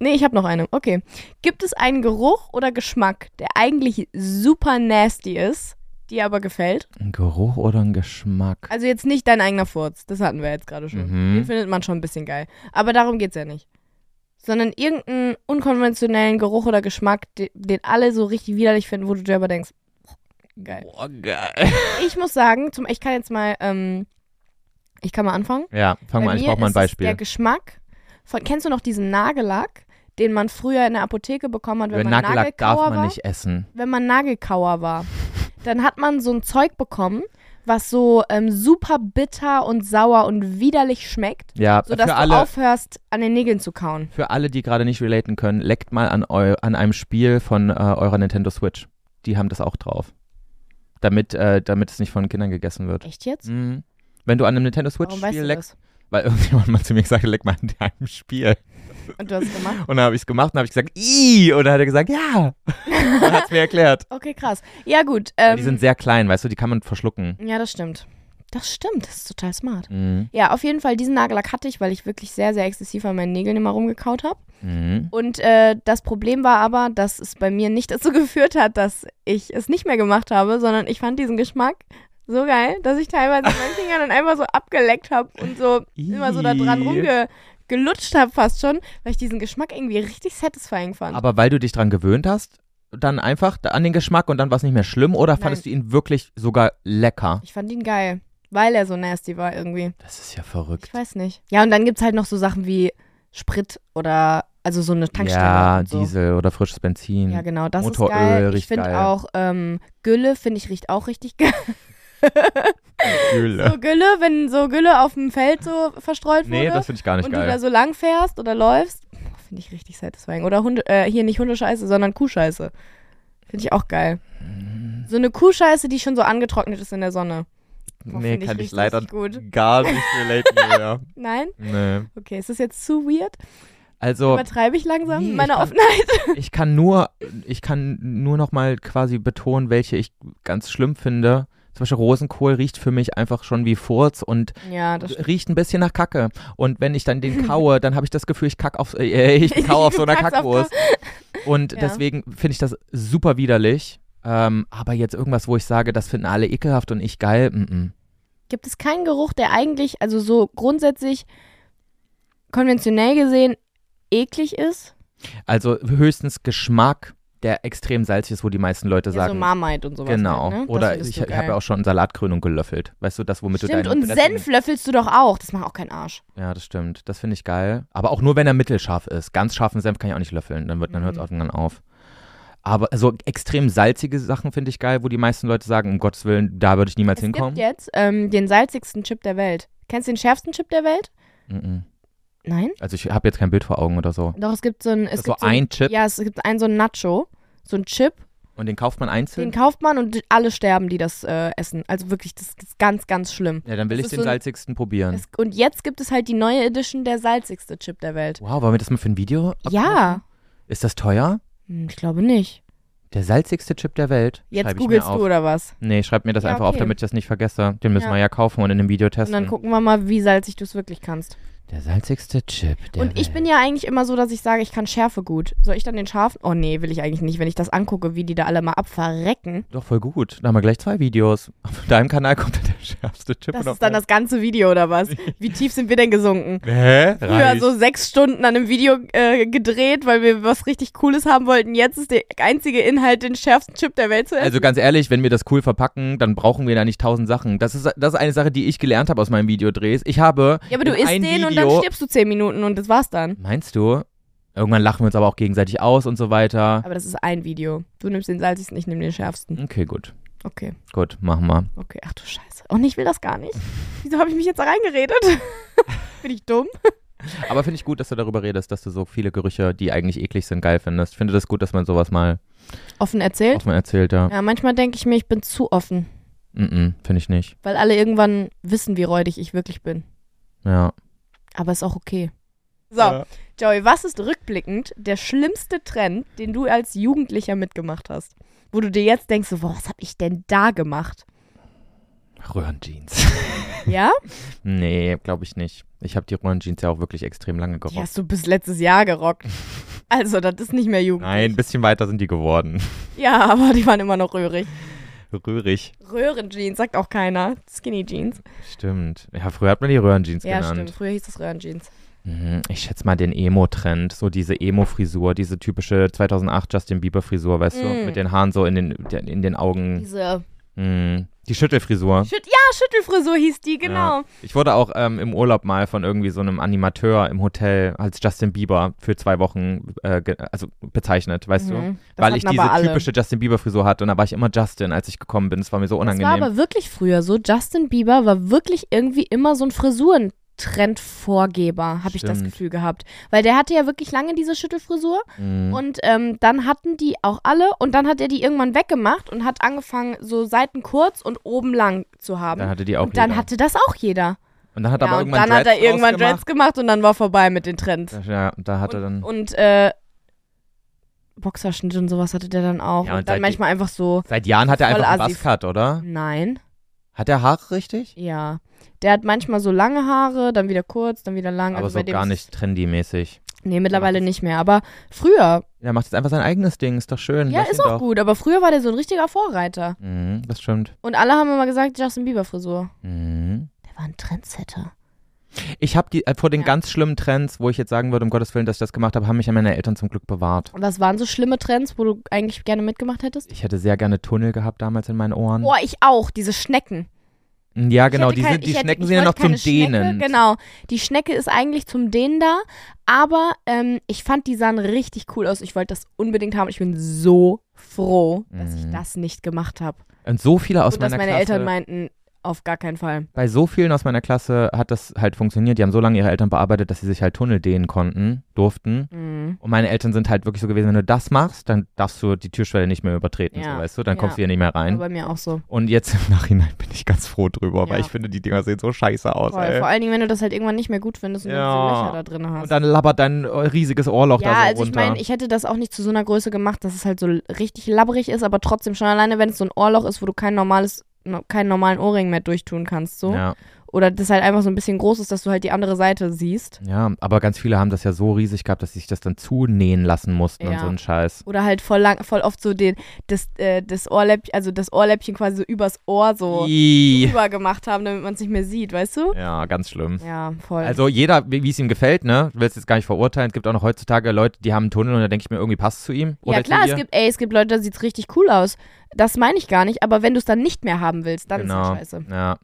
Nee, ich habe noch eine. Okay. Gibt es einen Geruch oder Geschmack, der eigentlich super nasty ist, dir aber gefällt?
Ein Geruch oder ein Geschmack?
Also jetzt nicht dein eigener Furz, das hatten wir jetzt gerade schon.
Mhm.
Den findet man schon ein bisschen geil. Aber darum geht's ja nicht. Sondern irgendeinen unkonventionellen Geruch oder Geschmack, de- den alle so richtig widerlich finden, wo du dir aber denkst, boah, geil.
Boah, geil.
Ich muss sagen, zum, ich kann jetzt mal, ähm, ich kann mal anfangen.
Ja, fang
Also, Bei
mal an, ich
mir
brauche mal ein
ist es Der
Beispiel.
Geschmack von, kennst du noch diesen Nagellack, den man früher in der Apotheke bekommen hat, wenn
Über
man
Nagellack darf
Nagelkauer
man
war?
nicht essen.
Wenn man Nagelkauer war, dann hat man so ein Zeug bekommen, was so ähm, super bitter und sauer und widerlich schmeckt,
Ja,
sodass
für
du
alle,
aufhörst, an den Nägeln zu kauen.
Für alle, die gerade nicht relaten können, leckt mal an, eu an einem Spiel von äh, eurer Nintendo Switch. Die haben das auch drauf. Damit, äh, damit es nicht von Kindern gegessen wird.
Echt jetzt?
Mhm. Wenn du an einem Nintendo
Warum weißt
Switch-Spiel
du
leckst,
das?
weil irgendjemand mal zu mir gesagt hat, leck mal an deinem Spiel.
Und du hast es gemacht?
Und dann habe ich es gemacht und habe ich gesagt, ii! Und dann hat er gesagt, ja. und hat es mir erklärt.
Okay, krass. Ja, gut.
Weil
Ähm,
die sind sehr klein, weißt du, die kann man verschlucken.
ja, das stimmt. Das stimmt, das ist total smart.
Mhm.
Ja, auf jeden Fall, diesen Nagellack hatte ich, weil ich wirklich sehr, sehr exzessiv an meinen Nägeln immer rumgekaut habe.
Mhm.
Und äh, das Problem war aber, dass es bei mir nicht dazu geführt hat, dass ich es nicht mehr gemacht habe, sondern ich fand diesen Geschmack so geil, dass ich teilweise meinen Finger dann einfach so abgeleckt habe und so immer so da dran
Ih.
rumgelutscht habe fast schon, weil ich diesen Geschmack irgendwie richtig satisfying fand.
Aber weil du dich dran gewöhnt hast, dann einfach da- an den Geschmack und dann war es nicht mehr schlimm oder fandest du ihn wirklich sogar lecker?
ich fand ihn geil, weil er so nasty war irgendwie.
Das ist ja verrückt.
Ich weiß nicht. Ja, und dann gibt's halt noch so Sachen wie Sprit oder also so eine Tankstelle.
Ja,
und so.
Diesel oder frisches Benzin.
Ja, genau, das
Motoröl
ist geil. Ich
riecht geil.
finde auch ähm, Gülle, finde ich, riecht auch richtig geil.
Öle.
So Gülle, wenn so Gülle auf dem Feld so verstreut wurde
Nee, das finde ich gar nicht
und du da
geil.
so lang fährst oder läufst, finde ich richtig satisfying. Oder Hunde, äh, hier nicht Hundescheiße, sondern Kuhscheiße. Finde ich auch geil. So eine Kuhscheiße, die schon so angetrocknet ist in der Sonne. Boah,
nee,
find ich
kann ich
richtig
leider
gut.
gar nicht relaten mehr.
Nein?
Nee.
Okay, ist das jetzt zu weird?
Also,
Übertreibe ich langsam
Nee,
mit meiner
ich fand-
Offenheit?
ich kann nur, ich kann nur noch mal quasi betonen, welche ich ganz schlimm finde. Zum Beispiel Rosenkohl riecht für mich einfach schon wie Furz und
Ja, das
riecht ein bisschen nach Kacke. Und wenn ich dann den kaue, dann habe ich das Gefühl, ich kack auf, äh, ich kau auf so einer
kack's auf
Kackwurst. Und
Ja.
deswegen finde ich das super widerlich. Ähm, aber jetzt irgendwas, wo ich sage, das finden alle ekelhaft und ich geil. Mm -mm.
Gibt es keinen Geruch, der eigentlich, also so grundsätzlich konventionell gesehen eklig ist.
Also höchstens Geschmack, der extrem salzig ist, wo die meisten Leute
Ja, so
sagen.
Marmite und sowas.
genau.
Halt, ne? Das
Oder
findest
ich
du
habe
geil.
ja auch schon Salatkrönung gelöffelt. Weißt du, das, womit du
Stimmt,
deinen
und Senf löffelst du doch auch. Das macht auch keinen Arsch.
Ja, das stimmt. Das finde ich geil. Aber auch nur, wenn er mittelscharf ist. Ganz scharfen Senf kann ich auch nicht löffeln. Dann, wird- dann hört
Mhm.
es irgendwann auf. Aber so extrem salzige Sachen finde ich geil, wo die meisten Leute sagen, um Gottes Willen, da würde ich niemals
es gibt
hinkommen.
jetzt ähm, den salzigsten Chip der Welt. Kennst du den schärfsten Chip der Welt?
Mhm.
Nein?
Also ich habe jetzt kein Bild vor Augen oder so.
Doch, es gibt so ein. Es
Das ist so
gibt
Also ein Chip
Ja, es gibt einen so ein Nacho. So ein Chip,
und den kauft man
den
einzeln.
kauft man und alle sterben, die das äh, essen. Also wirklich, das ist ganz, ganz schlimm.
ja, dann will
das
ich
ist
den
so ein-
salzigsten probieren.
Es, und jetzt gibt es halt die neue Edition, der salzigste Chip der Welt.
Wow, wollen wir das mal für ein Video?
Ja,
Ist das teuer?
Hm, ich glaube nicht.
Der salzigste Chip der Welt. Schreib
Jetzt
ich mir
googelst
auf.
du oder was?
Nee, schreib mir das
Ja,
einfach auf,
okay.
damit ich das nicht vergesse. Den müssen
Ja.
wir ja kaufen und in dem Video
Und dann
testen.
gucken wir mal, wie salzig du es wirklich kannst.
Der salzigste Chip der
und ich
Welt.
bin ja eigentlich immer so, dass ich sage, ich kann Schärfe gut. Soll ich dann den scharfen? Oh nee, will ich eigentlich nicht, wenn ich das angucke, wie die da alle mal abverrecken.
Doch, voll gut. Da haben wir gleich zwei Videos. Auf deinem Kanal kommt dann der schärfste Chip.
Das
und auf
ist dann das ganze Video oder was? Wie tief sind wir denn gesunken?
meinem- Hä?
Früher
Reicht.
so sechs Stunden an einem Video äh, gedreht, weil wir was richtig Cooles haben wollten. Jetzt ist der einzige Inhalt, den schärfsten Chip der Welt zu essen.
also ganz ehrlich, wenn wir das cool verpacken, dann brauchen wir da nicht tausend Sachen. Das ist, das ist eine Sache, die ich gelernt habe aus meinen Videodrehs. Ich habe
ja, aber du
in
isst
ein
den
Video,
und dann stirbst du zehn Minuten und das war's dann.
Meinst du? Irgendwann lachen wir uns aber auch gegenseitig aus und so weiter.
Aber das ist ein Video. Du nimmst den salzigsten, ich nehme den schärfsten.
Okay, gut.
Okay,
Gut, machen wir.
okay. Ach du Scheiße. Und ich will das gar nicht. Wieso habe ich mich jetzt da reingeredet? Bin ich dumm?
Aber finde ich gut, dass du darüber redest, dass du so viele Gerüche, die eigentlich eklig sind, geil findest. Finde das gut, dass man sowas mal
Offen erzählt?
offen erzählt, ja.
Ja, manchmal denke ich mir, ich bin zu offen,
Mm-mm, finde ich nicht.
weil alle irgendwann wissen, wie räudig ich wirklich bin.
Ja.
Aber ist auch okay. So,
Ja.
Joey, was ist rückblickend der schlimmste Trend, den du als Jugendlicher mitgemacht hast? Wo du dir jetzt denkst, so, boah, was habe ich denn da gemacht?
Röhrenjeans.
Ja?
nee, glaube ich nicht. Ich habe die Röhrenjeans ja auch wirklich extrem lange gerockt.
Die hast du bis letztes Jahr gerockt. Also, das ist nicht mehr Jugend.
Nein, ein bisschen weiter sind die geworden.
Ja, aber die waren immer noch röhrig.
Röhrig.
Röhrenjeans, sagt auch keiner. Skinny Jeans.
Stimmt. Ja, früher hat man die Röhrenjeans
Ja, stimmt.
genannt.
Früher hieß das Röhrenjeans.
Mhm, Ich schätze mal den Emo-Trend, so diese Emo-Frisur, diese typische 2008 Justin Bieber-Frisur, weißt du,
Mm.
mit den Haaren so in den, in den Augen.
Diese
Mhm. Die Schüttelfrisur.
Schütt ja, Schüttelfrisur hieß die, genau.
Ja. Ich wurde auch ähm, im Urlaub mal von irgendwie so einem Animateur im Hotel als Justin Bieber für zwei Wochen äh, ge- also bezeichnet, weißt du?
Mhm. Das
Weil ich
hatten
diese
aber alle.
typische Justin Bieber-Frisur hatte und da war ich immer Justin, als ich gekommen bin. Es war mir so
Das war
unangenehm.
aber wirklich früher so. Justin Bieber war wirklich irgendwie immer so ein Frisurentrendvorgeber, habe ich das
Stimmt.
Gefühl gehabt. Weil der hatte ja wirklich lange diese Schüttelfrisur
Mhm.
und ähm, dann hatten die auch alle und dann hat er die irgendwann weggemacht und hat angefangen, so Seiten kurz und oben lang zu haben.
Dann hatte die auch
und dann
jeder.
hatte das auch jeder.
und dann hat
ja,
aber
und
irgendwann
dann hat er
Dreads
irgendwann
rausgemacht.
Dreads gemacht und dann war vorbei mit den Trends.
Ja, und da hat er dann
und und äh, Boxerschnitt und sowas hatte der dann auch.
Ja,
und,
und
dann
seit-
manchmal einfach so,
seit Jahren hat er
voll
einfach einen
assi. Mhm.
Buzzcut, oder?
nein.
Hat er Haare richtig?
Ja. Der hat manchmal so lange Haare, dann wieder kurz, dann wieder lang.
aber
also
so
bei dem
gar
ist-
nicht trendy-mäßig.
Nee, mittlerweile nicht mehr. Aber früher,
Er macht jetzt einfach sein eigenes Ding, ist doch schön.
ja,
Lass
ist
ihn
auch
doch.
gut, aber früher war der so ein richtiger Vorreiter.
Mhm, das stimmt.
Und alle haben immer gesagt, Justin Bieber Frisur.
Mhm.
Der war ein Trendsetter.
Ich habe die äh, vor den
Ja.
ganz schlimmen Trends, wo ich jetzt sagen würde, um Gottes Willen, dass ich das gemacht habe, haben mich ja meine Eltern zum Glück bewahrt.
Und was waren so schlimme Trends, wo du eigentlich gerne mitgemacht hättest?
Ich hätte sehr gerne Tunnel gehabt damals in meinen Ohren.
Boah, ich auch, diese Schnecken.
Mhm. ja, genau,
Oh, Ich
die,
hätte kein-
sind, die
ich hätte-
Schnecken
ich
sind ja noch
wollte
zum
keine Schnecke,
Dehnen.
Genau, die Schnecke ist eigentlich zum Dehnen da, aber ähm, ich fand, die sahen richtig cool aus. Ich wollte das unbedingt haben. Ich bin so froh, dass ich
Mhm.
das nicht gemacht habe.
Und so viele aus
und dass
meiner
meine
Klasse.
Eltern meinten, auf gar keinen Fall.
bei so vielen aus meiner Klasse hat das halt funktioniert. Die haben so lange ihre Eltern bearbeitet, dass sie sich halt Tunnel dehnen konnten, durften.
Mhm.
Und meine Eltern sind halt wirklich so gewesen, wenn du das machst, dann darfst du die Türschwelle nicht mehr übertreten,
Ja.
so, weißt du? Dann kommst
Ja.
du hier nicht mehr
War
rein.
bei mir auch so.
und jetzt im Nachhinein bin ich ganz froh drüber,
Ja.
weil ich finde, die Dinger sehen so scheiße aus,
Voll.
ey.
Vor allen Dingen, wenn du das halt irgendwann nicht mehr gut findest und dann diese
Ja.
Löcher da drin hast.
Und dann labbert dein äh, riesiges Ohrloch
ja,
da so
also ich
runter.
meine, ich hätte das auch nicht zu so einer Größe gemacht, dass es halt so l- richtig labbrig ist, aber trotzdem schon alleine, wenn es so ein Ohrloch ist, wo du kein normales, no, keinen normalen Ohrring mehr durchtun kannst, so.
ja.
Oder das halt einfach so ein bisschen groß ist, dass du halt die andere Seite siehst.
Ja, aber ganz viele haben das ja so riesig gehabt, dass sie sich das dann zunähen lassen mussten und
Ja.
so einen Scheiß.
Oder halt voll lang, voll oft so den, das, äh, das Ohrläppchen, also das Ohrläppchen quasi so übers Ohr so
Ii.
drüber gemacht haben, damit man es nicht mehr sieht, weißt du?
Ja, ganz schlimm.
Ja, voll.
Also jeder, wie wie es ihm gefällt, ne? Ich will es jetzt gar nicht verurteilen. Es gibt auch noch heutzutage Leute, die haben einen Tunnel und da denke ich mir, irgendwie passt es zu ihm. Oder
ja klar,
zu
es
ihr.
gibt, ey, es gibt Leute, da sieht es richtig cool aus. Das meine ich gar nicht, aber wenn du es dann nicht mehr haben willst, dann
genau.
ist das scheiße.
Ja.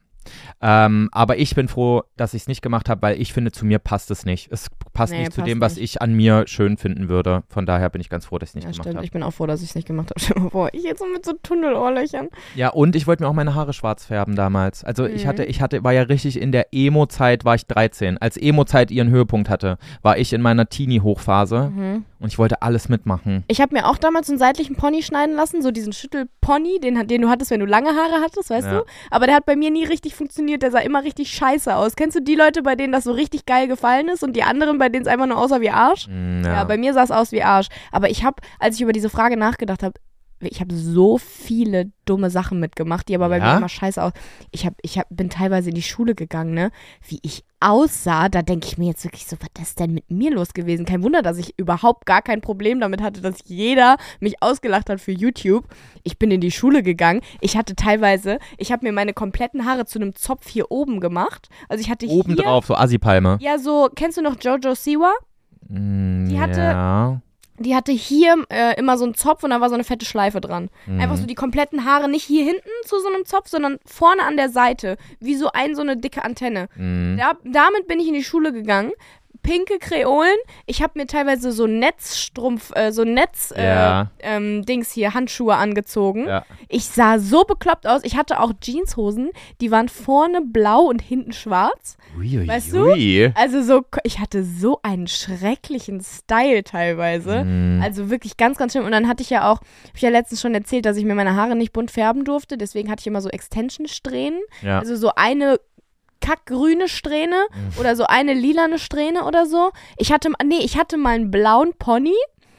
Ähm, aber ich bin froh, dass ich es nicht gemacht habe, weil ich finde, zu mir passt es nicht. Es passt
Nee,
nicht zu
passt
dem, was
nicht.
ich an mir schön finden würde. Von daher bin ich ganz froh, dass ich es nicht
Ja,
gemacht
stimmt.
habe.
Ich bin auch froh, dass ich es nicht gemacht habe. Stell dir mal vor, ich jetzt so mit so Tunnelohrlöchern.
Ja, und ich wollte mir auch meine Haare schwarz färben damals. Also ich hatte, ich hatte, war ja richtig in der Emo-Zeit, war ich 13. Als Emo-Zeit ihren Höhepunkt hatte, war ich in meiner Teenie-Hochphase und ich wollte alles mitmachen.
Ich habe mir auch damals so einen seitlichen Pony schneiden lassen, so diesen Schüttelpony, den, hat- den du hattest, wenn du lange Haare hattest, weißt
Ja.
du? Aber der hat bei mir nie richtig funktioniert, der sah immer richtig scheiße aus. Kennst du die Leute, bei denen das so richtig geil gefallen ist und die anderen, bei denen es einfach nur aussah wie Arsch?
Mm,
Ja, bei mir sah es aus wie Arsch. Aber ich habe, als ich über diese Frage nachgedacht habe, ich habe so viele dumme Sachen mitgemacht, die aber bei
Ja?
mir immer scheiße aus. Ich, hab, ich hab, bin teilweise in die Schule gegangen, ne? Wie ich aussah, da denke ich mir jetzt wirklich so, was ist denn mit mir los gewesen? Kein Wunder, dass ich überhaupt gar kein Problem damit hatte, dass jeder mich ausgelacht hat für YouTube. Ich bin in die Schule gegangen. Ich hatte teilweise, ich habe mir meine kompletten Haare zu einem Zopf hier oben gemacht. Also ich hatte
Oben
hier,
drauf, so Assi-Palme.
ja so, kennst du noch Jojo Siwa?
Mm,
Die hatte-
ja.
Die hatte hier äh, immer so einen Zopf und da war so eine fette Schleife dran.
Mhm.
Einfach so die kompletten Haare nicht hier hinten zu so einem Zopf, sondern vorne an der Seite. Wie so ein, so eine dicke Antenne.
Mm.
Da, damit bin ich in die Schule gegangen. Pinke Kreolen. Ich habe mir teilweise so Netzstrumpf, äh, so Netz-Dings äh,
Ja.
ähm, Dings hier, Handschuhe angezogen.
Ja.
Ich sah so bekloppt aus. Ich hatte auch Jeanshosen, die waren vorne blau und hinten schwarz.
Uiuiui.
Weißt du? Also so, ich hatte so einen schrecklichen Style teilweise.
Mhm.
Also wirklich ganz, ganz schlimm. Und dann hatte ich ja auch, hab ich ja letztens schon erzählt, dass ich mir meine Haare nicht bunt färben durfte. Deswegen hatte ich immer so Extension-Strähnen.
Ja. Mhm.
Also so eine kackgrüne Strähne oder so eine lilane Strähne oder so. Ich hatte, nee, ich hatte mal einen blauen Pony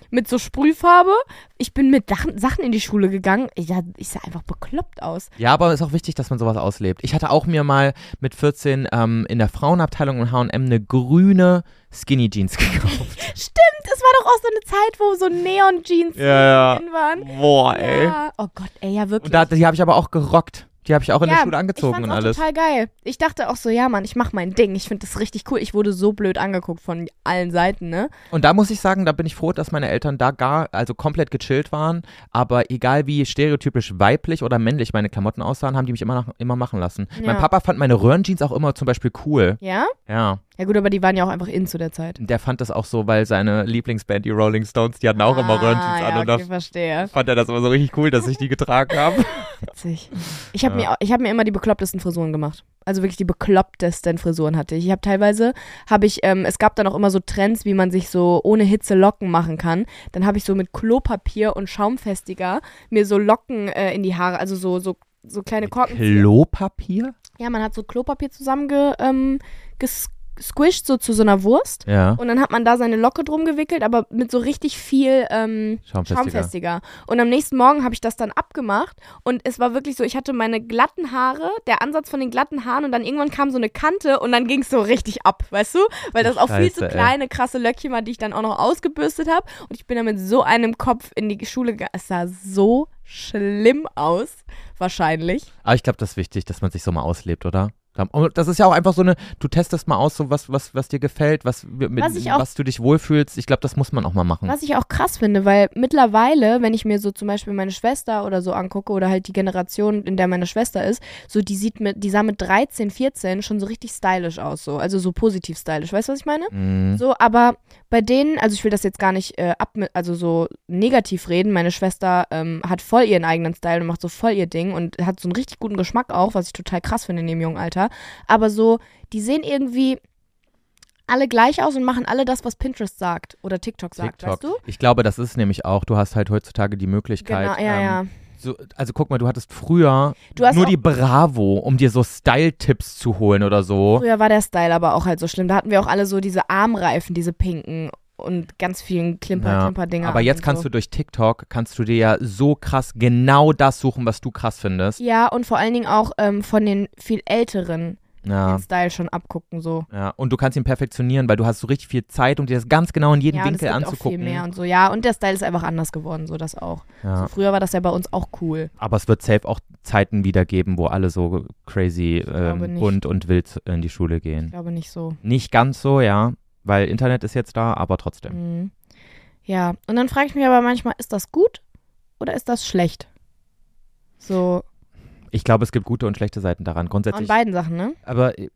mit so Sprühfarbe. Ich bin mit Sachen, Sachen in die Schule gegangen. Ich, sah- ich sah einfach bekloppt aus.
Ja, aber es ist auch wichtig, dass man sowas auslebt. Ich hatte auch mir mal mit 14 ähm, in der Frauenabteilung in H&M eine grüne Skinny Jeans gekauft.
Stimmt, es war doch auch so eine Zeit, wo so Neon-Jeans
ja,
in waren.
Boah,
Ja. Oh Gott, ey, ja wirklich.
Und da, die habe ich aber auch gerockt. Die habe ich auch in
ja,
der Schule angezogen
ich fand's
und
auch
alles.
total geil. Ich dachte auch so, ja Mann, ich mach mein Ding. Ich finde das richtig cool. Ich wurde so blöd angeguckt von allen Seiten, ne?
Und da muss ich sagen, da bin ich froh, dass meine Eltern da gar, also komplett gechillt waren. Aber egal wie stereotypisch weiblich oder männlich meine Klamotten aussahen, haben die mich immer, nach, immer machen lassen. Mein
Ja.
Papa fand meine Röhrenjeans auch immer zum Beispiel cool.
Ja?
Ja.
Ja gut, aber die waren ja auch einfach in zu der Zeit.
Der fand das auch so, weil seine Lieblingsband, die Rolling Stones, die hatten auch immer
ah,
Röhrenjeans
ja,
an. Und
okay,
da
verstehe.
fand er das immer so richtig cool, dass ich die getragen habe.
Witzig. Ich habe mir, auch- ich hab mir immer die beklopptesten Frisuren gemacht. Also wirklich die beklopptesten Frisuren hatte ich. Ich habe teilweise, habe ich, ähm, es gab dann auch immer so Trends, wie man sich so ohne Hitze Locken machen kann. Dann habe ich so mit Klopapier und Schaumfestiger mir so Locken äh, in die Haare, also so, so, so kleine Korken.
Klopapier?
Ja, man hat so Klopapier zusammengesquished, ähm, ges- squished, so zu so einer Wurst.
Ja.
Und dann hat man da seine Locke drum gewickelt, aber mit so richtig viel ähm,
Schaumfestiger.
Schaumfestiger. Und am nächsten Morgen habe ich das dann abgemacht und es war wirklich so, ich hatte meine glatten Haare, der Ansatz von den glatten Haaren und dann irgendwann kam so eine Kante und dann ging es so richtig ab, weißt du? Weil das auch viel
Scheiße,
zu
ey.
kleine, krasse Löckchen war, die ich dann auch noch ausgebürstet habe. Und ich bin dann mit so einem Kopf in die Schule gegangen. Es sah so schlimm aus, wahrscheinlich.
Aber ich glaube, das ist wichtig, dass man sich so mal auslebt, oder? Und Das ist ja auch einfach so eine, du testest mal aus, so was, was, was dir gefällt, was, mit,
Was ich auch-
was du dich wohlfühlst. Ich glaube, das muss man auch mal machen.
Was ich auch krass finde, weil mittlerweile, wenn ich mir so zum Beispiel meine Schwester oder so angucke oder halt die Generation, in der meine Schwester ist, so die sieht mit, die sah mit 13, 14 schon so richtig stylisch aus, so, also so positiv stylisch, weißt du, was ich meine?
Mhm.
So, aber bei denen, also ich will das jetzt gar nicht äh, ab, also so negativ reden. Meine Schwester ähm, hat voll ihren eigenen Style und macht so voll ihr Ding und hat so einen richtig guten Geschmack auch, was ich total krass finde in dem jungen Alter. Aber so, die sehen irgendwie alle gleich aus und machen alle das, was Pinterest sagt oder TikTok sagt,
TikTok.
weißt du?
Ich glaube, das ist nämlich auch, du hast halt heutzutage die Möglichkeit.
Genau, ja, ja.
ähm, So, also guck mal, du hattest früher
Du hast
nur
auch-
die Bravo, um dir so Style-Tipps zu holen oder so.
Früher war der Style aber auch halt so schlimm. Da hatten wir auch alle so diese Armreifen, diese pinken und ganz vielen
Ja.
Klimper-Klimper-Dinger.
Aber jetzt
und
kannst
so.
du durch TikTok, kannst du dir ja so krass genau das suchen, was du krass findest.
Ja, und vor allen Dingen auch ähm, von den viel älteren.
Ja.
den Style schon abgucken so.
Ja, und du kannst ihn perfektionieren, weil du hast so richtig viel Zeit, um dir das ganz genau in jeden
Ja, und es
Winkel
gibt auch viel
anzugucken.
mehr und so. Ja, und der Style ist einfach anders geworden, so das auch.
Ja.
So, früher war das ja bei uns auch cool.
Aber es wird safe auch Zeiten wieder geben, wo alle so crazy
glaube
ähm,
nicht.
bunt und wild in die Schule
Ich
gehen.
glaube nicht so.
Nicht ganz so, ja, weil Internet ist jetzt da, aber trotzdem.
Mhm. Ja, und dann frage ich mich aber manchmal, ist das gut oder ist das schlecht? So,
Ich glaube, es gibt gute und schlechte Seiten daran.
an
Grundsätzlich
beiden Sachen, ne?
Aber äh,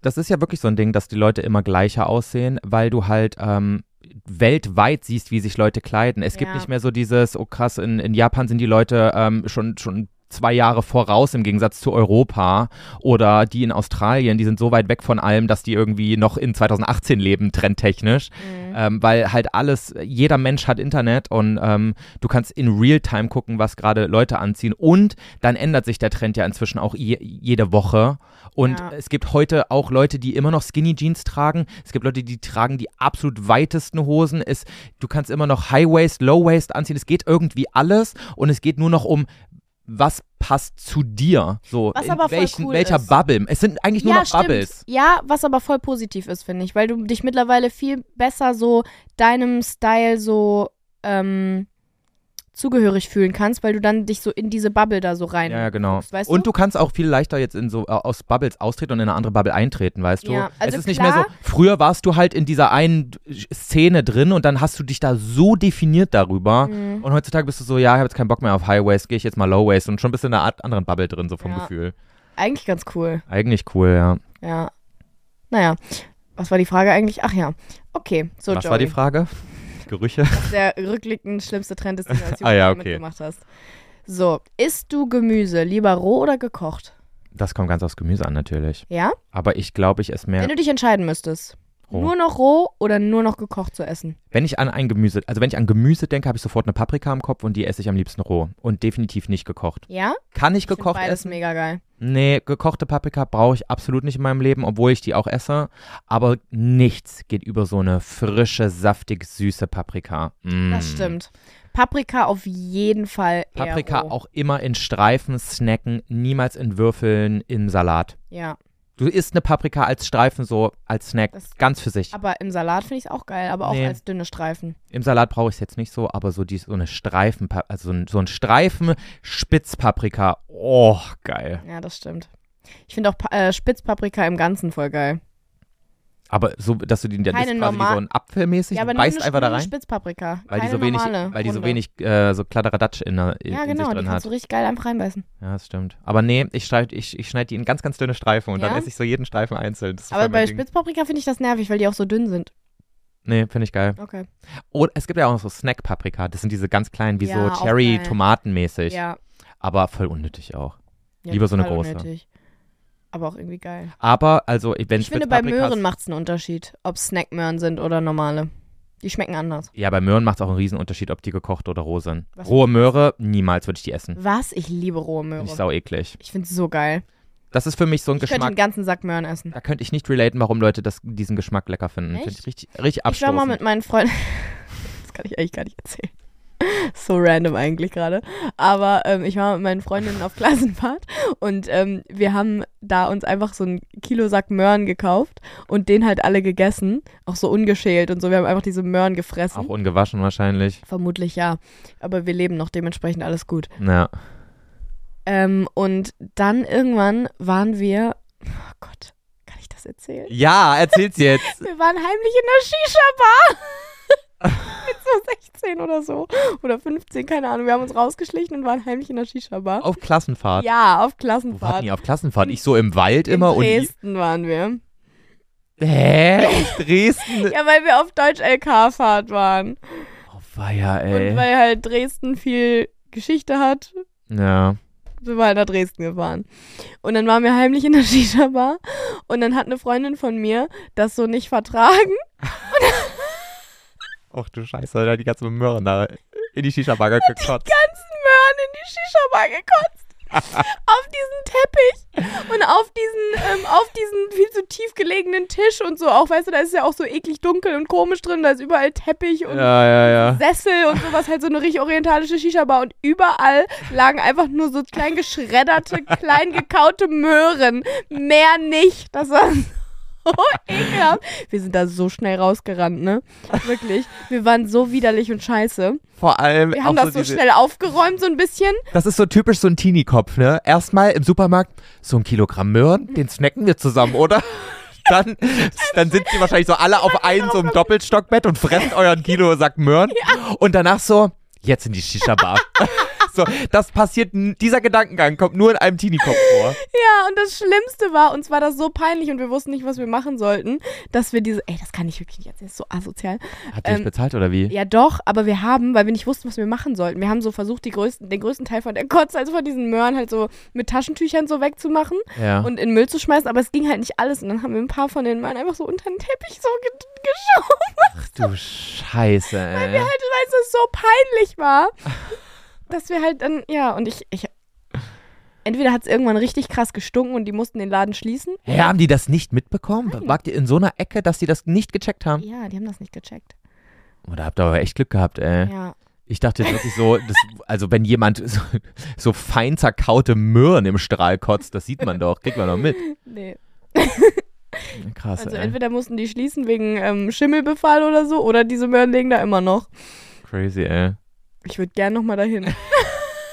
das ist ja wirklich so ein Ding, dass die Leute immer gleicher aussehen, weil du halt ähm, weltweit siehst, wie sich Leute kleiden. Es gibt
Ja.
nicht mehr so dieses, oh krass, in, in Japan sind die Leute ähm, schon, schon zwei Jahre voraus im Gegensatz zu Europa oder die in Australien, die sind so weit weg von allem, dass die irgendwie noch in 2018 leben, trendtechnisch, ähm, weil halt alles, jeder Mensch hat Internet und ähm, du kannst in Realtime gucken, was gerade Leute anziehen und dann ändert sich der Trend ja inzwischen auch je, jede Woche und
Ja.
es gibt heute auch Leute, die immer noch Skinny Jeans tragen, es gibt Leute, die tragen die absolut weitesten Hosen, es, du kannst immer noch High Waist, Low Waist anziehen, es geht irgendwie alles und es geht nur noch um was passt zu dir? So,
Was
in
aber voll
welchen,
cool
welcher
ist.
Bubble? Es sind eigentlich nur noch Bubbles.
Ja, was aber voll positiv ist, finde ich, weil du dich mittlerweile viel besser so deinem Style so ähm, zugehörig fühlen kannst, weil du dann dich so in diese Bubble da so rein.
Ja, ja, genau.
guckst, weißt
und
du?
du kannst auch viel leichter jetzt in so äh, aus Bubbles austreten und in eine andere Bubble eintreten, weißt du?
Ja, also
es ist nicht mehr so,
klar-
früher warst du halt in dieser einen Szene drin und dann hast du dich da so definiert darüber.
Mhm.
Und heutzutage bist du so, ja, ich habe jetzt keinen Bock mehr auf Highways, gehe ich jetzt mal Lowways und schon bist du in einer Art anderen Bubble drin, so vom
Ja.
Gefühl.
Eigentlich ganz cool.
Eigentlich cool, ja.
Ja. Naja. Was war die Frage eigentlich? Ach ja. Okay, so
Was
Joey,
war die Frage? Gerüche?
was der rückblickend schlimmste Trend ist, den du als
Ah ja,
Jugendlicher
okay.
mitgemacht hast. So, isst du Gemüse lieber roh oder gekocht?
Das kommt ganz aufs Gemüse an natürlich.
Ja?
Aber ich glaube, ich esse mehr.
Wenn du dich entscheiden müsstest,
Roh.
nur noch roh oder nur noch gekocht zu essen?
Wenn ich an ein Gemüse, also wenn ich an Gemüse denke, habe ich sofort eine Paprika im Kopf und die esse ich am liebsten roh und definitiv nicht gekocht.
Ja?
Kann ich
Ich find
gekocht
beides
essen?
mega geil.
Nee, gekochte Paprika brauche ich absolut nicht in meinem Leben, obwohl ich die auch esse. Aber nichts geht über so eine frische, saftig süße Paprika. Mm.
Das stimmt. Paprika auf jeden Fall. eher
Paprika
roh.
auch immer in Streifen snacken, niemals in Würfeln im Salat.
Ja.
Du isst eine Paprika als Streifen so, als Snack,
Das-
ganz für sich.
Aber im Salat finde ich es auch geil, aber auch
Nee.
als dünne Streifen.
Im Salat brauche ich es jetzt nicht so, aber so, die, so eine Streifen, also so ein, so ein Streifen Spitzpaprika. Oh, geil.
Ja, das stimmt. Ich finde auch Pa- äh, Spitzpaprika im Ganzen voll geil.
Aber so, dass du die dann
Keine
isst, quasi wie
normal-
so ein Apfelmäßig,
ja,
ja,
aber
du
nur
beißt
eine,
einfach da
nur eine
rein.
Spitzpaprika.
Weil die
Keine
so wenig,
normale
weil die so
runde.
wenig äh, so Kladderadatsch in, der, in,
Ja,
in
genau,
sich
die
drin
kannst du
hat.
richtig geil einfach reinbeißen.
Ja, das stimmt. Aber nee, ich schneide ich, ich schneid die in ganz, ganz dünne Streifen und
Ja?
dann esse ich so jeden Streifen einzeln. Das ist
Aber
voll mein
bei
Ding.
Spitzpaprika finde ich das nervig, weil die auch so dünn sind.
Nee, finde ich geil.
Okay.
Und es gibt ja auch noch so Snack-Paprika. Das sind diese ganz kleinen, wie
Ja,
so
auch geil.
Cherry-Tomatenmäßig.
Ja.
Aber voll unnötig auch.
ja.
Lieber so eine
total
große.
unnötig. Aber auch irgendwie geil.
Aber, also, wenn
Ich finde, bei Möhren macht es einen Unterschied, ob es Snackmöhren sind oder normale. Die schmecken anders.
Ja, bei Möhren macht es auch einen Riesenunterschied, ob die gekocht oder roh sind.
Was-
Rohe Möhre, niemals würde ich die essen.
Was? Ich liebe rohe Möhren.
Finde ich sau eklig.
Ich finde es so geil.
Das ist für mich so ein
Ich könnte den
Geschmack.
ganzen Sack Möhren essen.
Da könnte ich nicht relaten, warum Leute das, diesen Geschmack lecker finden. Finde ich
Echt?
richtig, richtig
Ich war
abstoßend.
mal mit meinen Freunden. Das kann ich eigentlich gar nicht erzählen. So random eigentlich gerade. Aber ähm, ich war mit meinen Freundinnen auf Klassenfahrt und ähm, wir haben da uns einfach so einen Kilosack Möhren gekauft und den halt alle gegessen. Auch so ungeschält und so. Wir haben einfach diese Möhren gefressen.
Auch ungewaschen wahrscheinlich.
Vermutlich ja. Aber wir leben noch dementsprechend alles gut.
Ja.
Ähm, und dann irgendwann waren wir. Oh Gott, kann ich das erzählen?
Ja, erzähl's jetzt.
Wir waren heimlich in der Shisha-Bar. Mit so 16 oder so. Oder 15, keine Ahnung. Wir haben uns rausgeschlichen und waren heimlich in der Shisha-Bar.
Auf Klassenfahrt.
Ja, auf
Wo waren
Klassenfahrt.
die auf Klassenfahrt? Ich so im Wald
in
immer und. die-
Dresden waren wir.
Hä? In Dresden?
Ja, weil wir auf Deutsch-LK-Fahrt waren.
Oh, weia,
Und
ey.
weil halt Dresden viel Geschichte hat,
Ja.
sind wir halt nach Dresden gefahren. Und dann waren wir heimlich in der Shisha-Bar. Und dann hat eine Freundin von mir das so nicht vertragen.
Och du Scheiße, da hat die ganze Möhren da in die Shisha-Bagger gekotzt.
ganzen Möhren in die Shisha-Bar gekotzt. auf diesen Teppich und auf diesen, ähm, auf diesen viel zu tief gelegenen Tisch und so auch, weißt du, da ist ja auch so eklig dunkel und komisch drin, da ist überall Teppich und
Ja, ja, ja.
Sessel und sowas, halt so eine richtig orientalische Shisha-Bar und überall lagen einfach nur so klein geschredderte, klein gekaute Möhren. Mehr nicht. Das war so ekelhaft. Wir sind da so schnell rausgerannt, ne? Wirklich. Wir waren so widerlich und scheiße.
Vor allem.
Wir haben
auch
das so
diese-
schnell aufgeräumt, so ein bisschen.
Das ist so typisch so ein Teenie-Kopf, ne? Erstmal im Supermarkt so ein Kilogramm Möhren, den snacken wir zusammen, oder? Dann, dann sind sie wahrscheinlich so alle auf einem so einem Doppelstockbett und fressen euren Kilosack Möhren. Und danach so, jetzt in die Shisha-Bar. so, das passiert, n- dieser Gedankengang kommt nur in einem Teenie-Kopf vor.
Ja, und das Schlimmste war, uns war das so peinlich und wir wussten nicht, was wir machen sollten, dass wir diese, ey, das kann ich wirklich nicht erzählen, das ist so asozial.
Hat ihr euch
Ähm,
bezahlt oder wie?
Ja, doch, aber wir haben, weil wir nicht wussten, was wir machen sollten. Wir haben so versucht, die größten, den größten Teil von der Kotze, also von diesen Möhren, halt so mit Taschentüchern so wegzumachen
Ja.
und in Müll zu schmeißen, aber es ging halt nicht alles. Und dann haben wir ein paar von den Möhren einfach so unter den Teppich so ge geschaut,
Ach du Scheiße, ey.
weil halt, weil es so peinlich war, dass wir halt dann, ja, und ich, ich Entweder hat es irgendwann richtig krass gestunken und die mussten den Laden schließen.
Hä, haben die das nicht mitbekommen? Wagt ihr in so einer Ecke, dass die das nicht gecheckt haben?
Ja, die haben das nicht gecheckt.
Oder habt ihr aber echt Glück gehabt, ey.
Ja.
Ich dachte jetzt wirklich so, das, also wenn jemand so, so fein zerkaute Möhren im Strahl kotzt, das sieht man doch, kriegt man doch mit.
Nee.
Krass,
Also
ey.
entweder mussten die schließen wegen ähm, Schimmelbefall oder so, oder diese Möhren liegen da immer noch.
Crazy, ey.
Ich würde gern nochmal dahin.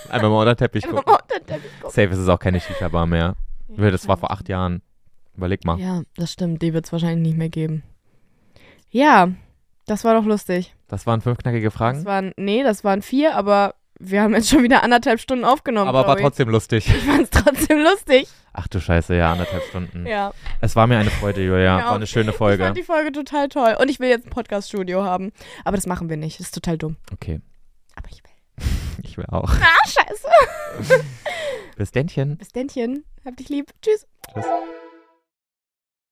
Einmal mal unter den Teppich
Einfach
gucken.
mal unter den Teppich gucken.
Safe ist es auch keine Shisha-Bar mehr. Das war vor acht Jahren. Überleg mal.
Ja, das stimmt. Die wird es wahrscheinlich nicht mehr geben. Ja, das war doch lustig.
Das waren fünf knackige
Das
Fragen,
waren, nee, das waren vier, aber wir haben jetzt schon wieder anderthalb Stunden aufgenommen.
aber war
Chloe.
trotzdem lustig.
Ich fand es trotzdem lustig.
Ach du Scheiße, ja, anderthalb Stunden.
Ja.
Es war mir eine Freude, Julia.
Mir
War
auch.
eine schöne
Ich
Hm. Folge.
fand die Folge total toll. Und ich will jetzt ein Podcast-Studio haben. Aber das machen wir nicht. Das ist total dumm.
Okay,
Aber ich will.
ich will auch.
Ah, scheiße.
Bis Dändchen.
Bis Dändchen. Hab dich lieb. Tschüss.
Tschüss.